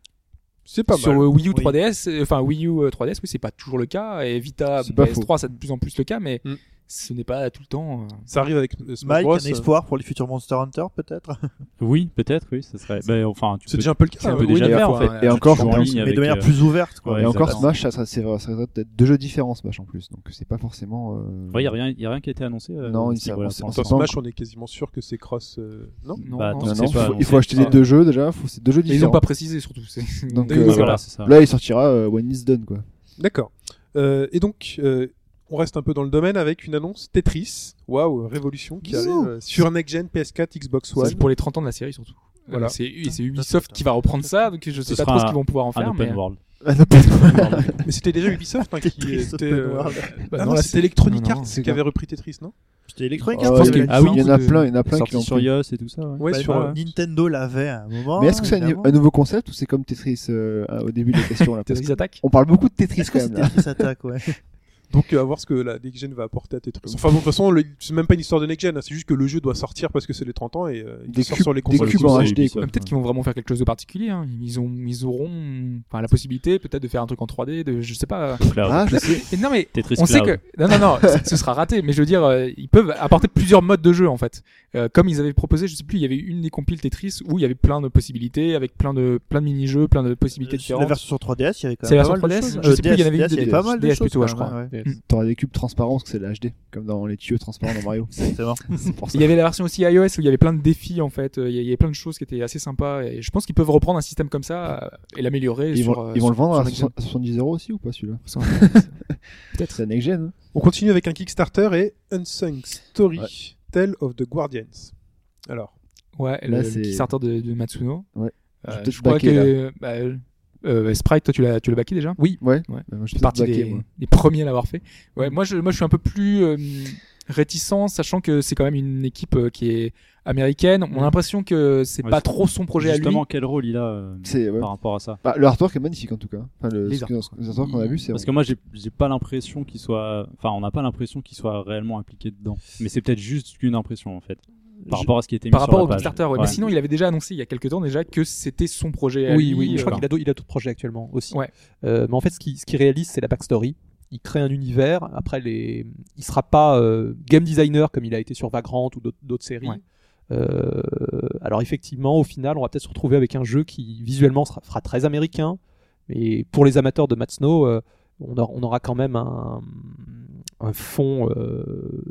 C'est pas Sur mal. euh, Wii U Oui. 3DS, euh, enfin Wii U euh, 3DS, oui, c'est pas toujours le cas. Et Vita C'est bon, pas PS3, c'est de plus en plus le cas, mais Mm. ce n'est pas tout le temps. euh. Ça arrive avec euh, Smash Mike, Bros. un espoir pour les futurs Monster Hunter, peut-être Oui, peut-être, oui, ça serait. bah, enfin, tu C'est peux, déjà un peu le tu cas. hein. peux oui. déjà et le faire fois, en fait. ouais. Et Tu encore, joues en Smash, ligne Mais avec, de manière euh, plus ouverte, quoi. ouais, et encore exactement. Smash, ça serait, c'est- ça serait peut-être deux jeux différents Smash en plus, donc c'est pas forcément. euh, Ouais, il n'y a, rien qui a été annoncé. euh, Non, à il ce s'est niveau-là, annoncé- pour on Dans s'en- l'instant. Smash, on est quasiment sûr que c'est cross. euh, Non Non, Bah, non, attends, Non, c'est- non, c'est pas faut- il annoncé. faut acheter les Ah. deux jeux déjà, faut- c'est deux jeux Et ils ont différents. pas précisé surtout. c'est- Donc, Ils euh, ont Ouais, pas- Ah, voilà, c'est ça. Là, il sortira euh, When Is Done quoi. D'accord. Euh, et donc, euh, on reste un peu dans le domaine avec une annonce Tetris. Waouh, révolution qui Bisous. arrive euh, sur Next Gen, PS4, Xbox One. C'est pour les 30 ans de la série surtout. Voilà. Euh, C'est et c'est Ubisoft qui va reprendre ça, donc je sais pas Ce trop sera ce qu'ils vont pouvoir en Un faire. open mais- world. Mais c'était déjà Ubisoft hein, qui Tetris était. Open euh, World. Bah, ah non, non, là, c'était Electronic non, non, Arts c'est qui avait repris Tetris, non C'était Electronic Ah Arts, ouais, parce il y que- a- Ah oui, Il y en a de- plein, il y en a plein qui l'ont Sorti sur pris. iOS et tout ça. ouais. Ouais, Bah, sur. non, euh, Nintendo l'avait à un moment. Mais est-ce que c'est un, évidemment. un nouveau concept ou c'est comme Tetris euh, à- au début de la question là parce Tetris Attack qu'on- On parle beaucoup de Tetris Est-ce que quand c'est même. là. Tetris Attack, ouais Donc, euh, à voir ce que la Next Gen va apporter à Tetris. Enfin, bon, de toute façon, le- c'est même pas une histoire de Next Gen, hein, c'est juste que le jeu doit sortir parce que c'est les 30 ans et euh, il Des sort cubes- sur les des consoles. cubes hein. de en tous. HD, quoi. Peut-être qu'ils vont vraiment faire quelque chose de particulier. hein. Ils, ont, ils auront enfin, la possibilité peut-être de faire un truc en 3D, de, je sais pas. Cloud. Ah, je sais. Et non mais Tetris on Cloud. sait que non non non, ce- ce sera raté. Mais je veux dire, euh, ils peuvent apporter plusieurs modes de jeu en fait. Euh, comme ils avaient proposé, je sais plus, il y avait une des compiles Tetris où il y avait plein de possibilités avec plein de plein de mini-jeux, plein de possibilités Sur la différentes. version sur 3DS, il y avait quand C'est même la pas mal version de 3DS. choses. Je sais plus, il y en avait une DS, il y avait de pas mal de DS choses. plutôt, quand je même, crois. ouais. T'auras des cubes transparents parce que c'est le HD, comme dans les tuyaux transparents dans Mario. Exactement. C'est pour ça. Il y avait la version aussi iOS où il y avait plein de défis en fait, Euh, il y il y avait plein de choses qui étaient assez sympas et je pense qu'ils peuvent reprendre un système comme ça euh, et l'améliorer. Ils sur, vont, euh, ils vont sur- le vendre sur à Next Gen. 60 70 euros aussi ou pas celui-là Peut-être. C'est la next gen. hein. On continue avec un Kickstarter et Unsung Story, Ouais. Tale of the Guardians. Alors, Ouais, Là, le, c'est- le Kickstarter de, de Matsuno. Ouais. Euh, Je vais peut-être je, crois backer, que bah, euh, euh, Sprite, toi tu l'as tu l'as backé déjà Oui. Ouais. Ouais. Bah, moi, je Je fais suis partie backé, des, moi. des premiers à l'avoir fait. Ouais, moi je, moi je suis un peu plus euh, réticent, sachant que c'est quand même une équipe euh, qui est américaine. On a l'impression que c'est Ouais, pas c'est- trop son projet Justement, à lui. quel rôle il a euh, C'est ouais. par rapport à ça Bah, le artwork est magnifique en tout cas. Enfin, le, Les ce que- les artworks qu'on a vu, c'est Parce que moi, j'ai j'ai pas l'impression qu'il soit. Enfin, on n'a pas l'impression qu'il soit réellement impliqué dedans. Mais c'est peut-être juste qu'une impression en fait. Par Je- rapport à ce qui était mis Par sur rapport la au page. Kickstarter, ouais. mais sinon il avait déjà annoncé il y a quelques temps déjà que c'était son projet à Oui, lui. oui, je crois euh, qu'il a d'autres- il a d'autres projets actuellement aussi. Ouais. Euh, mais en fait, ce qu'il ce qu'il réalise, c'est la backstory. Il crée un univers. Après, les... il sera pas euh, game designer comme il a été sur Vagrant ou d'autres- d'autres séries. Ouais. Euh, alors, effectivement, au final, on va peut-être se retrouver avec un jeu qui visuellement sera, fera très américain. Mais pour les amateurs de Matt Snow, euh, on, aura- on aura quand même un, un fond. euh,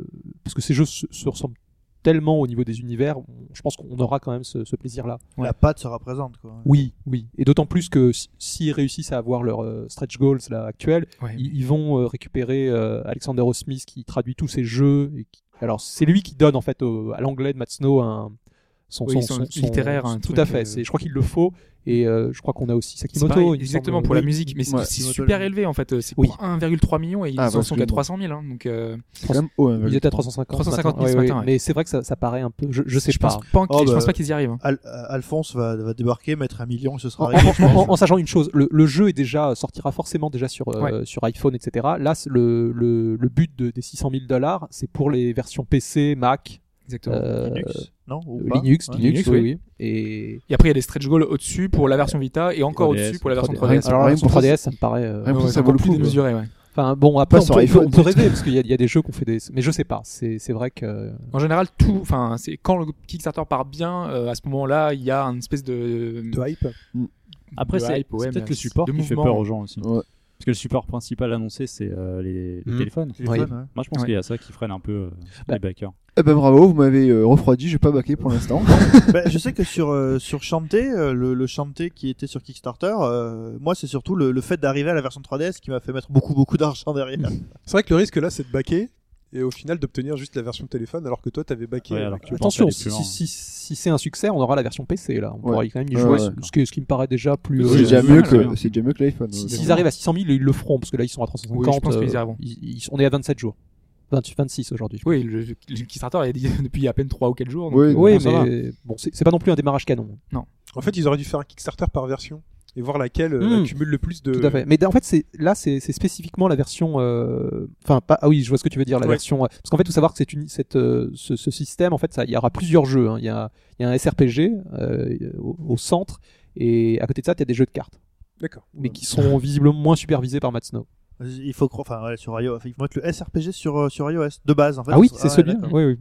parce que ces jeux se, se ressemblent tellement au niveau des univers, on- je pense qu'on aura quand même ce- ce plaisir-là. La patte sera présente, quoi. Oui, oui. Et d'autant plus que si- s'ils réussissent à avoir leur euh, stretch goals là actuels, ouais. ils, ils vont euh, récupérer euh, Alexander O'Smith qui traduit tous ses jeux. Et qui- Alors c'est lui qui donne en fait au- à l'anglais de Matt Snow un son, Oui, son littéraire, un tout truc, à fait. euh, C'est, je crois qu'il le faut. Et euh, je crois qu'on a aussi C'est Sakimoto. pareil, il me exactement semble. pour la Oui. musique, mais c'est- Ouais, c'est Kimoto, super oui. élevé en fait. euh, C'est Oui. pour 1,3 million et ils Ah, en parce sont que- qu'à 300 000. hein, donc, euh, c'est quand même haut. hein, Ils étaient à 350. 350 000 maintenant. ce Ouais, matin, ouais. ouais. Mais c'est vrai que ça, ça paraît un peu. Je, je sais je pas. hein. pense pas, Ah, Oh, qu'ils- je bah, pense pas qu'ils y arrivent. hein. Al- euh, Alphonse va, va débarquer, mettre un million, ce En, sera en- réglé, je en- pense. en- en sachant une chose, le, le jeu est déjà sortira forcément déjà sur euh, sur iPhone, etc. Là, c'est le, le, le but de- des 600 000 dollars, c'est pour les versions PC, Mac, Exactement. euh, Linux, non ou euh, pas Linux, Ouais. Linux, Linux, oui, oui. oui. Et Et après, il y a les stretch goals au-dessus pour la version Vita et encore 3DS, au-dessus pour la version 3D. 3DS. Alors Rien la que pour ça, 3DS, ça me paraît. euh, Rien que pour Ouais, ça, c'est vaut le encore plus coup, quoi. démesuré, ouais. Enfin bon, après Pas on sur peut, iPhone, on peut tout. rêver parce qu'il y, a- il y a des jeux qu'on fait des, mais je sais pas. C'est c'est vrai que En général, tout, enfin, c'est quand le Kickstarter part bien, euh, à ce moment-là, il y a une espèce de, de hype. de Après, c'est hype, ouais, c'est peut-être mais le support de qui fait mouvement. peur aux gens aussi. Ouais. Parce que le support principal annoncé, c'est euh, les, les Mhm. téléphones. Oui. Moi, je pense Ouais. qu'il y a ça qui freine un peu euh, Bah. les backers. Eh ben bravo, vous m'avez euh, refroidi, j'ai pas baqué pour l'instant. Bah, je sais que sur euh, sur Shantae, euh, le, le Shantae qui était sur Kickstarter, euh, moi c'est surtout le, le fait d'arriver à la version 3DS qui m'a fait mettre beaucoup beaucoup d'argent derrière. Mm. C'est vrai que le risque là, c'est de baquer et au final d'obtenir juste la version téléphone alors que toi t'avais baqué. euh, Ouais, alors que tu penses Attention, aller si, plus loin. si- si c'est un succès, on aura la version PC là. On Ouais. pourra y quand même y Ouais, jouer, ouais. ce, qui, ce qui me paraît déjà plus. euh, c'est Oui, déjà oui, mieux oui, que oui. c'est déjà mieux que l'iPhone. Si- ouais. S'ils arrivent à 600 000, ils le feront parce que là ils sont à 350. Oui, je pense qu'ils y euh, arriveront. ils- ils- on est à 27 jours, 20 26 aujourd'hui. Oui, le, le Kickstarter il a dit depuis à peine 3 ou 4 jours. donc, Oui, euh, Oui, bon, ça va. mais bon, c'est c'est pas non plus un démarrage canon. hein. En fait, ils auraient dû faire un Kickstarter par version et voir laquelle euh, Mm. accumule le plus de. Tout à fait. Mais d- en fait, c'est là, c'est c'est spécifiquement la version. euh, Enfin, pas. Ah oui, je vois ce que tu veux dire, la Ouais. version. euh, Parce qu'en fait, faut savoir que c'est une, cette, euh, ce, ce système. En fait, ça, il y aura plusieurs jeux. hein. Il y a, il y a un SRPG euh, au, au centre, et à côté de ça, tu as des jeux de cartes, D'accord. mais qui sont visiblement moins supervisés par Matt Snow. Il faut croire, enfin ouais, sur iOS, il faut mettre le SRPG sur euh, sur iOS de base en fait. ah oui, Ça sera- c'est ouais, celui. d'accord. Oui, oui.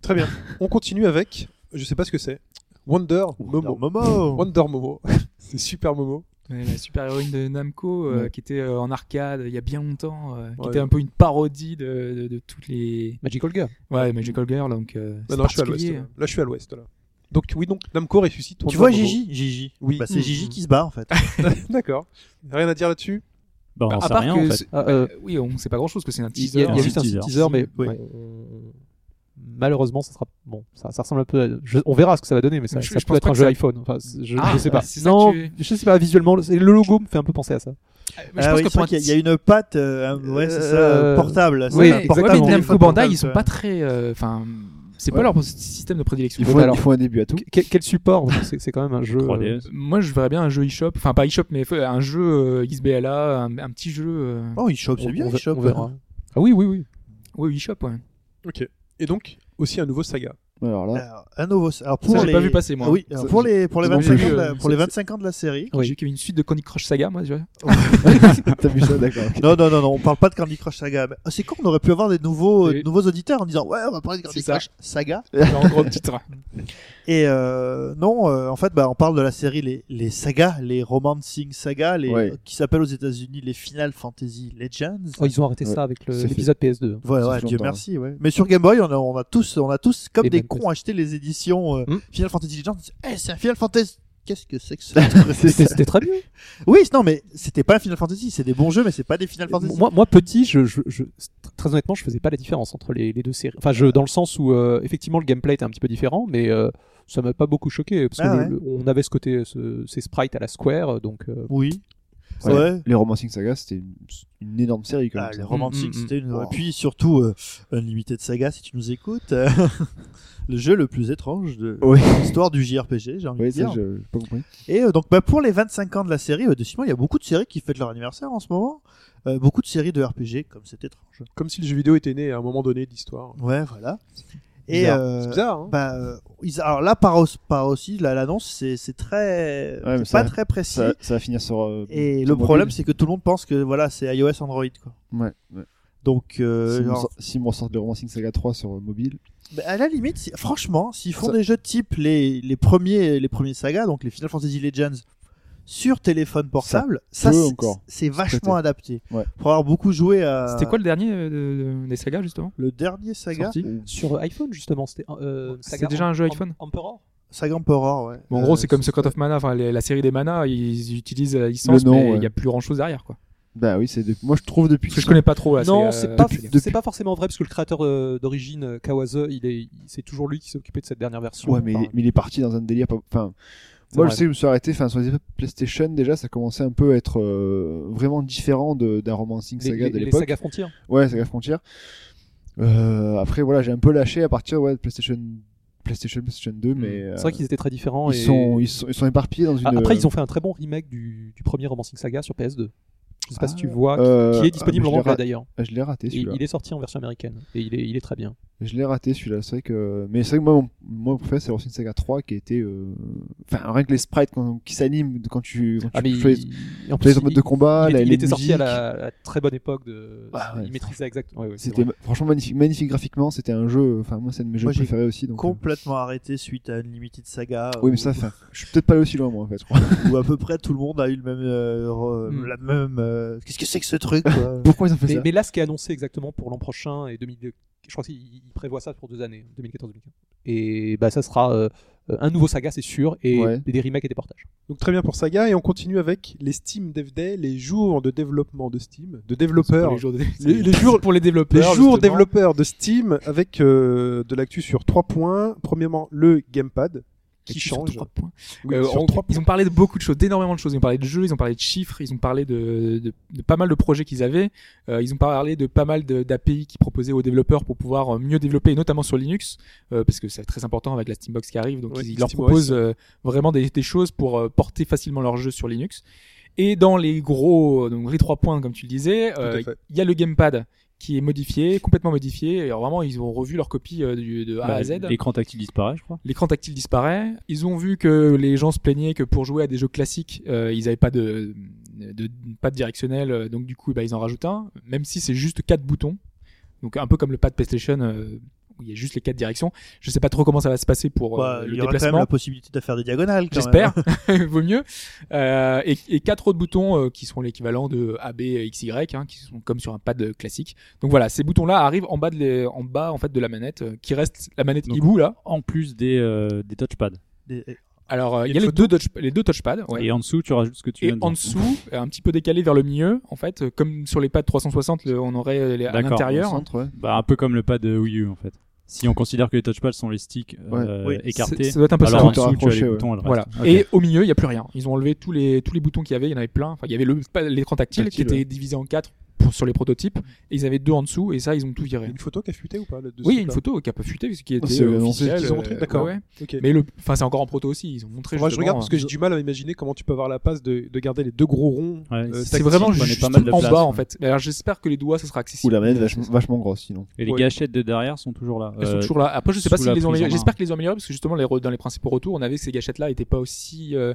Très bien. On continue avec. Je sais pas ce que c'est. Wonder, Momo. Momo. Wonder Momo. c'est super Momo. Ouais, la super héroïne de Namco euh, qui était euh, en arcade il y a bien longtemps, euh, qui Ouais. était un peu une parodie de, de, de toutes les. Magical Girl. Ouais, Magical Girl, donc. euh, Bah c'est non, je suis à l'ouest. particulier. Là, Là, je suis à l'ouest. Là. Donc oui, donc Namco ressuscite. Tu Wonder vois Momo. Gigi, Gigi. Oui. Bah, c'est Mhm. Gigi qui se bat en fait. D'accord. Rien à dire là-dessus. Bah, on Bah, à sait part rien que en fait. c'est- Ah, euh, Oui, on sait pas grand chose que c'est un Il y a, teaser. il y a Un juste un teaser. petit teaser, mais Oui. on- malheureusement, ça sera bon. Ça, ça ressemble un peu. à- je- on verra ce que ça va donner, mais ça, Je- ça je peut pense être pas un que jeu ça- iPhone. Enfin, c- je, Ah, je sais pas. c'est ça que Non, tu- je sais pas. Visuellement, le, le logo me fait un peu penser à ça. Ah, mais Ah oui, c'est pour vrai un qu'il y a- il y a une patte, euh, hein, ouais, c'est ça, Euh, portable. c'est oui, un Ouais, portable, ouais, mais un Namco téléphone Bandai, portable, ils sont ouais. pas très. euh, Enfin, c'est Ouais. pas leur système de prédilection. Il faut, alors- il faut un début à tout. Que- quel support parce que c'est, c'est quand même un jeu. euh, 3DS. Moi, je verrais bien un jeu eShop, enfin pas eShop, mais euh, un jeu euh, XBLA, un, un petit jeu. euh, Oh, eShop, c'est on- bien on, ver- eShop. on verra. Ah oui, oui, oui. Ouais, eShop, ouais. Ok. Et donc aussi un nouveau saga. Alors là, Alors, un nouveau. Alors pour Ça, j'ai les... pas vu passer, moi. Ah oui, alors, Ça, pour les pour les j'ai pas 25 vu, ans, de la- euh, pour les c'est- 25 ans de la série. Oui. J'ai vu qu'il y avait une suite de Candy Crush Saga, moi, tu vois. t'as vu ça, d'accord. ok. Non non non non, on parle pas de Candy Crush Saga. Mais, ah, C'est con, on aurait pu avoir des nouveaux euh, Oui. nouveaux auditeurs en disant ouais, on va parler de Candy C'est ça. Crush Saga. en gros titre. Et euh, non, euh, en fait, bah, on parle de la série les, les sagas, les romancing sagas, les, euh, Ouais. qui s'appellent aux États-Unis les Final Fantasy Legends. Oh, ils ont arrêté Ouais. ça avec le- Ça fait- l'épisode PS2. Ouais, Ça ouais, fait Dieu longtemps, merci, ouais. hein. Mais sur Game Boy, on a, on a tous, on a tous, comme Et des Ben cons, Pes- acheté les éditions euh, Hmm. Final Fantasy Legends. On se dit, Eh, c'est un Final Fantasy. Qu'est-ce que c'est que ça C'est- C'était, c'était très bien. Oui, non, mais c'était pas un Final Fantasy. C'est des bons jeux, mais c'est pas des Final Fantasy. Moi, moi, petit, je, je- je- très honnêtement, je faisais pas la différence entre les, les deux séries. Enfin, je, dans le sens où euh, effectivement le gameplay était un petit peu différent, mais euh, ça m'a pas beaucoup choqué parce Ah que ouais. le- le- on avait ce côté, ce- ces sprites à la Square, donc euh, Oui. Ouais. Ouais. Les Romancing Saga, c'était une, une énorme série quand même. Ah, ça. les romantiques, Mm, mm, c'était une. Wow. Et puis surtout, euh, Unlimited Saga, si tu nous écoutes, euh, le jeu le plus étrange de Oui. l'histoire du JRPG, j'ai envie Oui, de dire. ça, je- j'ai pas compris. Et euh, donc, bah, pour les 25 ans de la série, euh, décidément, il y a beaucoup de séries qui fêtent leur anniversaire en ce moment. Euh, beaucoup de séries de RPG, comme c'est étrange. Comme si le jeu vidéo était né à un moment donné d'histoire. Ouais, voilà. Et Bizarre. euh, C'est bizarre. Hein bah, euh, ils- alors là, par, os- par aussi, là, l'annonce, c'est c'est très, Ouais, mais c'est pas ça- très précis. Ça, ça va finir sur. euh, Et sur le mobile. problème, c'est que tout le monde pense que voilà, c'est iOS Android, quoi. Ouais, ouais. Donc, euh, S'ils me genre, sor- S'ils me ressortent les Romancing Saga 3 sur euh, mobile. Bah, à la limite, si- franchement, s'ils font Ça- des jeux type les, les premiers les premiers sagas, donc les Final Fantasy Legends sur téléphone portable, ça, peut c'est- encore c'est vachement prêter. adapté. Ouais. Pour avoir beaucoup joué à C'était quoi le dernier euh, de- de- des sagas, justement le dernier saga sorti sur iPhone justement, c'était euh, C'est Saga déjà un jeu Em- iPhone Emperor. Saga Emperor, ouais. Bon, en Euh, gros, c'est comme Secret of Mana, enfin les- la série des Mana, ils utilisent la licence, Le nom, mais il ouais. y a plus grand chose derrière, quoi. Bah oui, c'est. de- Moi, je trouve depuis. Parce que je connais pas trop la Non, saga, c'est euh, pas, depuis- c'est pas forcément vrai parce que le créateur euh, d'origine euh, Kawase, il est, il- c'est toujours lui qui s'est occupé de cette dernière version. Ouais, mais, il Enfin, est- mais il est parti dans un délire. pas- Enfin, c'est moi, je vrai. sais que je me suis arrêté. Enfin, sur les PlayStation, déjà, ça commençait un peu à être euh, vraiment différent de- d'un Romancing les, Saga les- de les l'époque. sagas frontières. Ouais, Saga Frontier. Euh, après, voilà, j'ai un peu lâché à partir ouais, de PlayStation, PlayStation, PlayStation 2, mais. euh, C'est vrai qu'ils étaient très différents. ils, et- sont, ils, sont, ils sont éparpillés dans une. Ah, Après, ils ont fait un très bon remake du, du premier Romancing Saga sur PS2. je sais pas si tu vois, qui- Euh, qui est disponible ah, mais je en l'ai anglais ra- d'ailleurs. Je l'ai raté Et celui-là. Il est sorti en version américaine et il est, il est très bien. Je l'ai raté celui-là, c'est vrai que. Mais c'est vrai que moi, mon, moi, mon préféré, c'est Orson Saga 3 qui était. euh, Enfin, rien que les sprites quand- qui s'animent quand tu, quand Ah, mais tu il- fais, en fais plus, les modes de il- combat, il, la- est- il les était sorti musiques. à la, la très bonne époque de. Ah ouais. il maîtrisait exactement. C'était franchement magnifique, magnifique graphiquement, c'était un jeu. Enfin, moi, c'est un de mes jeux Moi, j'ai préférés aussi. Donc, euh, Complètement arrêté suite à Unlimited Saga. Oui, mais où- ça, enfin, je suis peut-être pas allé aussi loin, moi, en fait. je crois. Où à peu près tout le monde a eu le même. euh, re- Hmm. La même. euh, Qu'est-ce que c'est que ce truc quoi Pourquoi ils ont fait Mais, ça mais là, ce qui est annoncé exactement pour l'an prochain et 2002, je crois qu'il il prévoit ça pour deux années, 2014-2015. Et bah, ça sera euh, un nouveau saga, c'est sûr, et Ouais. des remakes et des portages. Donc très bien pour Saga et on continue avec les Steam Dev Day, les jours de développement de Steam, de développeurs. Les jours, de- Les- les jours- pour les Les développeurs. jours justement. développeurs de Steam avec euh, de l'actu sur trois points. Premièrement, le gamepad qui Sur change. trois points. Oui, Euh, sur en- trois Ils ont parlé de beaucoup de choses, d'énormément de choses. Ils ont parlé de jeux, ils ont parlé de chiffres, ils ont parlé de, de- de pas mal de projets qu'ils avaient. Euh, ils ont parlé de pas mal de- d'API qu'ils proposaient aux développeurs pour pouvoir euh, mieux développer, et notamment sur Linux, euh, parce que c'est très important avec la Steambox qui arrive. Donc Ouais, ils, ils leur SteamOS. proposent euh, vraiment des, des choses pour euh, porter facilement leurs jeux sur Linux. Et dans les gros, donc les trois points comme tu le disais, à euh, fait. il y a le gamepad qui est modifié, complètement modifié. Et alors vraiment, ils ont revu leur copie euh, du- de A Bah, à Z. L'écran tactile disparaît, je crois. L'écran tactile disparaît. Ils ont vu que les gens se plaignaient que pour jouer à des jeux classiques, euh, ils n'avaient pas de, de pas de directionnel, euh, donc du coup, bah, ils en rajoutent un, même si c'est juste quatre boutons. Donc un peu comme le pad PlayStation, euh, où il y a juste les quatre directions. Je sais pas trop comment ça va se passer pour euh, Bah, Il le y aura quand même la déplacement. possibilité de faire des diagonales. quand J'espère, même. hein. vaut mieux. Euh, et, et quatre autres boutons euh, qui sont l'équivalent de A, B, X, Y, hein, qui sont comme sur un pad classique. Donc voilà, ces boutons-là arrivent en bas de, les- en bas en fait de la manette, euh, qui reste la manette Donc, hibou là. En plus des, euh, des touchpads. Des- et- Alors, euh, il y a Une les deux, touch- les deux touchpads. ouais. Et en dessous, tu rajoutes ce que tu Et viens de en dire. dessous, un petit peu décalé vers le milieu, en fait, euh, comme sur les pads 360, le- on aurait euh, les- à D'accord, l'intérieur. Au centre, ouais. Bah, un peu comme le pad euh, Wii U en fait. Si on considère que les touchpads sont les sticks euh, Oui. écartés, Ça doit être un peu alors ça. en ouais. dessous tu as les rapproché, ouais. boutons et le reste. Voilà. Ok. Et au milieu, il n'y a plus rien. Ils ont enlevé tous les, tous les boutons qu'il y avait, il y en avait plein. Enfin, il y avait le- pas- l'écran tactile, qui Tactile, était ouais. divisé en quatre pour, sur les prototypes. Et ils avaient deux en dessous, et ça, ils ont tout Il y a viré. une photo qui a fuité ou pas là, de Oui, il y ce a une truc-là photo qui a pas fuité, ce qui était c'est annoncé, officiel. qu'ils ont montré, euh, d'accord. ouais, ouais. Ok. Mais le, enfin, c'est encore en proto aussi. Ils ont montré. Moi, je justement, hein. regarde parce que j'ai du mal à m'imaginer comment tu peux avoir la passe de, de garder les deux gros ronds. Ouais, euh, C'est tactiles. vraiment on est juste pas mal de en place, bas, en ouais. fait. Mais Alors, j'espère que les doigts, ça sera accessible. Ou la manette vachement, vachement grosse, sinon. Et les Ouais. gâchettes de derrière sont toujours là. Elles sont Euh, toujours là. Après, je sais sous pas si les la ont prise en améliorées. main. J'espère qu'ils les ont améliorées parce que justement, les re- dans les principaux retours, on avait que ces gâchettes-là n'étaient pas aussi euh,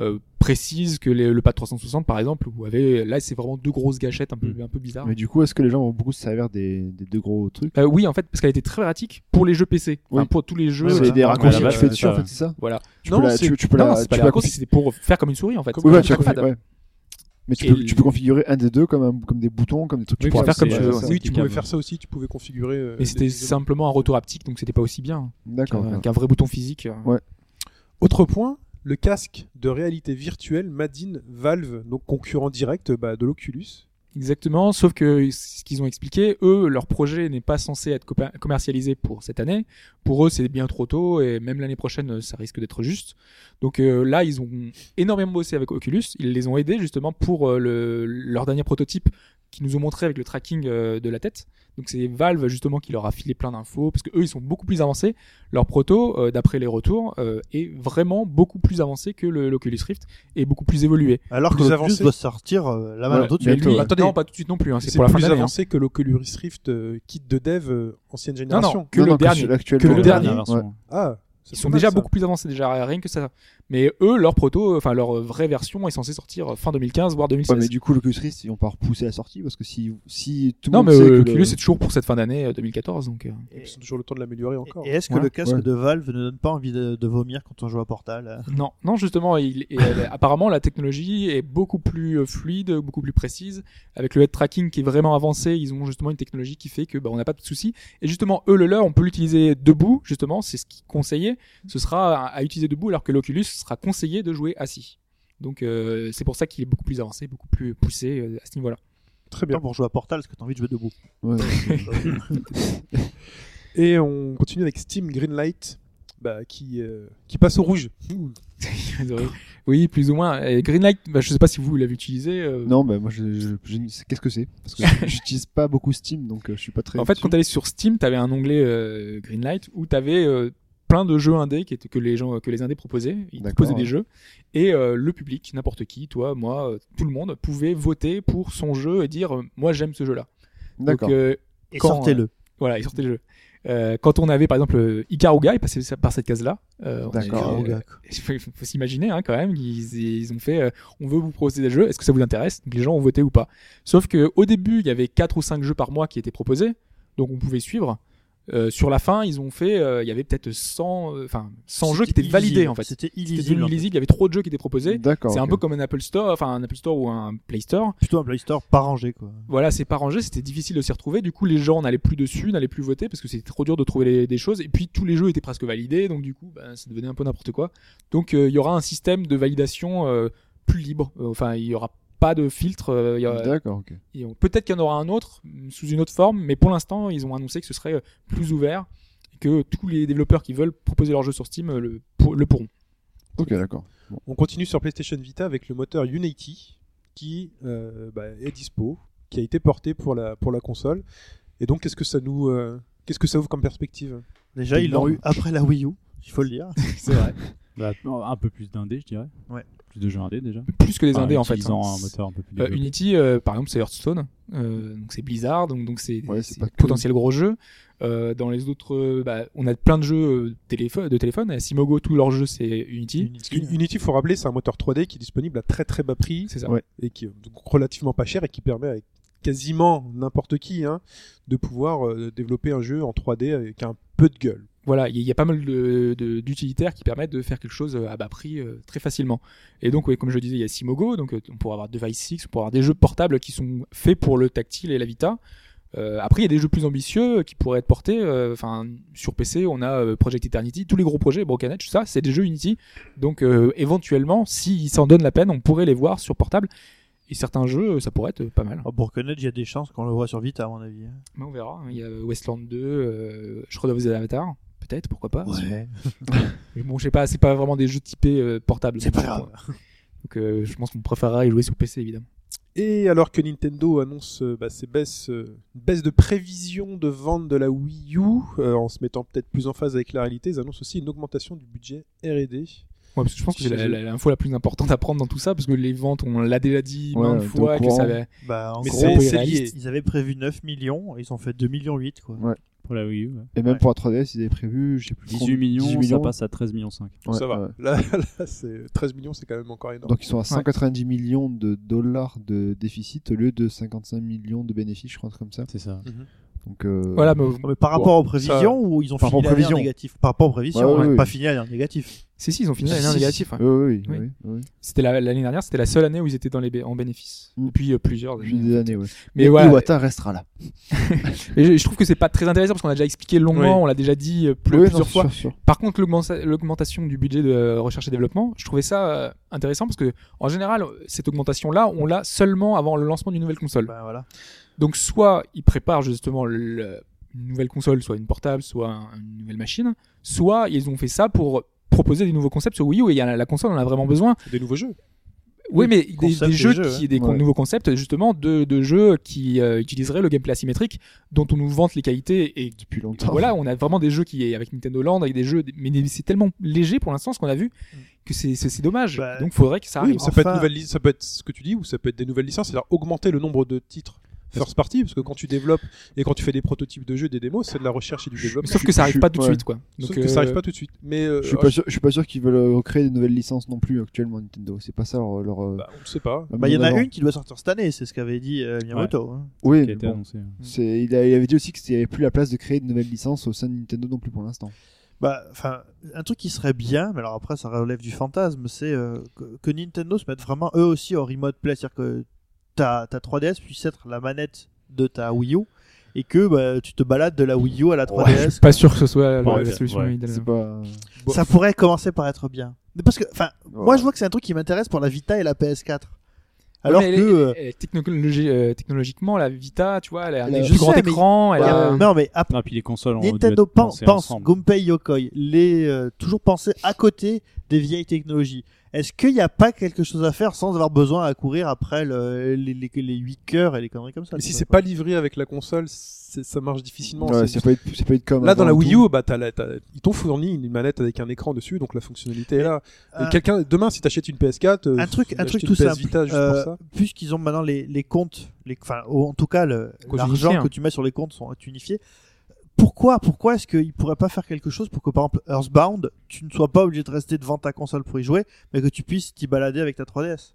euh, précises que les- le pad 360 par exemple, où avait là, c'est vraiment deux grosses gâchettes un peu, Mm. un peu bizarres. Mais du coup, est-ce que les gens vont beaucoup se servir des, des deux gros trucs Euh, oui, en fait, parce qu'elle était très pratique pour les jeux PC, Enfin, Oui. pour tous les jeux. Ouais, C'est euh, voilà. des par raccourcis Ouais, contre, que la tu euh, fais vache, dessus, en ça- fait, c'est ça Voilà. tu Non, peux, la, c'est- tu, tu peux non, la- c'est tu pas peux des la raccourcis, c'était pour faire comme une souris en fait. Oui, Comme ouais, un tu, trackpad. peux, ouais. Mais tu Et peux, tu peux configurer un des deux comme, un, comme des boutons, comme des trucs. Oui, tu pour peux faire comme tu veux, c'est ouais. ça. Oui, tu pouvais applicable. faire ça aussi. Tu pouvais configurer. euh, Mais Mm. c'était des- simplement un retour haptique, donc c'était pas aussi bien D'accord. qu'un qu'un vrai bouton physique. Autre point, le casque de réalité virtuelle Madin Valve, donc concurrent direct bah, de l'Oculus. Exactement, sauf que ce qu'ils ont expliqué, eux, leur projet n'est pas censé être copa- commercialisé pour cette année. Pour eux, c'est bien trop tôt et même l'année prochaine, euh, ça risque d'être juste. Donc euh, là, ils ont énormément bossé avec Oculus. Ils les ont aidés justement pour euh, le- leur dernier prototype qu'ils nous ont montré avec le tracking euh, de la tête. Donc c'est Valve justement qui leur a filé plein d'infos parce que eux, ils sont beaucoup plus avancés. Leur proto, euh, d'après les retours, euh, est vraiment beaucoup plus avancé que le- l'Oculus Rift et beaucoup plus évolué. Alors que Plus l'Oculus avancé. doit sortir euh, la main Ouais, d'autre. Mais Bientôt, lui, ouais. Attendez. non, pas tout de suite non plus. hein, c'est C'est pour la fin plus de l'année. hein. avancé que l'Oculus Rift euh, kit de dev euh, ancienne Non, génération. non, que Non, le non, dernier. celui actuel, que le ouais. dernier. Ouais. Ah, c'est Ils pas sont mal, déjà ça. beaucoup plus avancés déjà, rien que ça. Mais eux, leur proto, euh, enfin leur vraie version est censée sortir euh, fin 2015, voire Ouais, 2016. mais du coup, l'Oculus Rift, ils vont pas repousser la sortie parce que si, si tout le non, monde mais sait que euh, le- Oculus, c'est toujours pour cette fin d'année euh, 2014. Donc, euh. Et Ils ont toujours le temps de l'améliorer encore. Et est-ce que Ouais. le casque Ouais. de Valve ne donne pas envie de, de vomir quand on joue à Portal euh Non, non, justement, il, et, euh, apparemment, la technologie est beaucoup plus euh, fluide, beaucoup plus précise. Avec le head tracking qui est vraiment avancé, ils ont justement une technologie qui fait que bah, on n'a pas de soucis. Et justement, eux, le leur, on peut l'utiliser debout, justement, c'est ce qui conseillait. Ce sera à, à utiliser debout, alors que l'Oculus sera conseillé de jouer assis. Donc, euh, c'est pour ça qu'il est beaucoup plus avancé, beaucoup plus poussé euh, à ce niveau-là. Très bien. Non, Pour jouer à Portal, est-ce que t'as envie de jouer debout Ouais. Et on continue avec Steam Greenlight, bah, qui, euh, qui passe au rouge. oui, plus ou moins. Et Greenlight, bah, je sais pas si vous l'avez utilisé. euh, Non, bah, moi, je, je- je ne sais- qu'est-ce que c'est Parce que j'utilise pas beaucoup Steam, donc euh, je suis pas très. En fait, dessus. quand t'allais sur Steam, t'avais un onglet euh, Greenlight où t'avais euh, plein de jeux indés qui étaient que les gens que les indés proposaient ils D'accord, proposaient des ouais. jeux et euh, le public n'importe qui toi moi euh, tout le monde pouvait voter pour son jeu et dire euh, moi j'aime ce jeu là donc D'accord. euh, Et quand, sortez-le. voilà ils sortaient le jeu Euh, quand on avait par exemple euh, Ikaruga il passait par cette euh, case là D'accord. Ikaruga, quoi. il faut, faut s'imaginer hein, quand même qu'ils ils ont fait euh, on veut vous proposer des jeux est-ce que ça vous intéresse donc les gens ont voté ou pas sauf que au début il y avait 4 ou 5 jeux par mois qui étaient proposés donc on pouvait suivre Euh, sur la fin ils ont fait euh, il y avait peut-être 100 euh, enfin 100 jeux qui étaient C'était validés illisible. en fait C'était c'était illisible. devenu en fait. illisible il y avait trop de jeux qui étaient proposés D'accord. c'est un ok. peu comme un Apple Store enfin un Apple Store ou un Play Store Plutôt un Play Store pas rangé, quoi. voilà, c'est pas rangé, c'était difficile de s'y retrouver. Du coup, les gens n'allaient plus dessus, n'allaient plus voter parce que c'était trop dur de trouver les- des choses. Et puis, tous les jeux étaient presque validés, donc du coup, ben, ça devenait un peu n'importe quoi. Donc, euh, il y aura un système de validation euh, plus libre. Euh, Enfin, il y aura pas de filtre. euh, il y aura- D'accord, ok. et on- Peut-être qu'il y en aura un autre mm, sous une autre forme, mais pour l'instant, ils ont annoncé que ce serait euh, plus ouvert et que tous les développeurs qui veulent proposer leur jeu sur Steam euh, le, pour- le pourront. Ok, d'accord. On continue sur PlayStation Vita avec le moteur Unity qui euh, bah, est dispo, qui a été porté pour la, pour la console. Et donc, qu'est-ce que ça nous. euh, Qu'est-ce que ça ouvre comme perspective Déjà, ils l'ont eu après la Wii U. Il faut le dire. c'est vrai. Bah, un peu plus d'indés, je dirais. Ouais. Plus de jeux indés déjà. Plus que les Enfin, indés, en fait. utilisant hein. un moteur un peu plus Euh, développé. Unity, euh, par exemple, c'est Hearthstone, euh, donc c'est Blizzard, donc donc c'est Ouais, c'est c'est pas que- potentiel gros jeu. Euh, dans les autres, euh, bah, on a plein de jeux euh, téléphone, de téléphone. À Simogo, tous leurs jeux c'est Unity. Unity, Unity, faut rappeler, c'est un moteur 3D qui est disponible à très très bas prix C'est ça. Ouais. et qui est donc relativement pas cher et qui permet à quasiment n'importe qui hein, de pouvoir euh, développer un jeu en 3D avec un peu de gueule. Voilà, il y, a- il y a pas mal de- de- d'utilitaires qui permettent de faire quelque chose euh, à bas prix euh, très facilement. Et donc, ouais, comme je le disais, il y a Simogo, donc euh, on pourra avoir Device 6, on pourra avoir des jeux portables qui sont faits pour le tactile et la Vita. Euh, après, il y a des jeux plus ambitieux euh, qui pourraient être portés. euh, Enfin, sur PC, on a euh, Project Eternity, tous les gros projets, Broken Edge, tout ça, c'est des jeux Unity. Donc, euh, éventuellement, s'ils s'en donnent la peine, on pourrait les voir sur portable. Et certains jeux, euh, ça pourrait être euh, pas mal. Oh, pour reconnaître, il y a des chances qu'on le voit sur Vita, à mon avis. hein. Mais on verra. hein. Il y a Westland 2, euh, Shroud of the Avatar, peut-être, pourquoi pas. Mais bon, je sais pas, c'est pas vraiment des jeux typés euh, portables. C'est pas grave. Donc euh, je pense qu'on préférera y jouer sur PC évidemment. Et alors que Nintendo annonce euh, bah, ses baisses, euh, une baisse de prévision de vente de la Wii U, euh, en se mettant peut-être plus en phase avec la réalité, ils annoncent aussi une augmentation du budget R&D. Ouais, parce que je pense que c'est la- la- l'info la plus importante à prendre dans tout ça, parce que les ventes, on l'a déjà dit Ouais, maintes t'es au fois, que courant. ça va- Bah, en Mais gros, c'est un peu ils- irréaliste. ils avaient prévu 9 millions, ils ont fait 2 millions 8, quoi. Pour la Wii U, ouais. Et même Ouais. pour la 3DS, ils avaient prévu, je sais plus. 18 combien- millions, 18 ça passe à 13 millions 5. ouais, ça va. ouais. Là, là, c'est 13 millions, c'est quand même encore énorme. Donc ils sont à 190 millions de dollars de déficit au lieu de 55 millions de bénéfices, je crois, un truc comme ça. C'est ça. Donc euh, Voilà, mais Non, mais par rapport aux prévisions, ou ils ont Par fini rapport aux l'année en prévisions. négatif Par rapport aux prévitions, Ouais, ouais, ils ont ouais. pas fini l'année en négatif. si, si, ils ont fini l'année Si, si, négative. oui, oui, oui, hein. Oui. oui, oui. C'était la- l'année dernière, c'était la seule année où ils étaient dans les bé- en bénéfice. Mm. Depuis euh, plusieurs Depuis années. des années, ouais. Mais Et voilà, Iwata restera là. et je, je trouve que c'est pas très intéressant parce qu'on a déjà expliqué longuement, Oui. on l'a déjà dit euh, plus- Oui, non, plusieurs c'est fois. sûr, sûr. Par contre, l'augmenta- l'augmentation du budget de euh, recherche et développement, je trouvais ça euh, intéressant parce que, en général, cette augmentation-là, on l'a seulement avant le lancement d'une nouvelle console. Bah, voilà. Donc, soit ils préparent justement le- une nouvelle console, soit une portable, soit un- une nouvelle machine, soit ils ont fait ça pour proposer des nouveaux concepts sur Wii U et il y a- la console en a vraiment besoin. Des nouveaux jeux. Oui, mais des, concept des des jeux, jeux, qui, des con- Ouais. nouveaux concepts, justement, de, de jeux qui euh, utiliseraient le gameplay asymétrique, dont on nous vante les qualités et Depuis longtemps. voilà, on a vraiment des jeux qui avec Nintendo Land, avec des jeux, mais c'est tellement léger pour l'instant ce qu'on a vu que c'est c'est- c'est dommage. Bah, Donc faudrait que ça Mm. Oui, arrive. mais ça, peut être Enfin- nouvelle li- ça peut être ce que tu dis, ou ça peut être des nouvelles licences, c'est-à-dire augmenter le nombre de titres first party, parce que quand tu développes et quand tu fais des prototypes de jeux, des démos, c'est de la recherche et du Mais développement. sauf que ça je- arrive pas tout de ouais. suite, quoi. Donc Sauf que ça euh, arrive pas tout de suite. Mais euh, Je suis ah, pas sûr, je suis pas sûr qu'ils veulent recréer de nouvelles licences non plus actuellement Nintendo. C'est pas ça leur. leur euh, bah, on ne sait pas. leur Bah, il y en mise a avant. une qui doit sortir cette année, c'est ce qu'avait dit euh, Miyamoto. hein. Oui, Qui a mais été bon. annoncé. C'est- il, a- il avait dit aussi qu'il n'y avait plus la place de créer de nouvelles licences au sein de Nintendo non plus pour l'instant. Bah, enfin, un truc qui serait bien, mais alors après, ça relève du fantasme, c'est euh, que, que Nintendo se mette vraiment eux aussi en remote play, c'est-à-dire que ta, ta 3DS puisse être la manette de ta Wii U et que bah, tu te balades de la Wii U à la 3DS. je suis pas sûr que ce soit la, Ouais, la solution ouais. idéale. C'est pas. Bon. Ça pourrait commencer par être bien. Mais Parce que, enfin, moi je vois que c'est un truc qui m'intéresse pour la Vita et la PS4. Alors Ouais, mais que. elle est- euh, elle est technologi- euh, technologiquement, la Vita, tu vois, elle a un Elle a- plus je grand sais, mais- écran, elle a- euh, Non, mais après, Ah, puis les consoles ont dû Nintendo être pense, pensées pense ensemble. Gunpei Yokoi, les, euh, toujours pensé à côté des vieilles technologies. Est-ce qu'il n'y a pas quelque chose à faire sans avoir besoin à courir après le- les, les, les 8 cœurs et les conneries comme ça Mais tu si vois, c'est quoi. pas livré avec la console, c'est- ça marche difficilement. Ouais, C'est- c'est pas eu de- c'est pas eu de com. Là, dans la avant Wii tout. U, bah, t'as la- t'as- ils t'ont fourni une manette avec un écran dessus, donc la fonctionnalité est là. Et Ah. Quelqu'un, demain, si t'achètes une PS4, euh, un truc, tu un vas truc acheter tout une PS simple. Vita juste pour Euh, ça. Puisqu'ils ont maintenant les, les comptes, les, enfin, au- en tout cas, le- Cause l'argent unifiée, hein. que tu mets sur les comptes sont est unifiés. Pourquoi, pourquoi est-ce qu'ils pourraient pas faire quelque chose pour que, par exemple, Earthbound, tu ne sois pas obligé de rester devant ta console pour y jouer, mais que tu puisses t'y balader avec ta 3DS?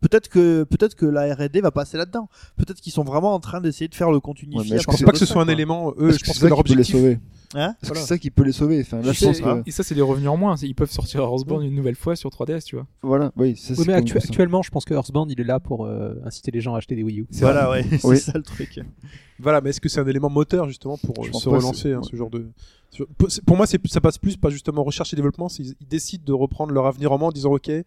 Peut-être que, peut-être que la R&D va passer là-dedans. Peut-être qu'ils sont vraiment en train d'essayer de faire le compte unifié. mais à je Je pense partir pas de que ce ça, soit un quoi. élément. Eux, Parce euh, que je pense c'est que ça leur qui peut les objectif. sauver. Hein Parce Voilà. que c'est ça qui peut les sauver. Enfin, là, Et je pense c'est- que. et ça, c'est les revenus en moins. c'est- Ils peuvent sortir Earthbound une nouvelle fois sur 3DS, tu vois. Voilà, oui, ça, hein. Oui, c'est mais comme actu- ça. actuellement, je pense que Earthbound, il est là pour euh, inciter les gens à acheter des Wii U. Voilà, ouais, c'est Oui. ça le truc. Voilà, mais est-ce que c'est un élément moteur justement pour Je euh, pense se pas, relancer c'est- hein, ouais. ce genre de sur- pour- c'est- Pour moi, c'est- ça passe plus par justement recherche et développement. c'est- Ils, décident de reprendre leur avenir en main en disant OK, les,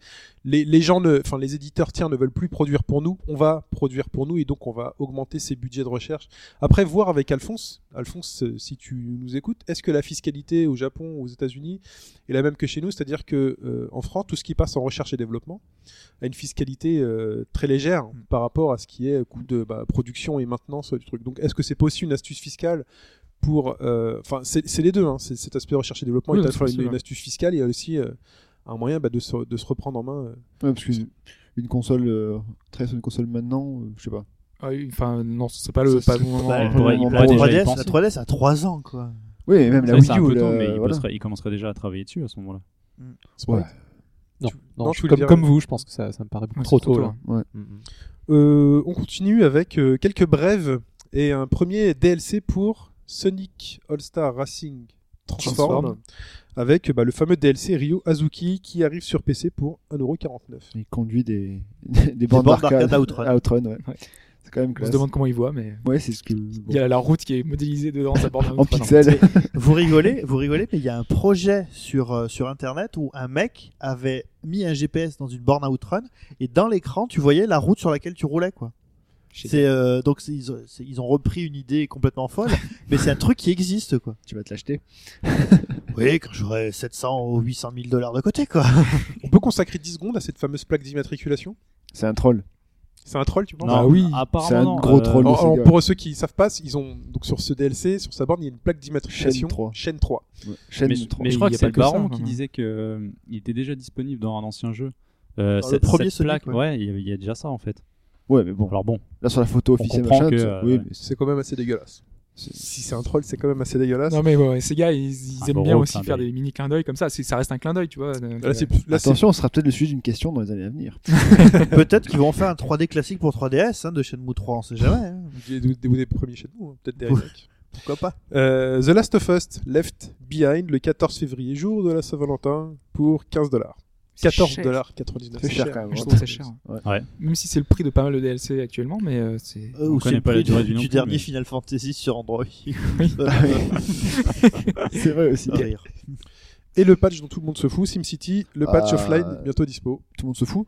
les gens, ne, enfin les éditeurs tiens ne veulent plus produire pour nous. On va produire pour nous et donc on va augmenter ces budgets de recherche. Après, voir avec Alphonse. Alphonse, euh, si tu nous écoutes, est-ce que la fiscalité au Japon, aux États-Unis est la même que chez nous C'est-à-dire que euh, en France, tout ce qui passe en recherche et développement à une fiscalité euh, très Mm. légère par rapport à ce qui est coût de bah, production et maintenance euh, du truc. Donc, est-ce que c'est pas aussi une astuce fiscale pour. euh, Enfin, c'est c'est les deux, hein, c'est cet aspect recherche et développement, Oui, il y a à c'est la fois une, possible. une astuce fiscale, il y a aussi euh, un moyen bah, de, se, de se reprendre en main. euh. Ouais, parce que une console, euh, très sur une console maintenant, euh, je sais pas. Ah oui, Enfin, non, c'est pas Ah, le Ça, pas c'est le bon moment. Bah, Ouais, il pourrait- il la pourrait déjà y 3DS, la penser. 3DS a 3 ans, quoi. Oui, et même la Ça, c'est Wii un U, peu tôt, là, mais il, voilà. bosserait- il commencerait déjà à travailler dessus à ce moment-là. C'est pas Ouais. vrai. Non, Tu- non, non, je tu suis voulais comme, dire- comme vous, je pense que ça, ça me paraît beaucoup Ouais, trop c'est trop tôt. tôt, hein. Là. Mm, mm. Euh, on continue avec euh, quelques brèves et un premier DLC pour Sonic All-Star Racing Transform, Transform. avec bah, le fameux DLC Ryo Azuki qui arrive sur PC pour 1,49€. Il conduit des, des, bandes bornes d'arcade d'arcade à Outrun. à Outrun, ouais. Ouais. C'est quand même On se classe. demande comment ils voient, mais Ouais, c'est ce que. il y a la route qui est modélisée dedans, ça porte un En autre nom. pixels. vous rigolez, vous rigolez, mais il y a un projet sur, euh, sur internet où un mec avait mis un GPS dans une borne à outrun et dans l'écran tu voyais la route sur laquelle tu roulais quoi. C'est euh, donc c'est- ils, ont- c'est- ils ont repris une idée complètement folle, mais c'est un truc qui existe quoi. tu vas te l'acheter. Oui, quand j'aurai 700 ou 800 000 dollars de côté quoi. On peut consacrer 10 secondes à cette fameuse plaque d'immatriculation C'est un troll. C'est un troll, tu penses Non, oui. apparemment, C'est un non, gros euh, troll. Alors, c'est alors, grave. pour ceux qui ne savent pas, ils ont donc sur ce DLC, sur sa borne, il y a une plaque d'immatriculation Chaîne 3. chaîne 3. Ouais. Chaîne mais, de je- troll. mais je Et il crois y que a c'est pas le que ça, baron quand qui même. disait que euh, il était déjà disponible dans un ancien jeu. Euh, Dans cette- le premier cette Sonic, plaque, ouais. ouais, il y avait- il y a déjà ça en fait. Ouais, mais bon. Alors bon, Là, sur la photo officielle, comprend machin, que, tu- euh, oui, ouais. mais c'est- C'est quand même assez dégueulasse. Si c'est un troll, c'est quand même assez dégueulasse. Non mais ouais, ces gars, ils, ils Un aiment gros bien aussi clin faire d'œil. des mini clins d'œil comme ça. C'est- Ça reste un clin d'œil, tu vois. Donc, euh, là, c'est là, c'est- Attention, on sera peut-être le sujet d'une question dans les années à venir. Peut-être qu'ils vont faire un 3D classique pour 3DS hein, de Shenmue 3, on sait jamais. hein. j'ai des, des, des premiers chez nous, hein, peut-être des Ouais. remakes. Pourquoi pas Euh, The Last of Us Left Behind le 14 février, jour de la Saint-Valentin, pour 15 dollars. c'est 14 cher. dollars 99. C'est cher, quand même. Je hein. trouve ça cher. Ouais. Même si c'est le prix de pas mal de DLC actuellement, mais euh, c'est. Euh, On Ou connaît c'est le pas la prix durée du, du non du plus, dernier mais- Ah Final Fantasy sur Android. C'est vrai aussi. Tout Rire. Et le patch dont tout le monde se fout, SimCity, le patch Ah. offline, bientôt dispo. le monde se fout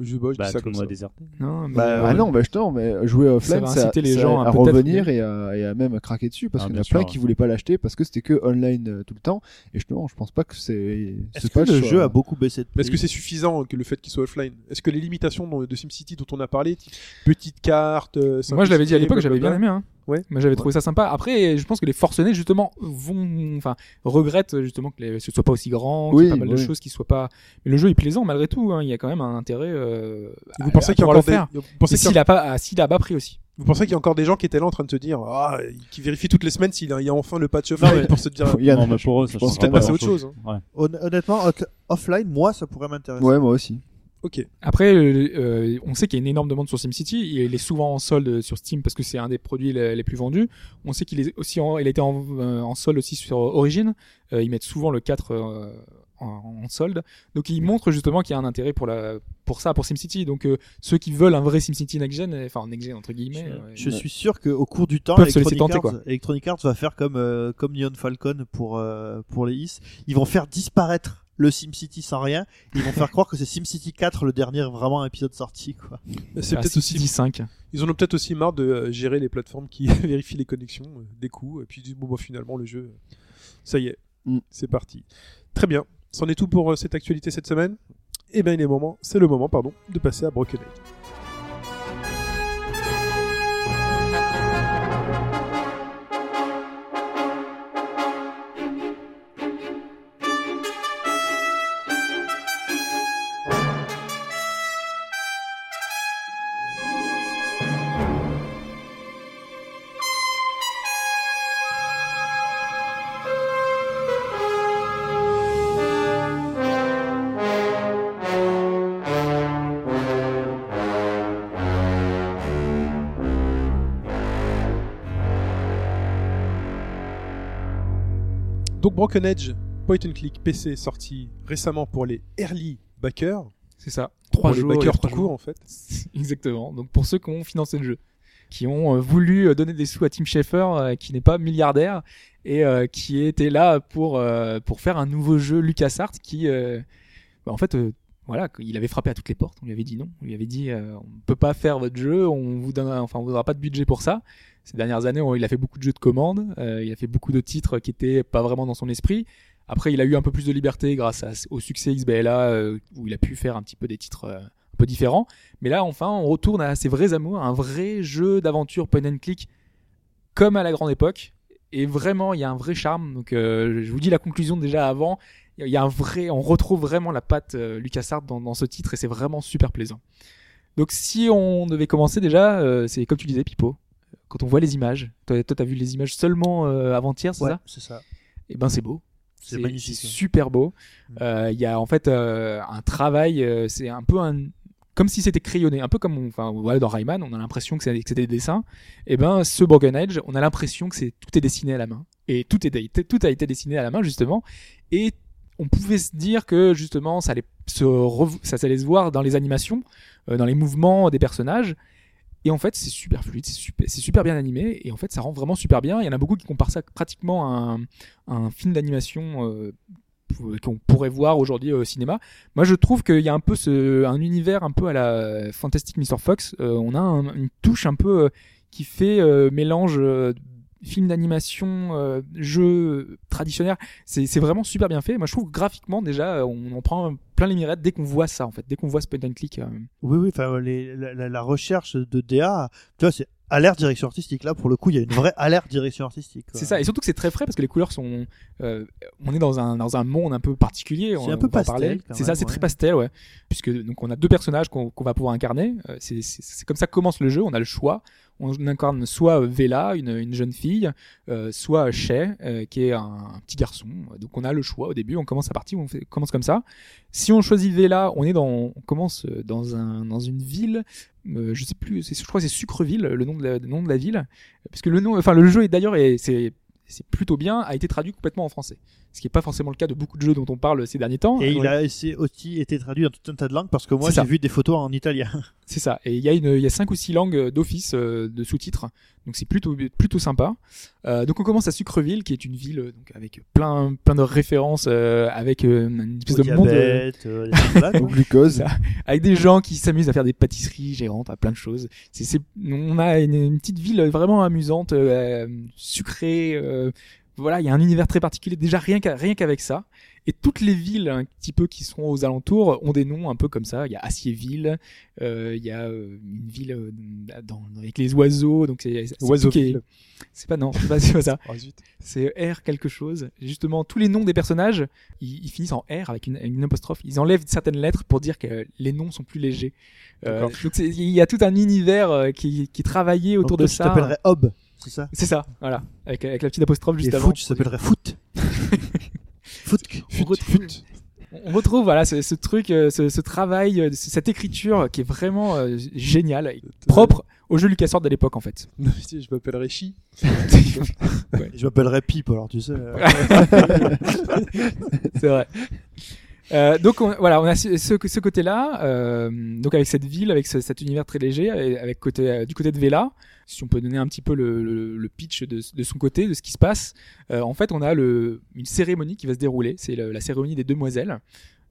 Je, bah, je dis bah, ça tout le comme monde ça. a déserté. Non, mais Bah, Ah non, bah justement, mais jouer offline, va ça, inciter les ça- gens à, à peut-être- revenir et à, et à même à craquer dessus parce Ah, qu'il y en bien a sûr, plein ouais. qui voulaient pas l'acheter parce que c'était que online euh, tout le temps. Et justement, je pense pas que c'est. Est-ce pas que le jeu a beaucoup baissé de Mais Est-ce que prix c'est suffisant que le fait qu'il soit offline Est-ce que les limitations dont- de SimCity dont on a parlé, t- petite carte, euh, Moi, je l'avais dit à l'époque, j'avais simplicité, bien aimé. Hein. Ouais. Moi, j'avais trouvé ça sympa. Après, je pense que les forcenés, justement, vont, enfin, regrettent euh, justement que les- ce soit pas aussi grand, qu'il y Oui, ait pas mal de oui. choses qui soient pas. Mais le jeu est plaisant malgré tout. Hein. Il y a quand même un intérêt. Euh, Et vous pensez à qu'il y a pouvoir encore des, le faire. vous pensez Et qu'il y a- s'il a pas, ah, s'il a bas prix aussi. vous pensez qu'il y a encore des gens qui étaient là en train de se dire, ah, qui vérifient toutes les semaines s'il y a enfin le patch offline mais- pour se dire, ah Il y en a- Non, mais pour eux, ça je pense changera qu'il y en a pas c'est autre grand-chose. chose. hein. Hon- Honnêtement, hot- offline, moi, ça pourrait m'intéresser. Ouais, moi aussi. Ok. Après, euh, euh, on sait qu'il y a une énorme demande sur SimCity. Il est souvent en solde sur Steam parce que c'est un des produits les, les plus vendus. On sait qu'il est aussi, en, il était en, euh, en solde aussi sur Origin. Euh, ils mettent souvent le 4 euh, en, en solde. Donc ils montrent justement qu'il y a un intérêt pour la, pour ça, pour SimCity. Donc euh, ceux qui veulent un vrai SimCity next gen, euh, enfin next gen entre Je, guillemets, euh, je ils suis sûr qu'au cours du temps, Peuvent se laisser Electronic, tenter, Arts, Electronic Arts va faire comme, euh, comme Neon Falcon pour, euh, pour les IS. Ils vont faire disparaître le SimCity sans rien. Ils vont faire croire que c'est SimCity 4 le dernier vraiment épisode sorti. Quoi. C'est Ah, peut-être SimCity aussi, 5. ils en ont peut-être aussi marre de euh, gérer les plateformes qui vérifient les connexions, euh, des coups, et puis ils disent bon bah, finalement le jeu, euh, ça y est, Mm. c'est parti. Très bien. C'en est tout pour euh, cette actualité cette semaine. Et bien, il est moment, c'est le moment, pardon, de passer à Broken Age. Donc, Broken Edge, point and click PC sorti récemment pour les early backers. C'est ça. Trois pour jours. les il y a backers trois tout jours. court, en fait. Exactement. Donc pour ceux qui ont financé le jeu, qui ont euh, voulu euh, donner des sous à Tim Schafer, euh, qui n'est pas milliardaire et euh, qui était là pour euh, pour faire un nouveau jeu LucasArts qui, euh, bah, en fait. euh, voilà, il avait frappé à toutes les portes. On lui avait dit non. On lui avait dit, euh, on ne peut pas faire votre jeu. On vous donnera, enfin, on vous donnera pas de budget pour ça. Ces dernières années, on- il a fait beaucoup de jeux de commande. euh, il a fait beaucoup de titres qui étaient pas vraiment dans son esprit. Après, il a eu un peu plus de liberté grâce à- au succès XBLA, euh, où il a pu faire un petit peu des titres euh, un peu différents. Mais là, enfin, on retourne à ses vrais amours, un vrai jeu d'aventure point and click, comme à la grande époque. Et vraiment, il y a un vrai charme. Donc, euh, je vous dis la conclusion déjà avant. Il y a un vrai, on retrouve vraiment la patte euh, LucasArts dans, dans ce titre et c'est vraiment super plaisant. Donc, si on devait commencer déjà, euh, c'est comme tu disais, Pipo. euh, Quand on voit les images, toi, toi, t'as vu les images seulement euh, avant-hier, c'est Ouais, ça c'est ça. Eh ben, c'est beau. C'est magnifique. C'est ouais. super beau. Mm. Euh, Il y a en fait euh, un travail, euh, c'est un peu un comme si c'était crayonné, un peu comme on- enfin voilà dans Rayman, on a l'impression que c'est- que c'était des dessins. Et ben ce Broken Age, on a l'impression que c'est tout est dessiné à la main et tout est tout a été dessiné à la main justement et on pouvait se dire que justement ça allait se rev- ça allait se voir dans les animations, euh, dans les mouvements des personnages. Et en fait, c'est super fluide, c'est super, c'est super bien animé, et en fait, ça rend vraiment super bien. Il y en a beaucoup qui comparent ça pratiquement à un, à un film d'animation euh, pou- qu'on pourrait voir aujourd'hui au cinéma. Moi, je trouve qu'il y a un peu ce, un univers un peu à la Fantastic Mr. Fox. Euh, on a un- une touche un peu euh, qui fait euh, mélange euh, film d'animation, euh, jeu traditionnel. C'est c'est vraiment super bien fait. Moi, je trouve que graphiquement, déjà, euh, on en prend plein les mirettes dès qu'on voit ça, en fait. Dès qu'on voit ce point and click. euh. Oui, oui, enfin, les- la, la- la recherche de DA, tu vois, c'est alerte direction artistique. Là, pour le coup, il y a une vraie alerte direction artistique. quoi. C'est ça, et surtout que c'est très frais parce que les couleurs sont. euh, on est dans un, dans un monde un peu particulier. C'est on- un peu on va pastel, en parler. quand C'est même, ça, c'est ouais. très pastel, ouais. Puisque donc on a deux personnages qu'on qu'on va pouvoir incarner. Euh, c'est- C'est c'est comme ça que commence le jeu. On a le choix. On incarne soit euh, Vela, une, une jeune fille, euh, soit Shay, euh, qui est un, un petit garçon. Donc on a le choix au début. On commence à partir, on fait- commence comme ça. Si on choisit Vela, on est dans, on commence euh, dans un, dans une ville. euh, je sais plus, c'est- je crois que c'est Sucreville, le nom de la, le nom de la ville parce que le nom, enfin le jeu est d'ailleurs et c'est c'est plutôt bien, a été traduit complètement en français. Ce qui n'est pas forcément le cas de beaucoup de jeux dont on parle ces derniers temps. Et Euh, il a essayé- aussi été traduit dans tout un tas de langues parce que moi, C'est ça. j'ai vu des photos en italien. C'est ça. Et il y a une, il y a cinq ou six langues euh, d'office euh, de sous-titres. Donc c'est plutôt plutôt sympa. Euh, donc on commence à Sucreville, qui est une ville euh, donc avec plein plein de références, euh, avec euh, une espèce Au de monde. euh, diabète, euh, des trucs là, Au quoi. glucose. avec des gens qui s'amusent à faire des pâtisseries géantes, à plein de choses. C'est, c'est, on a une, une petite ville vraiment amusante, euh, sucrée. euh, voilà, il y a un univers très particulier. Déjà rien, qu'à- rien qu'avec ça. Et toutes les villes un petit peu qui sont aux alentours ont des noms un peu comme ça. Il y a Assierville, euh, il y a euh, une ville euh, dans, dans- avec les oiseaux. Donc c'est, c'est Oiseauville. piqué. C'est pas non, c'est pas, c'est pas ça Oh, zut. c'est R quelque chose. Justement, tous les noms des personnages, ils, ils finissent en R avec une, une apostrophe. Ils enlèvent certaines lettres pour dire que euh, les noms sont plus légers. Euh, D'accord. donc c'est- il y a tout un univers euh, qui, qui est travaillé autour Donc, de toi, Tu ça. t'appellerais Hob, c'est ça C'est ça, voilà, avec, avec la petite apostrophe juste Et avant. foot, tu t'appellerais Foot. Foot. On retrouve, on retrouve voilà ce, ce truc, euh, ce, ce travail, euh, cette écriture qui est vraiment euh, géniale, et propre au jeu LucasArts de l'époque en fait. Non, mais tu sais, je m'appellerai Chi. Je m'appellerais Pipe, alors tu sais. euh, C'est vrai. Euh, donc on- voilà, on a ce, ce- ce côté-là, euh, donc avec cette ville, avec ce- cet univers très léger, et avec côté, euh, du côté de Vela, si on peut donner un petit peu le, le- le pitch de, de son côté, de ce qui se passe, euh, en fait on a le, une cérémonie qui va se dérouler, c'est le- la cérémonie des demoiselles.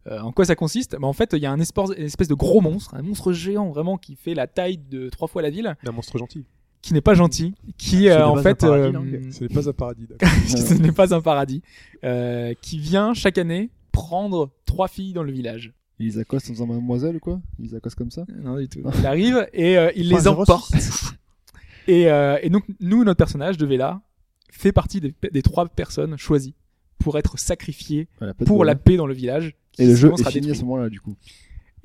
Euh, en quoi ça consiste Bah, En fait il y a un espor- une espèce de gros monstre, un monstre géant vraiment qui fait la taille de trois fois la ville, Un monstre gentil. qui n'est pas gentil, qui Ce euh, Ah, n'est en pas un fait... paradis, euh, non, ok. Ce n'est pas un paradis. d'accord. puisque ce n'est pas un paradis, euh, qui euh, vient chaque année prendre trois filles dans le village. Ils accostent en faisant mademoiselle ou quoi Ils accostent comme ça Non, du tout. Il arrive et euh, il Enfin, les zéro six. emporte. Et, euh, et donc, nous, notre personnage de Vela fait partie des, des trois personnes choisies pour être sacrifiées Elle a pas de pour bol. la paix dans le village. qui Et le jeu sinon est sera fini à détruit. ce moment-là, du coup.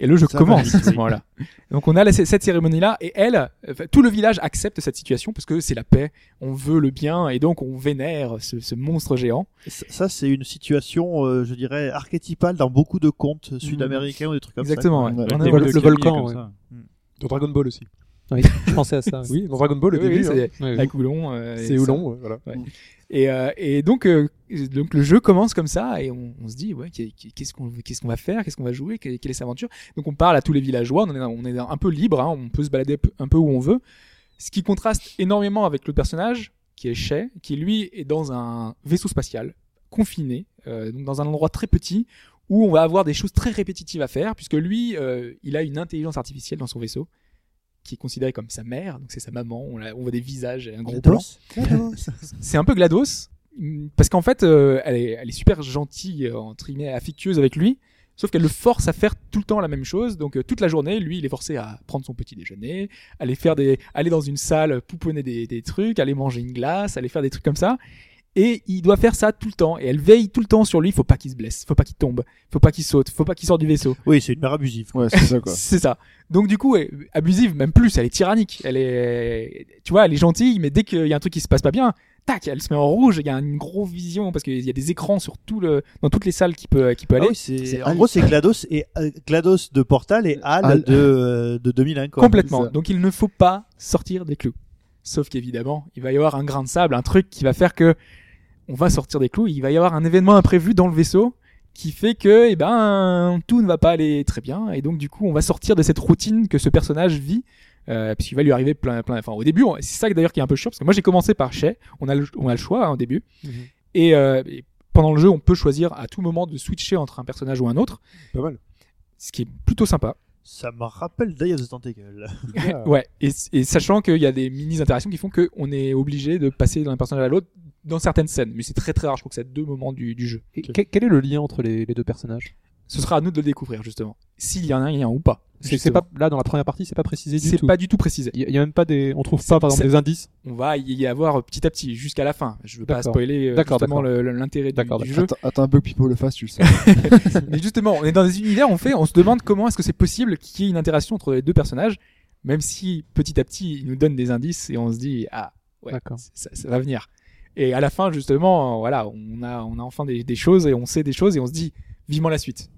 Et le jeu Ça commence va, à ce moment-là. Donc on a la- cette cérémonie-là et elle, enfin, tout le village accepte cette situation parce que c'est la paix, on veut le bien et donc on vénère ce, ce monstre géant. Ça, ça, c'est une situation, euh, je dirais, archétypale dans beaucoup de contes sud-américains ou des trucs comme Mm. Exactement. ouais. ouais. Ouais, On a- le vol- le volcan, ouais. Mm. Dans Dragon Ball aussi. hein. Oui, je pensais à Ah, ça. Oui, dans Dragon Ball, le Oui, oui, début, hein, c'est Oui, oui. avec Oulon. euh, c'est et ça. Oulon, ouais, voilà. Et, euh, et donc, euh, donc le jeu commence comme ça et on, on se dit ouais qu'est- qu'est-ce qu'on qu'est-ce qu'on va faire, qu'est-ce qu'on va jouer, quelle, quelle est cette aventure. Donc on parle à tous les villageois, on est, on est un peu libre, hein, on peut se balader un peu où on veut. Ce qui contraste énormément avec le personnage qui est Shay, qui lui est dans un vaisseau spatial confiné, euh, donc dans un endroit très petit où on va avoir des choses très répétitives à faire puisque lui euh, il a une intelligence artificielle dans son vaisseau qui est considérée comme sa mère, donc c'est sa maman, on, la- on voit des visages, un gros plan c'est un peu GLaDOS mm, parce qu'en fait euh, elle, est, elle est super gentille euh, entre guillemets affectueuse avec lui sauf qu'elle le force à faire tout le temps la même chose donc euh, toute la journée lui il est forcé à prendre son petit déjeuner aller faire des aller dans une salle pouponner des, des trucs aller manger une glace aller faire des trucs comme ça et il doit faire ça tout le temps et elle veille tout le temps sur lui faut pas qu'il se blesse faut pas qu'il tombe faut pas qu'il saute faut pas qu'il sorte du vaisseau ça. Oui, c'est une mère abusive. Ouais, c'est ça, quoi. c'est ça. Donc du coup, elle- abusive, même plus, elle est tyrannique. Elle est, tu vois, elle est gentille, mais dès qu'il y a un truc qui se passe pas bien, tac, elle se met en rouge. Il y a une grosse vision parce qu'il y a des écrans sur tout le, dans toutes les salles qui peut, qui peut Ah aller. oui, c'est- c'est en Al. gros, c'est GLaDOS, et, euh, GLaDOS de Portal et Al, Al. De, euh, de 2001. Quoi. Complètement. ça. Donc il ne faut pas sortir des clous. Sauf qu'évidemment, il va y avoir un grain de sable, un truc qui va faire que on va sortir des clous. Il va y avoir un événement imprévu dans le vaisseau qui fait que, eh ben, tout ne va pas aller très bien. Et donc du coup, on va sortir de cette routine que ce personnage vit. Euh, puisqu'il va lui arriver plein plein enfin au début on- c'est ça que, d'ailleurs qui est un peu chiant parce que moi j'ai commencé par Shay on a le, on a le choix hein, au début Mhm. et, euh, et pendant le jeu on peut choisir à tout moment de switcher entre un personnage ou un autre Pas mal. ce qui est plutôt sympa Ça me rappelle Day of the Tentacle. Ah. Ouais, et, et sachant qu'il y a des mini-interactions qui font qu'on est obligé de passer d'un personnage à l'autre dans certaines scènes, mais c'est très très rare, je crois que c'est à deux moments du, du jeu. Et que- Quel est le lien entre les, les deux personnages Ce sera à nous de le découvrir, justement. S'il y en a un, il y en a un ou pas. C'est c'est pas là dans la première partie, c'est pas précisé du C'est tout. pas du tout précisé. Il y, a- il y a même pas des, on trouve C'est- pas par exemple c'est- des indices. On va y avoir petit à petit, jusqu'à la fin. Je veux pas D'accord. spoiler euh, D'accord, justement d'accord. le- le- l'intérêt du, D'accord, du jeu. Attends, attends un peu que Pipo le fasse, tu le sais. Mais justement, on est dans des univers, on fait, on se demande comment est-ce que c'est possible qu'il y ait une interaction entre les deux personnages, même si petit à petit ils nous donnent des indices et on se dit ah ouais, D'accord. ça, ça va venir. Et à la fin justement, euh, voilà, on a on a enfin des, des choses et on sait des choses et on se dit vivement la suite.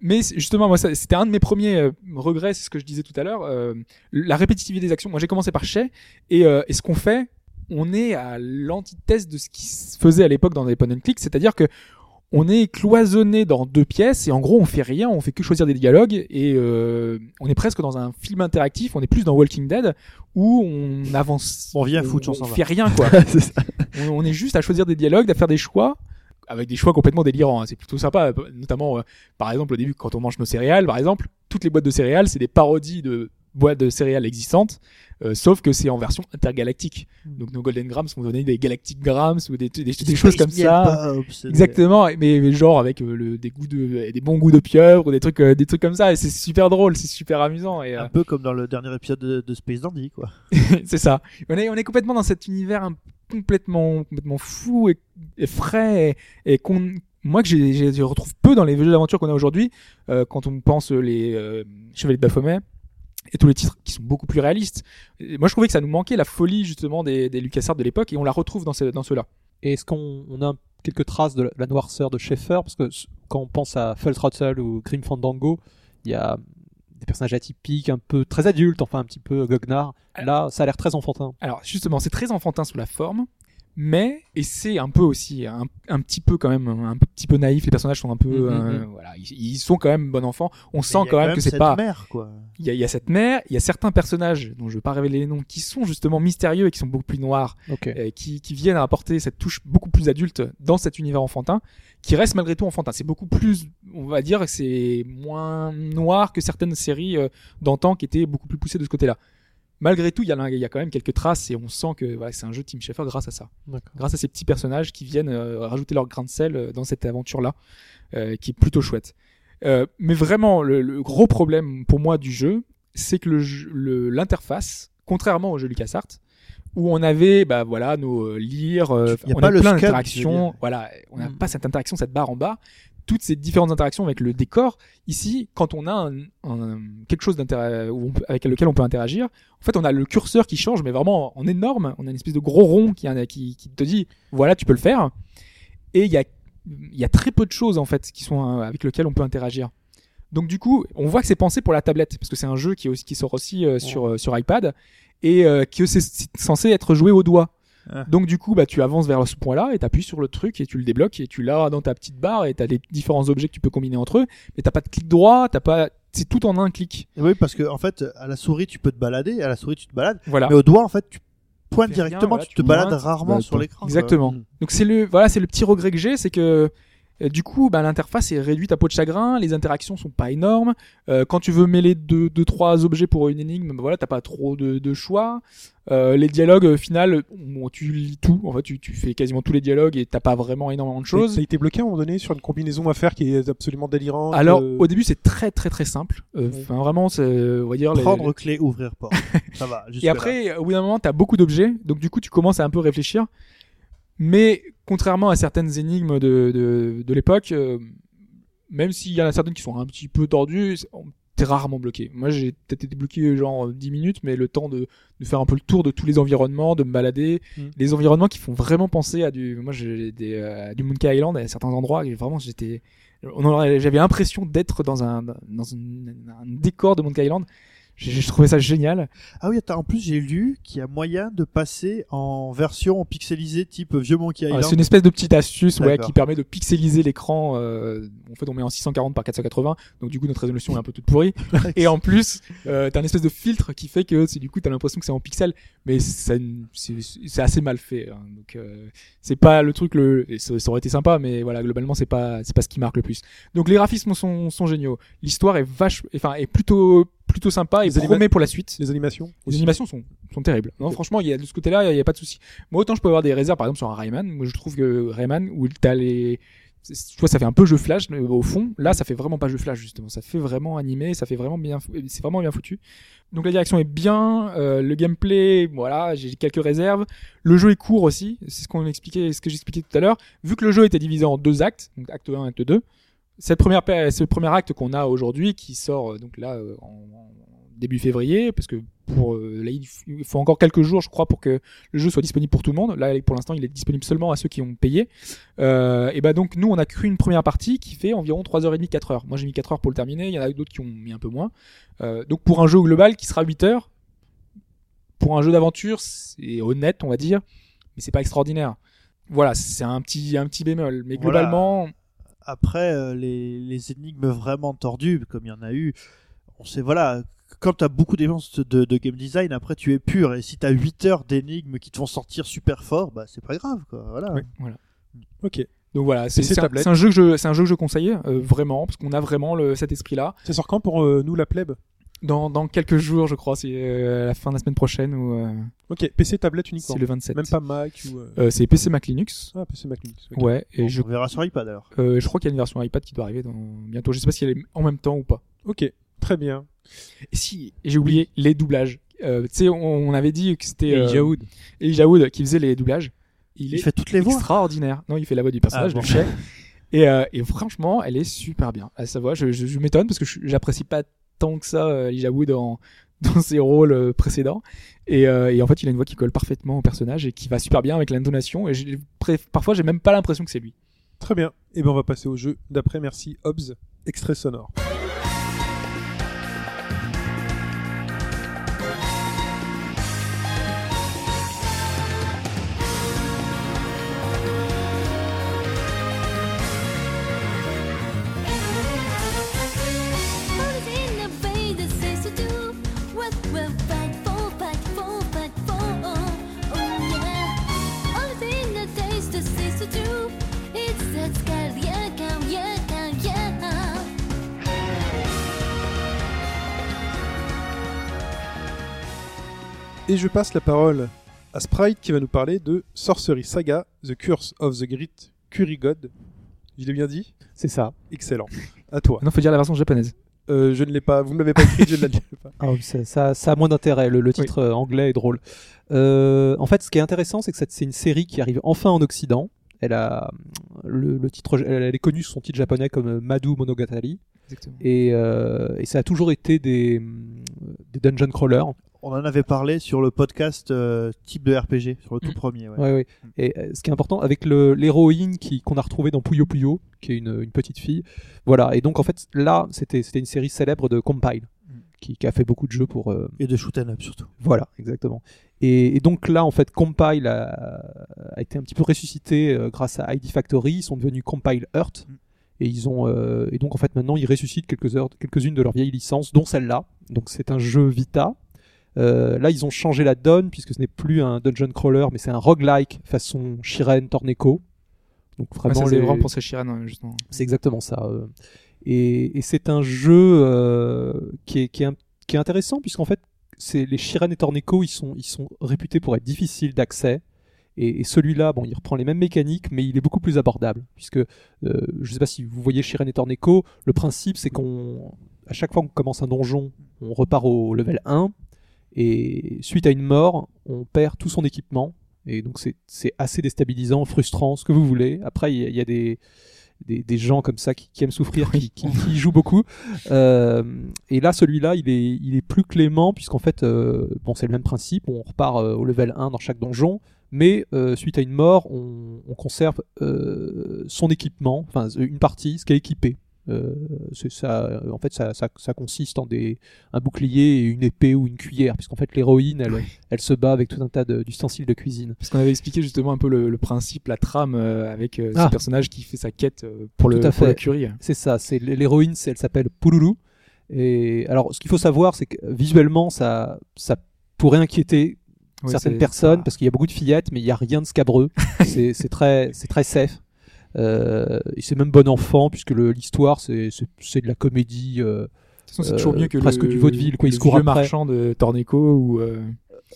Mais c'est- justement, moi, ça- c'était un de mes premiers euh, regrets, c'est ce que je disais tout à l'heure, euh, la répétitivité des actions. Moi, j'ai commencé par Shay, et, euh, et ce qu'on fait, on est à l'antithèse de ce qui se faisait à l'époque dans les point and click, c'est-à-dire que on est cloisonné dans deux pièces et en gros on fait rien, on fait que choisir des dialogues et euh, on est presque dans un film interactif, on est plus dans Walking Dead où on avance, On vient foutre, on s'en on va. fait rien quoi. C'est ça. on, on est juste à choisir des dialogues, à faire des choix avec des choix complètement délirants. hein. C'est plutôt sympa, notamment euh, par exemple au début quand on mange nos céréales, par exemple, toutes les boîtes de céréales c'est des parodies de boîtes de céréales existantes, euh, sauf que c'est en version intergalactique. Donc nos Golden Grams vont donner des Galactic Grams ou des, des- des choses comme ça. Exactement, mais, mais genre avec euh, le, des goûts de, des bons goûts de pieuvre ou des trucs, euh, des trucs comme ça. Et c'est super drôle, c'est super amusant et euh, Un peu comme dans le dernier épisode de, de Space Dandy, quoi. c'est ça. On est, on est complètement dans cet univers un- complètement, complètement fou et, et frais et, et qu'on, moi que j'ai- j'ai- je retrouve peu dans les jeux d'aventure qu'on a aujourd'hui. euh, quand on pense euh, les euh, Chevaliers de Baphomet et tous les titres qui sont beaucoup plus réalistes. Et moi, je trouvais que ça nous manquait la folie justement des, des LucasArts de l'époque et on la retrouve dans, ce, dans ceux-là. Et est-ce qu'on on a un- quelques traces de la- la noirceur de Schaeffer Parce que s- quand on pense à Full Throttle ou Grim Fandango, il y a des personnages atypiques, un peu très adultes, enfin un petit peu goguenards. Euh. Là, ça a l'air très enfantin. Alors justement, c'est très enfantin sous la forme, mais et c'est un peu aussi un, un petit peu quand même un petit peu naïf. Les personnages sont un peu Mhm, euh, voilà, ils, ils sont quand même bon enfant. Mm, On Mais sent il y a quand même que c'est cette pas. mère, quoi. Il y, a, il y a cette mère, il y a certains personnages dont je ne vais pas révéler les noms qui sont justement mystérieux et qui sont beaucoup plus noirs, Ok. euh, qui, qui viennent à apporter cette touche beaucoup plus adulte dans cet univers enfantin, qui reste malgré tout enfantin. C'est beaucoup plus, on va dire, que c'est moins noir que certaines séries euh, d'antan qui étaient beaucoup plus poussées de ce côté-là. malgré tout, il y, a- il y a quand même quelques traces et on sent que voilà, c'est un jeu Team Schafer grâce à ça D'accord. grâce à ces petits personnages qui viennent euh, rajouter leur grain de sel euh, dans cette aventure-là, euh, qui est plutôt chouette. Euh, mais vraiment, le, le gros problème pour moi du jeu, c'est que le jeu- le- l'interface, contrairement au jeu LucasArts, où on avait bah voilà nos euh, lire, euh, Y a on pas a le plein scud, tu veux d'interactions, dire. voilà, on n'a Mm. pas cette interaction, cette barre en bas, toutes ces différentes interactions avec le décor. Ici, quand on a un, un- quelque chose d'intér- où on peut- avec lequel on peut interagir, en fait, on a le curseur qui change, mais vraiment en énorme. On a une espèce de gros rond qui, qui, qui te dit, voilà, tu peux le faire. Et il y a, il y a très peu de choses, en fait, qui sont, euh, avec lesquelles on peut interagir. Donc, du coup, on voit que c'est pensé pour la tablette, parce que c'est un jeu qui, est aussi, qui sort aussi euh, sur, euh, sur iPad, et euh, que c'est c'est censé être joué au doigt. Ah. Donc du coup, bah, tu avances vers ce point-là et t'appuies sur le truc et tu le débloques et tu l'as dans ta petite barre et t'as les différents objets que tu peux combiner entre eux. Mais t'as pas de clic droit, t'as pas, c'est tout en un clic. Et Oui, parce que en fait, à la souris, tu peux te balader, à la souris, tu te balades, Voilà. mais au doigt, en fait, tu pointes Tu fais rien, directement, voilà, Euh, tu tu te balades Ah. pointes, rarement bah, sur l'écran. Exactement. quoi. Donc c'est le voilà, c'est le petit regret que j'ai, c'est que euh, du coup, bah, l'interface est réduite à peau de chagrin, les interactions sont pas énormes. Euh, quand tu veux mêler deux, deux, trois objets pour une énigme, bah, voilà, t'as pas trop de, de choix. Euh, les dialogues euh, final, bon, tu lis tout. En fait, tu, tu fais quasiment tous les dialogues et t'as pas vraiment énormément de choses. Ça a été bloqué à un moment donné sur une combinaison à faire qui est absolument délirante. Alors, euh, au début, c'est très très très simple. Euh, Enfin, vraiment, c'est, euh, on va dire. les- Prendre clé, ouvrir porte. Ça va. Et après, euh, au bout d'un moment, t'as beaucoup d'objets, donc du coup, tu commences à un peu réfléchir. Mais contrairement à certaines énigmes de, de, de l'époque, euh, même s'il y en a certaines qui sont un petit peu tordues, c'est- on- t'es rarement bloqué. Moi, j'ai peut-être été bloqué genre euh, 10 minutes, mais le temps de, de faire un peu le tour de tous les environnements, de me balader, Mm. les environnements qui font vraiment penser à du, moi, j'ai des, euh, à du Moonka Island à certains endroits, et vraiment, j'étais, on aurait- j'avais l'impression d'être dans un, dans une- un décor de Moonka Island. J'ai j'ai trouvé ça génial. Ah oui, attends, en plus, j'ai lu qu'il y a moyen de passer en version pixelisée type vieux Monkey Ouais, Island. Ah, c'est une espèce de petite astuce ouais, D'accord. qui permet de pixeliser l'écran. euh, en fait, on met en 640 par 480, donc du coup notre résolution est un peu toute pourrie. et en plus, euh, t'as un espèce de filtre qui fait que c'est du coup t'as l'impression que c'est en pixels, mais ça- c'est c'est assez mal fait. hein. donc euh, c'est pas le truc le, et ça, ça aurait été sympa, mais voilà globalement c'est pas c'est pas ce qui marque le plus. Donc les graphismes sont, sont géniaux, l'histoire est vache, enfin est plutôt plutôt sympa et Les anima- promet pour la suite. les animations. Les animations sont, sont terribles. Euh, Non, franchement, il y a de ce côté-là, il n'y a, pas de souci. Moi, autant je peux avoir des réserves, par exemple, sur un Rayman. Moi, je trouve que Rayman, où t'as les. c'est- Tu vois, ça fait un peu jeu flash mais au fond. Là, ça fait vraiment pas jeu flash, justement. Ça fait vraiment animé, ça fait vraiment bien. fou- C'est vraiment bien foutu. Donc, la direction est bien. euh, le gameplay, voilà, j'ai quelques réserves. Le jeu est court aussi. C'est ce qu'on expliquait, ce que j'expliquais tout à l'heure. Vu que le jeu était divisé en deux actes, donc acte 1, acte 2, cette première, pa- ce premier acte qu'on a aujourd'hui, qui sort euh, donc là euh, en, en début février, parce que pour euh, là, il f- il faut encore quelques jours, je crois, pour que le jeu soit disponible pour tout le monde. Là, pour l'instant, il est disponible seulement à ceux qui ont payé. Euh, et ben donc, nous, on a cru une première partie qui fait environ 3h30, 4h. Moi, j'ai mis 4h pour le terminer. Il y en a d'autres qui ont mis un peu moins. Euh, donc, pour un jeu au global qui sera 8h, pour un jeu d'aventure, c'est honnête, on va dire, mais c'est pas extraordinaire. Voilà, c'est un petit, un petit bémol. Mais Voilà. globalement, Après, euh, les, les énigmes vraiment tordues, comme il y en a eu, on sait, voilà, quand t'as beaucoup d'éléments de, de game design, après tu es pur. Et si t'as 8 heures d'énigmes qui te font sortir super fort, bah c'est pas grave, quoi. Voilà. Oui. Ok. Donc voilà, c'est c'est c'est un, tablette. c'est un jeu que je, c'est un jeu que je conseille euh, vraiment parce qu'on a vraiment le, cet esprit-là. Ça sort quand pour euh, nous la plèbe Dans, dans quelques jours, je crois, c'est euh, à la fin de la semaine prochaine ou euh, Ok, PC tablette uniquement. c'est le 27. Même pas Mac ou. euh, Euh, c'est PC Mac Linux. Ah, PC Mac Linux. ok. Ouais, et Bon, je, On verra sur iPad alors. euh, je crois qu'il y a une version iPad qui doit arriver dans, bientôt. Je sais pas si elle est en même temps ou pas. Ok, très bien. Et si, et j'ai oublié les doublages. Euh, tu sais, on, on avait dit que c'était euh, Et Yaoud. Elijah Wood qui faisait les doublages. Il Il est fait toutes les voix. extraordinaire. Non, il fait la voix du personnage, Ah, bon. le chien. Et, euh, et franchement, elle est super bien. À sa voix, je, je- je m'étonne parce que je- j'apprécie pas tant que ça euh, Elijah Wood en- dans ses rôles euh, précédents. Et, euh, et en fait, il a une voix qui colle parfaitement au personnage et qui va super bien avec l'intonation. Et j'ai- pré- parfois, j'ai même pas l'impression que c'est lui. Très bien. Et ben on va passer au jeu d'après. Merci Hobbs. Extrait sonore. Put it in the way that says to do what we'll fight for, fight for, fight for. Oh, oh yeah. All the in the days that says to do. It's that sky, yeah, come, yeah, come, yeah. Et je passe la parole à Sprite qui va nous parler de Sorcery Saga, The Curse of the Great Curry God. Je l'ai bien dit C'est ça. Excellent. À toi. Non, faut dire la version japonaise. Euh, je ne l'ai pas, vous ne l'avez pas écrit, je ne l'ai pas. Ah oui, ça, ça, ça a moins d'intérêt. Le, le titre euh, anglais est drôle. Euh, en fait, ce qui est intéressant, c'est que cette- c'est une série qui arrive enfin en Occident. Elle a le, le titre, elle, elle est connue sous son titre japonais comme euh, Madu Monogatari, Exactement. et, euh, et ça a toujours été des, hum, des dungeon crawlers. On en avait parlé sur le podcast euh, type de RPG, sur le tout Mm. premier. ouais. Ouais, ouais. Et euh, ce qui est important, avec le- l'héroïne qui qu'on a retrouvée dans Puyo Puyo, qui est une, une petite fille. Voilà. Et donc en fait, là, c'était c'était une série célèbre de Compile, qui, qui a fait beaucoup de jeux pour euh, Et de shoot 'em up surtout. Voilà, exactement. Et, et donc là, en fait, Compile a, a été un petit peu ressuscité euh, grâce à ID Factory. Ils sont devenus Compile Earth. Mm. Et, ils ont, euh, et donc, en fait, maintenant, ils ressuscitent quelques heures- quelques-unes de leurs vieilles licences, dont celle-là. Donc, c'est un jeu Vita. Euh, là, ils ont changé la donne, puisque ce n'est plus un dungeon crawler, mais c'est un roguelike façon Shiren Torneko. Donc, Ouais, vraiment, Ah, ça les- faisait vraiment penser à Shiran, euh, justement. c'est exactement ça. euh. Et, et c'est un jeu euh, qui, est, qui, est un- qui est intéressant, puisqu'en fait, c'est les Shiren et Torneco, ils sont, ils sont réputés pour être difficiles d'accès. Et, et celui-là, bon, il reprend les mêmes mécaniques, mais il est beaucoup plus abordable. Puisque, euh, je sais pas si vous voyez Shiren et Torneco, le principe, c'est qu'on. À chaque fois qu'on commence un donjon, on repart au level 1. Et suite à une mort, on perd tout son équipement. Et donc, c'est- c'est assez déstabilisant, frustrant, ce que vous voulez. Après, il y a- il y a des des, des gens comme ça qui, qui aiment souffrir, qui, qui, qui jouent beaucoup. Euh, et là, celui-là, il est, il est plus clément, puisqu'en fait, euh, bon, c'est le même principe, on repart euh, au level 1 dans chaque donjon, mais euh, suite à une mort, on, on conserve euh, son équipement, enfin euh, une partie, ce qui est équipé. Euh, c'est ça, en fait, ça, ça, ça consiste en des, un bouclier et une épée ou une cuillère, puisqu'en fait, l'héroïne, elle, elle se bat avec tout un tas de- d'ustensiles de cuisine. Parce qu'on avait expliqué justement un peu le, le principe, la trame euh, avec euh, Ah. ce personnage qui fait sa quête euh, pour, le, Tout à pour le fait. curry. C'est ça, c'est l'héroïne, c'est- elle s'appelle Pululu. Et alors, ce qu'il faut savoir, c'est que visuellement, ça, ça pourrait inquiéter Ouais, certaines c'est- personnes ça- parce qu'il y a beaucoup de fillettes, mais il n'y a rien de scabreux. c'est c'est très, c'est très safe. Euh, et c'est même bon enfant puisque le- l'histoire, c'est c'est- c'est de la comédie. euh, De toute façon, c'est toujours Euh, mieux que presque le, du vaudeville, quoi, il le se court vieux après. marchand de Torneco ou. euh,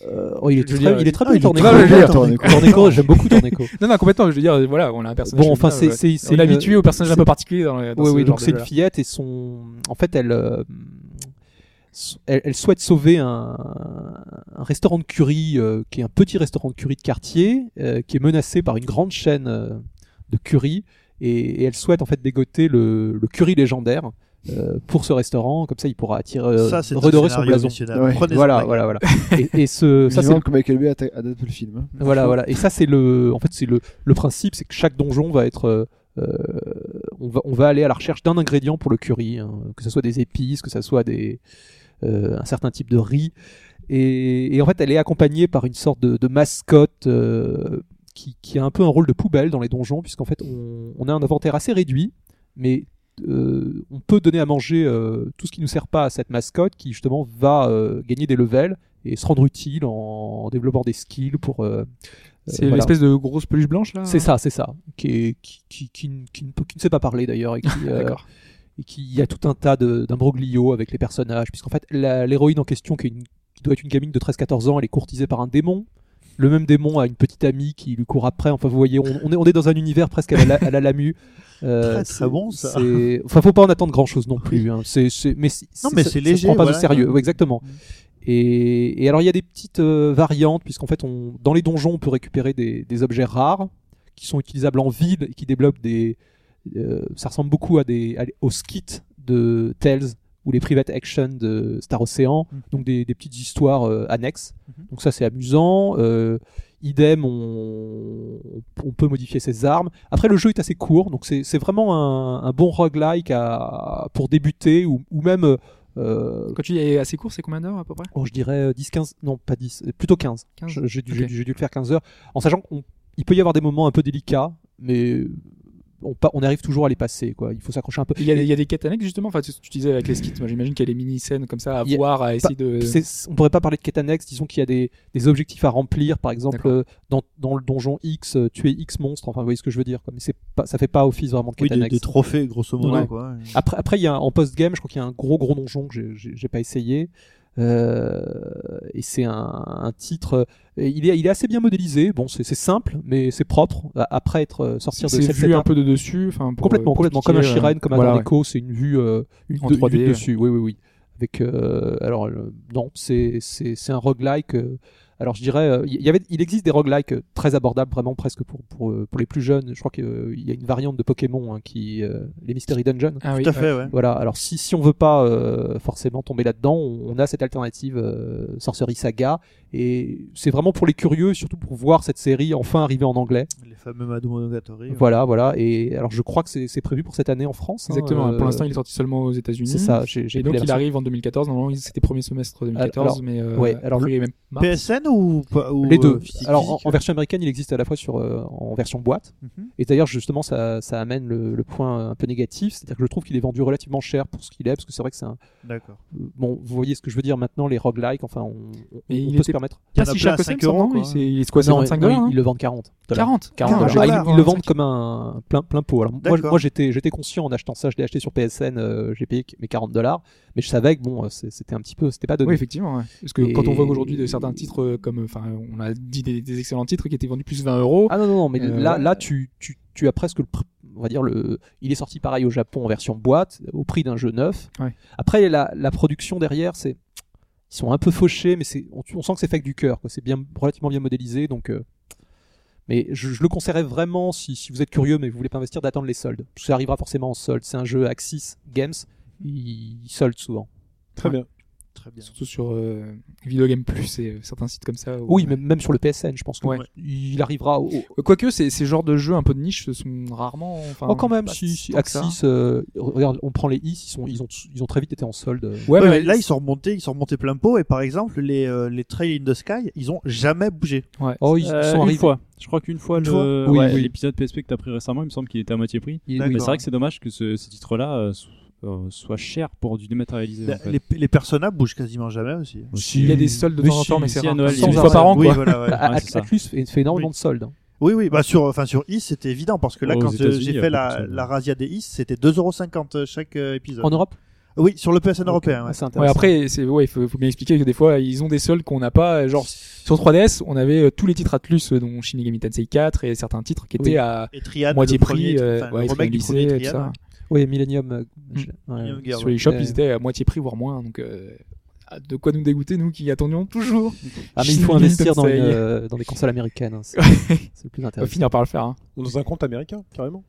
euh, oh, il, est Je veux très, dire, il est très ah, bien il est Torneco. très bien, Torneco. Torneco, j'aime beaucoup Torneco. Non, non, complètement. Je veux dire, euh, voilà, on a un personnage. Bon, enfin, féminin, c'est ouais. c'est- c'est On est une- habitué aux personnages un c'est- peu particuliers dans, le- dans Oui, ce oui, genre donc de c'est une jeu-là. fillette et son. En fait, elle. euh, so- Elle, elle souhaite sauver un, un restaurant de curry euh, qui est un petit restaurant de curry de quartier euh, qui est menacé par une grande chaîne euh, de curry et, et elle souhaite en fait dégoter le, le curry légendaire euh, pour ce restaurant comme ça il pourra attirer euh, ça, c'est un redorer son scénario blason. national. Ouais. Prenez Voilà, ça. voilà, voilà. Et, et ce, ça c'est Vivant que Michael Bay atta- adapte le film. hein. voilà, voilà. Et ça, c'est le, en fait, c'est le, le principe, c'est que chaque donjon va être, euh, euh, on va, on va aller à la recherche d'un ingrédient pour le curry, hein, que ce soit des épices, que ce soit des, euh, un certain type de riz. Et, et en fait, elle est accompagnée par une sorte de, de mascotte euh, qui, qui a un peu un rôle de poubelle dans les donjons, puisqu'en fait, on, on a un inventaire assez réduit, mais euh, on peut donner à manger euh, tout ce qui ne sert pas à cette mascotte qui justement va euh, gagner des levels et se rendre utile en, en développant des skills pour. euh, euh, C'est voilà. l'espèce de grosse peluche blanche, là C'est ça, c'est ça, qui, est- qui, qui, qui ne- qui ne peut- qui ne sait pas parler d'ailleurs et qui, euh, D'accord. et qui il y a tout un tas de- d'imbroglios avec les personnages, puisqu'en fait, la- l'héroïne en question, qui, est une- qui doit être une gamine de 13-14 ans, elle est courtisée par un démon. Le même démon a une petite amie qui lui court après. Enfin, vous voyez, on, on est, on est dans un univers presque à la, à la Lamu. Euh, Très, très c'est- bon, ça. c'est- Enfin, faut pas en attendre grand chose non plus. hein. C'est- c'est- mais si- Non, si mais ça- c'est ça se léger, prend pas voilà. Mm. au sérieux, Ouais, exactement. Et, et alors, il y a des petites euh, variantes, puisqu'en fait, on, dans les donjons, on peut récupérer des, des objets rares qui sont utilisables en ville et qui développent des. euh, ça ressemble beaucoup à des, à- aux skits de Tales ou les private action de Star Mm. Ocean, donc des, des petites histoires euh, annexes. Mm-hmm. Donc, ça, c'est amusant. Euh, idem, on, on peut modifier ses armes. Après, le jeu est assez court, donc c'est c'est vraiment un, un bon roguelike à, pour débuter ou, ou même. euh, Quand tu dis assez court, c'est combien d'heures à peu près Oh, je dirais euh, 10, 15, non pas 10, euh, plutôt 15. 15. Je- J'ai dû, Ok. j'ai dû- j'ai dû le faire 15 heures, en sachant qu'il peut y avoir des moments un peu délicats, mais on, pa- on arrive toujours à les passer, quoi. Il faut s'accrocher un peu. Il y, a, il y a des quêtes annexes justement, enfin, tu, tu disais avec les skits, moi j'imagine qu'il y a des mini-scènes comme ça à Il y a- voir, à essayer de. C'est- on pourrait pas parler de quête annexe, disons qu'il y a des, des objectifs à remplir, par exemple D'accord. euh, dans, dans le donjon X, euh, tuer X monstre, enfin vous voyez ce que je veux dire, quoi. mais c'est pas, ça fait pas office vraiment de Oui, quête des, annexe. des trophées, grosso modo. Ouais. Quoi. Après, après il y a, en post-game, je crois qu'il y a un gros gros donjon que j'ai- j'ai j'ai pas essayé. Euh, et c'est un, un titre. et Il est, il est assez bien modélisé. Bon, c'est c'est simple, mais c'est propre. A- Après être euh, sortir de C'est cette vu un peu de dessus. enfin, pour, complètement, euh, complètement, comme un expliquer, euh, Shiren, comme un voilà, ouais. Deco, c'est une vue, euh, une, En de- une 3D, vue ouais. dessus. Oui, oui, oui. Avec, euh, alors euh, non, c'est c'est c'est un roguelike. euh, alors je dirais, euh, il y avait, il existe des roguelikes euh, très abordables, vraiment presque pour pour, euh, pour les plus jeunes. Je crois qu'il y a une variante de Pokémon hein, qui euh, les Mystery Dungeon. Ah oui, Tout à ouais. fait, ouais. Voilà. Alors si si on veut pas euh, forcément tomber là-dedans, on, on a cette alternative euh, Sorcery Saga et c'est vraiment pour les curieux, surtout pour voir cette série enfin arriver en anglais. Les fameux Madou Monogatari. Voilà, voilà. Et alors, je crois que c'est c'est prévu pour cette année en France. hein, Exactement. euh, Pour l'instant, il est sorti seulement aux États-Unis. c'est ça. J'ai j'ai Et pris donc, la il version- arrive en 2014. Normalement, c'était premier semestre 2014, Alors, mais euh, ouais, alors, a priori, même mars. PSN ou, pas- ou les deux. euh, physique, alors, en, physique en version américaine, il existe à la fois sur euh, en version boîte. Mhm. Et d'ailleurs, justement, ça, ça amène le, le point un peu négatif, c'est-à-dire que je trouve qu'il est vendu relativement cher pour ce qu'il est, parce que c'est vrai que c'est un. D'accord. Bon, vous voyez ce que je veux dire maintenant, les roguelikes. Enfin, on, on- Mais on il peut se était permettre. Pas Il y en a si plein cher à que ça, 5 il me semble, euros, non quoi. Il s'est- Il est quoi C'est Non, 25 non, dollars hein ils, ils le vendent 40. dollars. 40 40 dollars. dollars. Ah, ils, ils le vendent 25. comme un plein, plein pot. Alors, moi, je- D'accord. moi j'étais, j'étais conscient en achetant ça, je l'ai acheté sur PSN, euh, j'ai payé mes 40 dollars, mais je savais que bon, euh, c'est- c'était un petit peu, c'était pas donné. Oui, effectivement. ouais. Parce que Et- quand on voit qu'aujourd'hui de certains titres, euh, comme, enfin, on a dit des, des excellents titres qui étaient vendus plus 20 euros. Ah non, non, non, mais Euh, là, ouais. là tu, tu, tu as presque le. pr- On va dire, le, il est sorti pareil au Japon en version boîte, au prix d'un jeu neuf. Ouais. Après, la, la production derrière, c'est. Ils sont un peu fauchés, mais c'est, on, on sent que c'est fait avec du cœur. quoi. C'est bien, relativement bien modélisé. Donc, euh, mais je, je le conseillerais vraiment, si, si vous êtes curieux, mais vous voulez pas investir, d'attendre les soldes. Parce que ça arrivera forcément en solde. C'est un jeu Axis Games. Ils soldent souvent. Très bien. Très bien. Surtout sur euh, Video Game Plus et euh, certains sites comme ça. où- Oui, mais même sur le PSN, je pense qu'il Ouais. arrivera au, au- Quoique, ces, ces genres de jeux un peu de niche ce sont rarement. Enfin, Oh, quand même, pas si, si, Hein, bah, tant que ça. Axis, euh, regarde, on prend les is, ils, sont, ils, ont, ils ont très vite été en solde. Ouais, Ouais, mais mais là, ils sont remontés, ils sont remontés plein pot, et par exemple, les, euh, les Trails in the Sky, ils ont jamais bougé. Ouais. Oh, ils Euh, sont une arrivés. fois. Je crois qu'une fois Une le- fois Oui, ouais, oui. l'épisode PSP que t'as pris récemment, il me semble qu'il était à moitié prix. Il- D'accord. Mais c'est vrai que c'est dommage que ce, ce titre-là euh, so- euh, soit cher pour du dématérialisé. en fait. Les, les personnages bougent quasiment jamais aussi. Aussi- Il y a des soldes de Mais temps en si, temps, mais si, c'est à rare. Noël, C'est il y a une des fois par an, oui, quoi. voilà, ouais. Bah, ouais, At- c'est ça. Atlus fait, fait énormément Oui. de soldes. hein. oui, oui, bah sur, enfin sur Is, c'était évident parce que là, Aux quand euh, États-Unis, il y j'ai a fait beaucoup de la, soldes. la razzia des Is, c'était 2,50€ chaque euh, épisode. En Europe Oui, sur le PSN européen. Ah, ouais. c'est intéressant. Ouais, après, c'est ouais, il faut, faut bien expliquer que des fois, ils ont des soldes qu'on n'a pas. Genre, sur 3DS, on avait euh, tous les titres Atlus, euh, dont Shin Megami Tensei 4 et certains titres qui étaient Oui. à Et Triad, moitié le premier, prix, euh, enfin, ouais, le remake du lycée, premier tout Triad. ça. Oui, Millennium. euh, je- ouais. Young Girl, Sur ouais. les shops, Ouais. ils étaient à moitié prix, voire moins. Donc, euh, de quoi nous dégoûter, nous qui attendions toujours. Ah, mais il faut Shin investir dans, Megami une, Tensei. euh, dans des consoles américaines. hein, C'est c'est le plus On va intéressant. finir par le faire. hein. Dans un compte américain, carrément.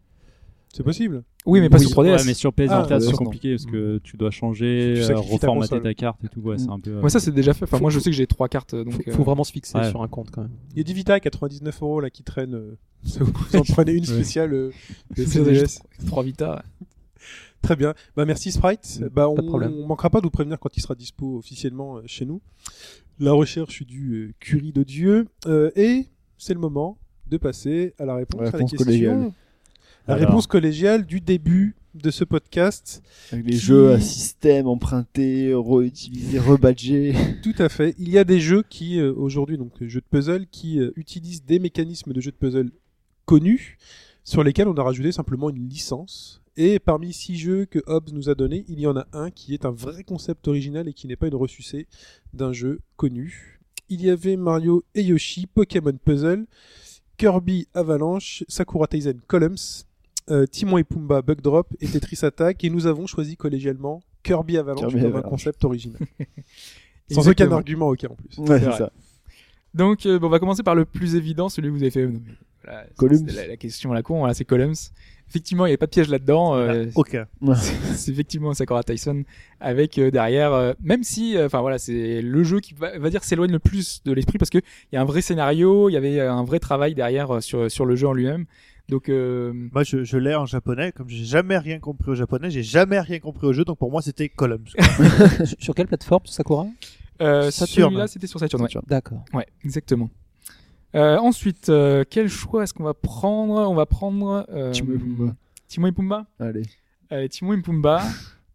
C'est possible. Oui, mais pas Oui, sur 3DS. ouais, mais sur PS Ah, Mm. Vita, c'est non. compliqué parce que tu dois changer, Tu euh, sacrifies ta reformater ta, console. Mm. carte et tout. Ouais, c'est un peu. euh, Moi, ça, c'est déjà fait. Enfin, Faut- moi, je sais que j'ai trois cartes. Donc, Faut, euh, faut vraiment se fixer Ouais. sur un compte quand même. Il y a Divita à 99 euros là qui traîne. euh, ça vous vous en prenez une spéciale euh, de c'est déjà CDS. trois Vita. Très bien. Bah merci Sprite. Bah on, de problème. on manquera pas de vous prévenir quand il sera dispo officiellement euh, chez nous. La recherche du euh, Curie de Dieu Euh, et c'est le moment de passer à la réponse, La à la réponse question. collégiale. La Alors. réponse collégiale du début de ce podcast. Avec les jeux à système empruntés, réutilisés, rebadgés. Tout à fait. Il y a des jeux qui euh, aujourd'hui donc euh, jeux de puzzle qui euh, utilisent des mécanismes de jeux de puzzle connus sur lesquels on a rajouté simplement une licence. Et parmi six jeux que Hobbs nous a donnés, il y en a un qui est un vrai concept original et qui n'est pas une ressucée d'un jeu connu. Il y avait Mario et Yoshi, Pokémon Puzzle, Kirby Avalanche, Sakura Taisen Columns, euh, Timon et Pumba Bug Drop et Tetris Attack. Et nous avons choisi collégialement Kirby Avalanche Kirby comme un Avalanche. concept original. Sans Exactement. aucun argument aucun en plus. Ouais, c'est vrai. ça. Donc, euh, bon, on va commencer par le plus évident, celui que vous avez fait. Non, mais voilà, c'est- Columns. c'est La, la question à la con, voilà, c'est Columns. Effectivement, il n'y avait pas de piège là-dedans. euh, Ok. c'est effectivement Sakura Tyson avec euh, derrière, euh, même si, euh, enfin voilà, c'est le jeu qui va, va dire s'éloigne le plus de l'esprit parce que il y a un vrai scénario, il y avait un vrai travail derrière euh, sur sur le jeu en lui-même. Donc euh, Moi, je, je l'ai en japonais. Comme j'ai jamais rien compris au japonais, j'ai jamais rien compris au jeu, donc pour moi, c'était Columns. quoi. Sur- sur quelle plateforme, Sakura euh, Saturn. celui-là, c'était sur Saturn. ouais. D'accord. Ouais, exactement. Euh, ensuite, euh, quel choix est-ce qu'on va prendre On va prendre euh, Timon et Pumba. Timon et Pumba. Allez. Euh, Timon et Pumba.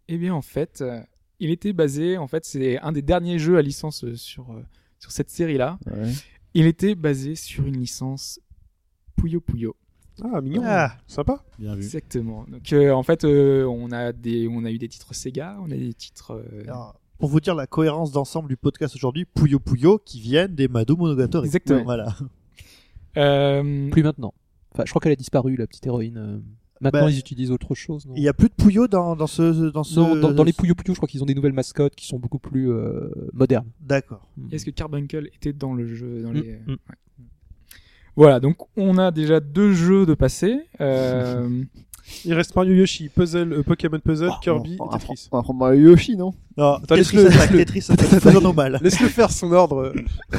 eh bien, en fait, euh, il était basé. En fait, c'est un des derniers jeux à licence euh, sur euh, sur cette série-là. Ouais. Il était basé sur une licence Puyo Puyo. Ah, mignon. Ah. Sympa. Bien vu. Exactement. Donc, euh, en fait, euh, on a des on a eu des titres Sega, on a eu des titres. euh, Alors, pour vous dire la cohérence d'ensemble du podcast aujourd'hui, Puyo Puyo qui viennent des Mado Monogatari. Exactement. Voilà. Euh, Plus maintenant. Enfin, je crois qu'elle a disparu, la petite héroïne. euh. Maintenant, Bah, ils utilisent autre chose. Non Il y a plus de Puyo dans, dans ce dans ce Non, dans, dans les Puyo Puyo, je crois qu'ils ont des nouvelles mascottes qui sont beaucoup plus euh, modernes. D'accord. Est-ce que Carbuncle était dans le jeu dans Mm, les... mm. Ouais. Voilà, donc on a déjà deux jeux de passé. Euh, Il reste Mario Yoshi, Puzzle, euh, Pokémon Puzzle, Oh, on, Kirby et va prendre- Tetris. on va prendre Mario Yoshi, non Non, Attends, Tetris laisse-le, attaque, laisse-le. Tetris attaque, faisons-nous mal. Laisse-le faire son ordre. euh.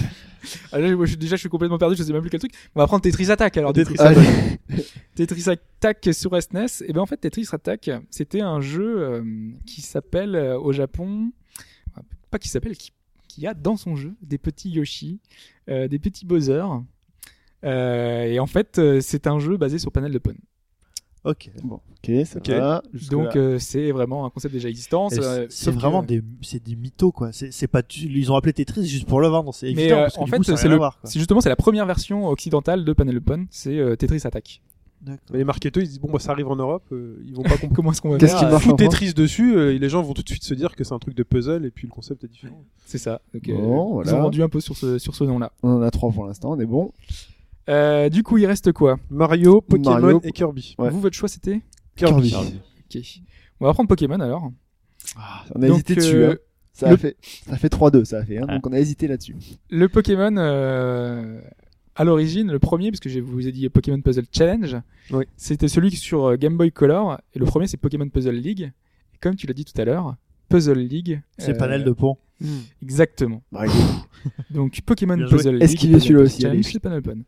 ah, là, je- déjà, je suis complètement perdu, je sais même plus quel truc. On va prendre Tetris Attack alors. du Tetris coup. Attack. Allez. Tetris Attack sur SNES. Et ben en fait, Tetris Attack, c'était un jeu euh, qui s'appelle euh, au Japon, enfin, pas qui s'appelle, qui, qui a dans son jeu des petits Yoshi, euh, des petits Bowser. Euh, et en fait, euh, c'est un jeu basé sur panel de pun. Ok. Bon, ok, ça Ok. va. jusque-là. Donc euh, c'est vraiment un concept déjà existant. Et euh, c'est- C'est sauf que- vraiment des c'est des mythos quoi. C'est c'est pas tu- ils ont appelé Tetris juste pour le vendre. C'est Mais, évident. euh, parce que en du fait, coup, ça a c'est rien le- à voir, quoi. C'est justement c'est la première version occidentale de panel de pun, c'est euh, Tetris Attack. Mais les marketeurs, ils disent bon, bah, ça arrive en Europe, euh, ils vont pas comprendre. Comment est-ce qu'on va Qu'est-ce faire qui euh, marche Tout en France Tetris dessus, euh, et les gens vont tout de suite se dire que c'est un truc de puzzle, et puis le concept est différent. C'est ça. Donc, euh, Bon, voilà. Ils ont vendu un peu sur ce sur ce nom-là. On en a trois pour l'instant, on est bon. Euh, du coup, il reste quoi Mario, Pokémon Mario. et Kirby. Ouais. Vous votre choix c'était Kirby. Ok. On va prendre Pokémon alors. On a Donc, hésité euh, dessus. hein. Ça, le- a fait, ça a fait 3-2, ça a fait. hein. Donc on a hésité là-dessus. Le Pokémon, euh, à l'origine, le premier, parce que je vous ai dit Pokémon Puzzle Challenge, Oui. c'était celui sur euh, Game Boy Color, et le premier c'est Pokémon Puzzle League. Et comme tu l'as dit tout à l'heure, Puzzle League. C'est euh, panel de pont. Exactement. Ouais. Donc Pokémon Bien joué. Puzzle League. Esquivez Puzzle celui-là aussi, Challenge, allez. c'est Panel Pun.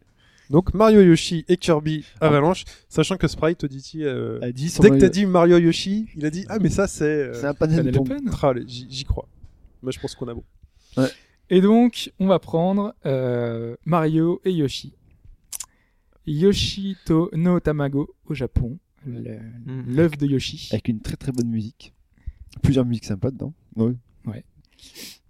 Donc Mario Yoshi et Kirby Avalanche, sachant que Sprite Auditi, euh, A dit, dès que t'as dit Mario Yoshi, il a dit ah mais ça c'est. euh, C'est un panel Panel de Pun. tra- J'y j'y crois. Moi je pense qu'on a bon. Et donc, on va prendre euh, Mario et Yoshi. Yoshito no Tamago au Japon, le- Hmm. l'œuvre de Yoshi. Avec une très très bonne musique. Plusieurs musiques sympas dedans. Ouais.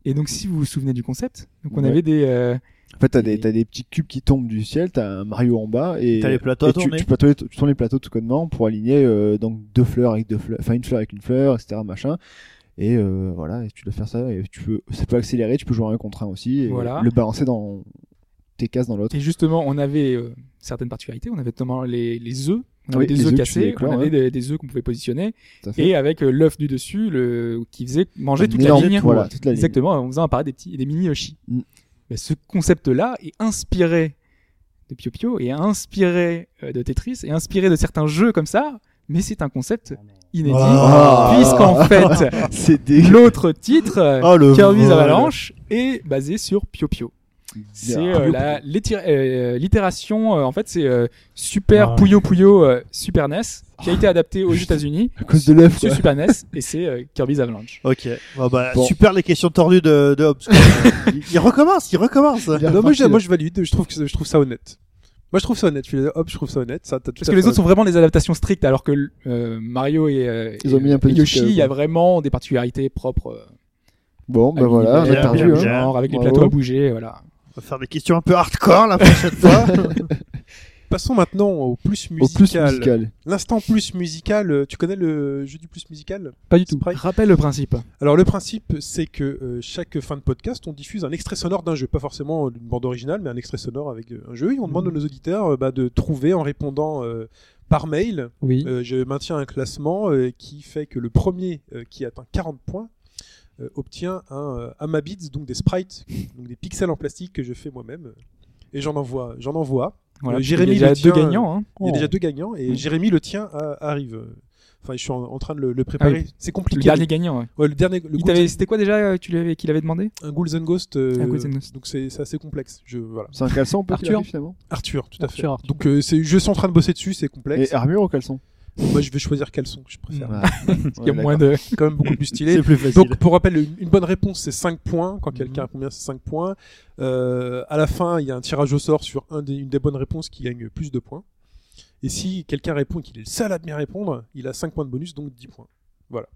Et donc, si vous vous souvenez du concept, donc on Ouais. avait des. euh, En fait, t'as Et- des, t'as des petits cubes qui tombent du ciel, t'as un Mario en bas et. T'as les plateaux à et tu, tourner. tu, plateaux- tu tournes les plateaux tout connement pour aligner euh, donc deux fleurs avec deux fleurs, enfin une fleur avec une fleur, etc. Machin. Et euh, voilà, et tu dois faire ça. Et tu peux, ça peut accélérer, tu peux jouer un contre un aussi. Et Voilà. Le balancer dans tes cases dans l'autre. et justement, on avait euh, certaines particularités. On avait notamment les, les œufs. On avait Oui, des les œufs œufs que tu cassés, déclores, on avait ouais. des, des œufs qu'on pouvait positionner, Tout à fait. et avec euh, l'œuf du dessus, le qui faisait manger Un toute la énorme- ligne. voilà, toute la ligne. Exactement, en faisant apparaître des petits, des mini Yoshi. Mm. Mais ce concept-là est inspiré de Pio Pio et inspiré euh, de Tetris et inspiré de certains jeux comme ça, mais c'est un concept inédit Ah. puisqu'en fait C'est dégueu. l'autre titre euh, Oh le Kirby's vol. Avalanche est basé sur Pio Pio. C'est euh, la- l'étir- euh, l'itération, euh, en fait, c'est euh, Super Ah. Puyo Puyo euh, Super NES qui a Ah. été adapté aux États-Unis à cause de l'œuf. sur quoi. Super NES et c'est euh, Kirby's Avalanche. Ok. Bon, bah, Bon. Super les questions tordues de, de Hobbes. quoi. il, il recommence, il recommence. Il a Non, moi, reparti, je, moi je valide, je trouve, que, je trouve ça honnête. Moi je trouve ça honnête, je suis là, hop, je trouve ça honnête. Ça, t'as tout Parce à que les fait autres sont vraiment des adaptations strictes, alors que euh, Mario et, euh, Ils ont et, mis un peu et de Yoshi, trucs, euh, il y a quoi. vraiment des particularités propres. euh, Bon, à ben voilà, on l'univers, a Bien, perdu. bien, au hein. bien. genre, avec les Bravo. plateaux à bouger, voilà. On va faire des questions un peu hardcore la prochaine fois. Passons maintenant au plus hein. Au plus musical. musical. L'instant plus musical, euh, tu connais le jeu du plus musical Pas du tout. Sprite Rappelle le principe. Alors le principe, c'est que euh, chaque fin de podcast, on diffuse un extrait sonore d'un jeu, pas forcément une bande originale, mais un extrait sonore avec euh, un jeu. Et on demande à nos auditeurs euh, bah, de trouver en répondant euh, par mail. Oui. Euh, je maintiens un classement euh, qui fait que le premier euh, qui atteint 40 points euh, obtient un euh, Amabits, donc des sprites, donc des pixels en plastique que je fais moi-même. Et j'en envoie, j'en envoie. Voilà, Euh, parce Jérémy qu'il y a le déjà deux tient, gagnants. hein. Il y a Oh. déjà deux gagnants et Mm. Jérémy le tien a- arrive. Enfin, je suis en, en train de le, le préparer. C'est Ah Le compliqué. dernier gagnant. ouais. Ouais, le dernier. Le Il Ghouls- t'avait- C'était quoi déjà euh, tu l'avais- qu'il avait demandé un Ghouls and Ghost. euh, Un Ghouls and Ghost. Donc c'est c'est assez complexe. Je voilà. C'est un caleçon, on peut Arthur. tirer, finalement. Arthur, tout à fait. Arthur, Arthur. Donc euh, c'est, je suis en train de bosser dessus, c'est Bah, complexe. Et armure ou caleçon Moi, je vais choisir caleçon, je Mm. préfère. Il y a moins de. C'est quand même beaucoup plus stylé. C'est plus facile. Donc, pour rappel, une une bonne réponse, c'est 5 points. Quand quelqu'un a combien, c'est 5 points. Euh, à la fin, il y a un tirage au sort sur un des- une des bonnes réponses qui gagne plus de points. Et si quelqu'un répond et qu'il est le seul à bien répondre, il a 5 points de bonus, donc 10 points. Voilà.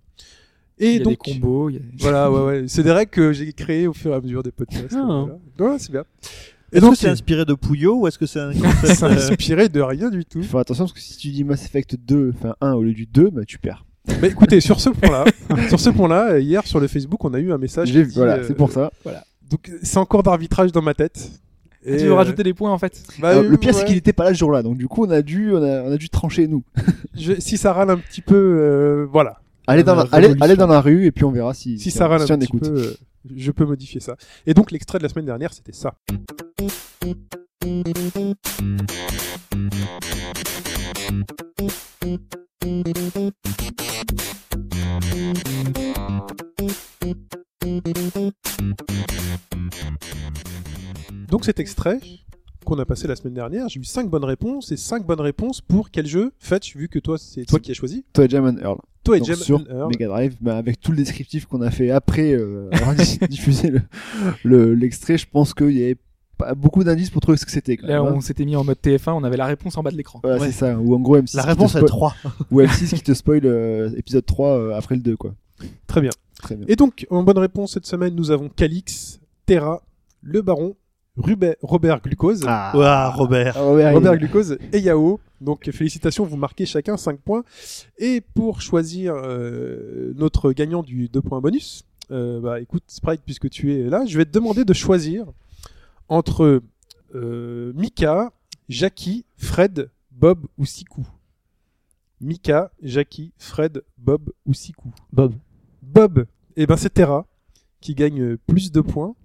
Et Il y a des donc, combos. il y a- voilà, ouais, ouais. C'est des règles que j'ai créées au fur et à mesure des podcasts. Ah. donc voilà. Ouais, c'est bien. Et Est-ce que donc, c'est c'est inspiré de Puyo ou est-ce que c'est un concept, euh, inspiré de rien du tout. Faut faire attention parce que si tu dis Mass Effect 2, enfin 1 au lieu du 2, bah tu perds. Mais écoutez, sur ce point-là, sur ce point-là, euh, hier sur le Facebook, on a eu un message. J'ai qui vu, dit, voilà, euh, c'est pour ça. Donc euh, c'est en cours d'arbitrage dans ma tête. Et, Ah, tu veux euh, rajouter des points en fait bah, Alors, euh, le pire, c'est ouais. qu'il était pas là ce jour-là, donc du coup, on a dû, on a, on a dû trancher nous. Je- si ça râle un petit peu, euh, voilà. Allez dans, la la, allez, révolution. allez dans la rue et puis on verra si, Si ça râle si un on petit écoute. peu, euh, je peux modifier ça. Et donc l'extrait de la semaine dernière, c'était ça. bah, Donc cet extrait qu'on a passé la semaine dernière, j'ai eu 5 bonnes réponses et 5 bonnes réponses pour quel jeu Fetch, vu que toi c'est toi qui as choisi. Toi, Jam and Earl. Toi et Donc, Jem sur and Earl. Mega Drive, bah, avec tout le descriptif qu'on a fait après euh, avoir dis- diffusé le- le- l'extrait, je pense qu'il y avait pas beaucoup d'indices pour trouver ce que c'était. quand Là, bah. même, hein. on s'était mis en mode TF1, on avait la réponse en bas de l'écran. Voilà, c'est ça. Ou en gros, M6 La qui réponse te est spoil- 3. ou M6 qui te spoil euh, épisode 3 euh, après le 2, quoi. Très bien. Très bien. Et donc, en bonne réponse cette semaine, nous avons Calix, Terra, Le Baron, Rubé- Robert Glucose, Ah, Ouah, Robert. Robert, Robert il- Glucose et Yao. Donc, félicitations, vous marquez chacun 5 points. Et pour choisir euh, notre gagnant du 2 points bonus, euh, bah écoute, Sprite, puisque tu es là, je vais te demander de choisir entre euh, Mika, Jackie, Fred, Bob ou Sikou. Mika, Jackie, Fred, Bob ou Sikou. Bob. Bob, et ben c'est Terra qui gagne euh, plus de points.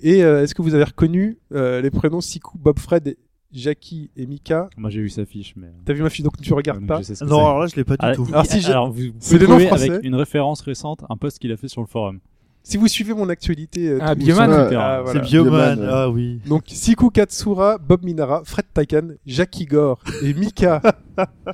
Et euh, est-ce que vous avez reconnu euh, les prénoms Sikou, Bob, Fred, Jackie et Mika Moi j'ai vu sa fiche, mais. T'as vu ma fille donc tu regardes donc, pas Euh, je sais ce que Non, c'est. alors là, je l'ai pas du Ah, tout. il- Alors, si j'ai- alors, vous, vous C'est des pouvez noms français. avec une référence récente, un post qu'il a fait sur le forum. Si vous suivez mon actualité, euh, Ah, tout- Bioman. tout- Ouais, Ah, voilà. C'est Bioman. Bioman, ouais. Ah oui. Donc Siku Katsura, Bob Minara, Fred Taikan, Jackie Gore et Mika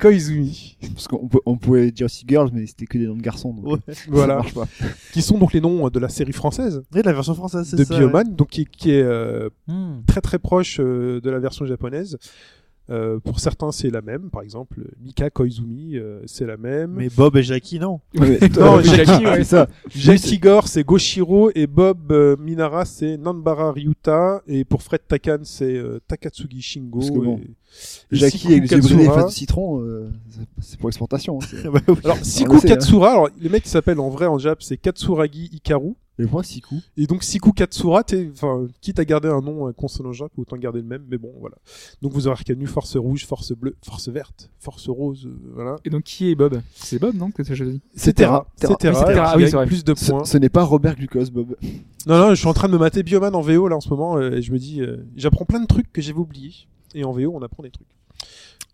Koizumi. Parce qu'on peut- on pouvait dire aussi Girls, mais c'était que des noms de garçons. Donc, Ouais. Voilà, Ça marche pas. qui sont donc les noms euh, de la série française Et la version française, c'est de ça. Bioman, donc qui, qui est euh, Hmm. très très proche euh, de la version japonaise. Euh, pour certains, c'est la même. Par exemple, Mika Koizumi, euh, c'est la même. ouais. Mais Bob et Jackie, non. Ouais, mais- Non, Ouais, Jackie, ouais. c'est ça. Jackie Gore, c'est Goshiro et Bob euh, Minara, c'est Nanbara Ryuta et pour Fred Takan, c'est euh, Takatsugi Shingo. Parce que bon, et- et Jackie Siku avec les yeux brillés et Katsura. fans de citron, euh, c'est- c'est pour exportation. hein, c'est- Bah oui. Alors le Siku sait, hein. Katsura, alors les mecs qui s'appellent en vrai en Jap, c'est Katsuragi Hikaru Le point, c'est coup. et donc Siku Katsura, t'es- enfin quitte à garder un nom euh, consonant Jap, autant garder le même, mais bon voilà. Donc vous aurez reconnu force rouge, force bleue, force verte, force rose, euh, voilà. Et donc, qui est Bob C'est Bob, non que t'as choisi C'est Terra, Terra. c'est Terra, Oui, c'est Terra, qui ah oui, gagne c'est vrai. plus de Ce, points. ce n'est pas Robert Glucose, Bob. Non, non, je suis en train de me mater Bioman en VO là en ce moment euh, et je me dis, euh, j'apprends plein de trucs que j'avais oubliés. Et en VO, on apprend des trucs.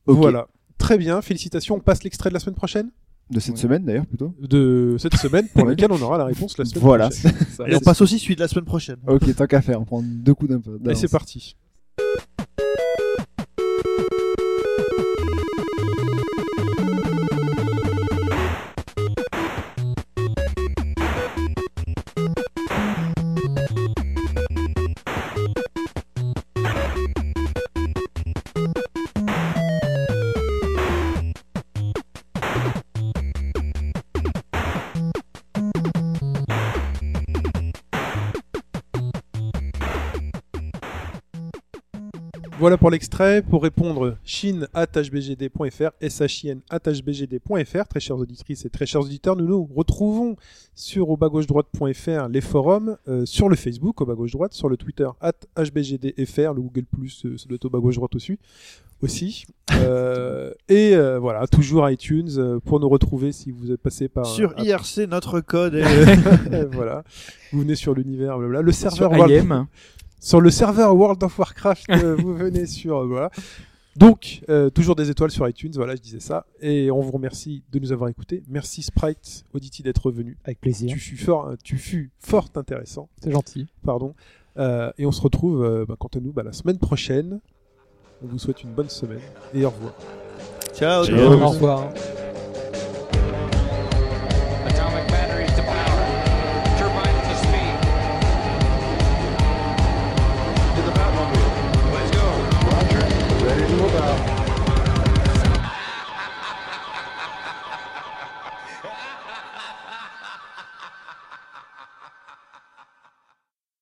Ok. Voilà. Très bien, félicitations. On passe l'extrait de la semaine prochaine De cette Ouais. semaine, d'ailleurs, plutôt. De cette semaine pour Ouais. laquelle on aura la réponse la semaine Voilà. prochaine. Et on passe aussi celui de la semaine prochaine. Ok, tant qu'à faire, on prend deux coups d'un peu. Et c'est parti. Voilà pour l'extrait. Pour répondre, chine.hbgd.fr, shine.hbgd.fr. Très chères auditrices et très chers auditeurs, nous nous retrouvons sur au bas gauche droite.fr, les forums, euh, sur le Facebook au bas gauche droite, sur le Twitter hbgdfr, le Google Plus, euh, ça doit être au bas gauche droite aussi. aussi. Euh, et euh, voilà, toujours iTunes euh, pour nous retrouver si vous êtes passé par. Sur un- IRC, notre code est. voilà. Vous venez sur l'univers, blablabla. Le serveur Sur World- IM. sur le serveur World of Warcraft, euh, vous venez sur euh, voilà. Donc euh, toujours des étoiles sur iTunes, voilà, je disais ça et on vous remercie de nous avoir écoutés. Merci Sprite Audity d'être venu. Avec plaisir. Tu fus fort, tu fus fort intéressant, C'est gentil. pardon. Euh, et on se retrouve euh, bah, quant à nous bah, la semaine prochaine. On vous souhaite une bonne semaine et au revoir. Ciao, tout Ciao. le monde. Au revoir.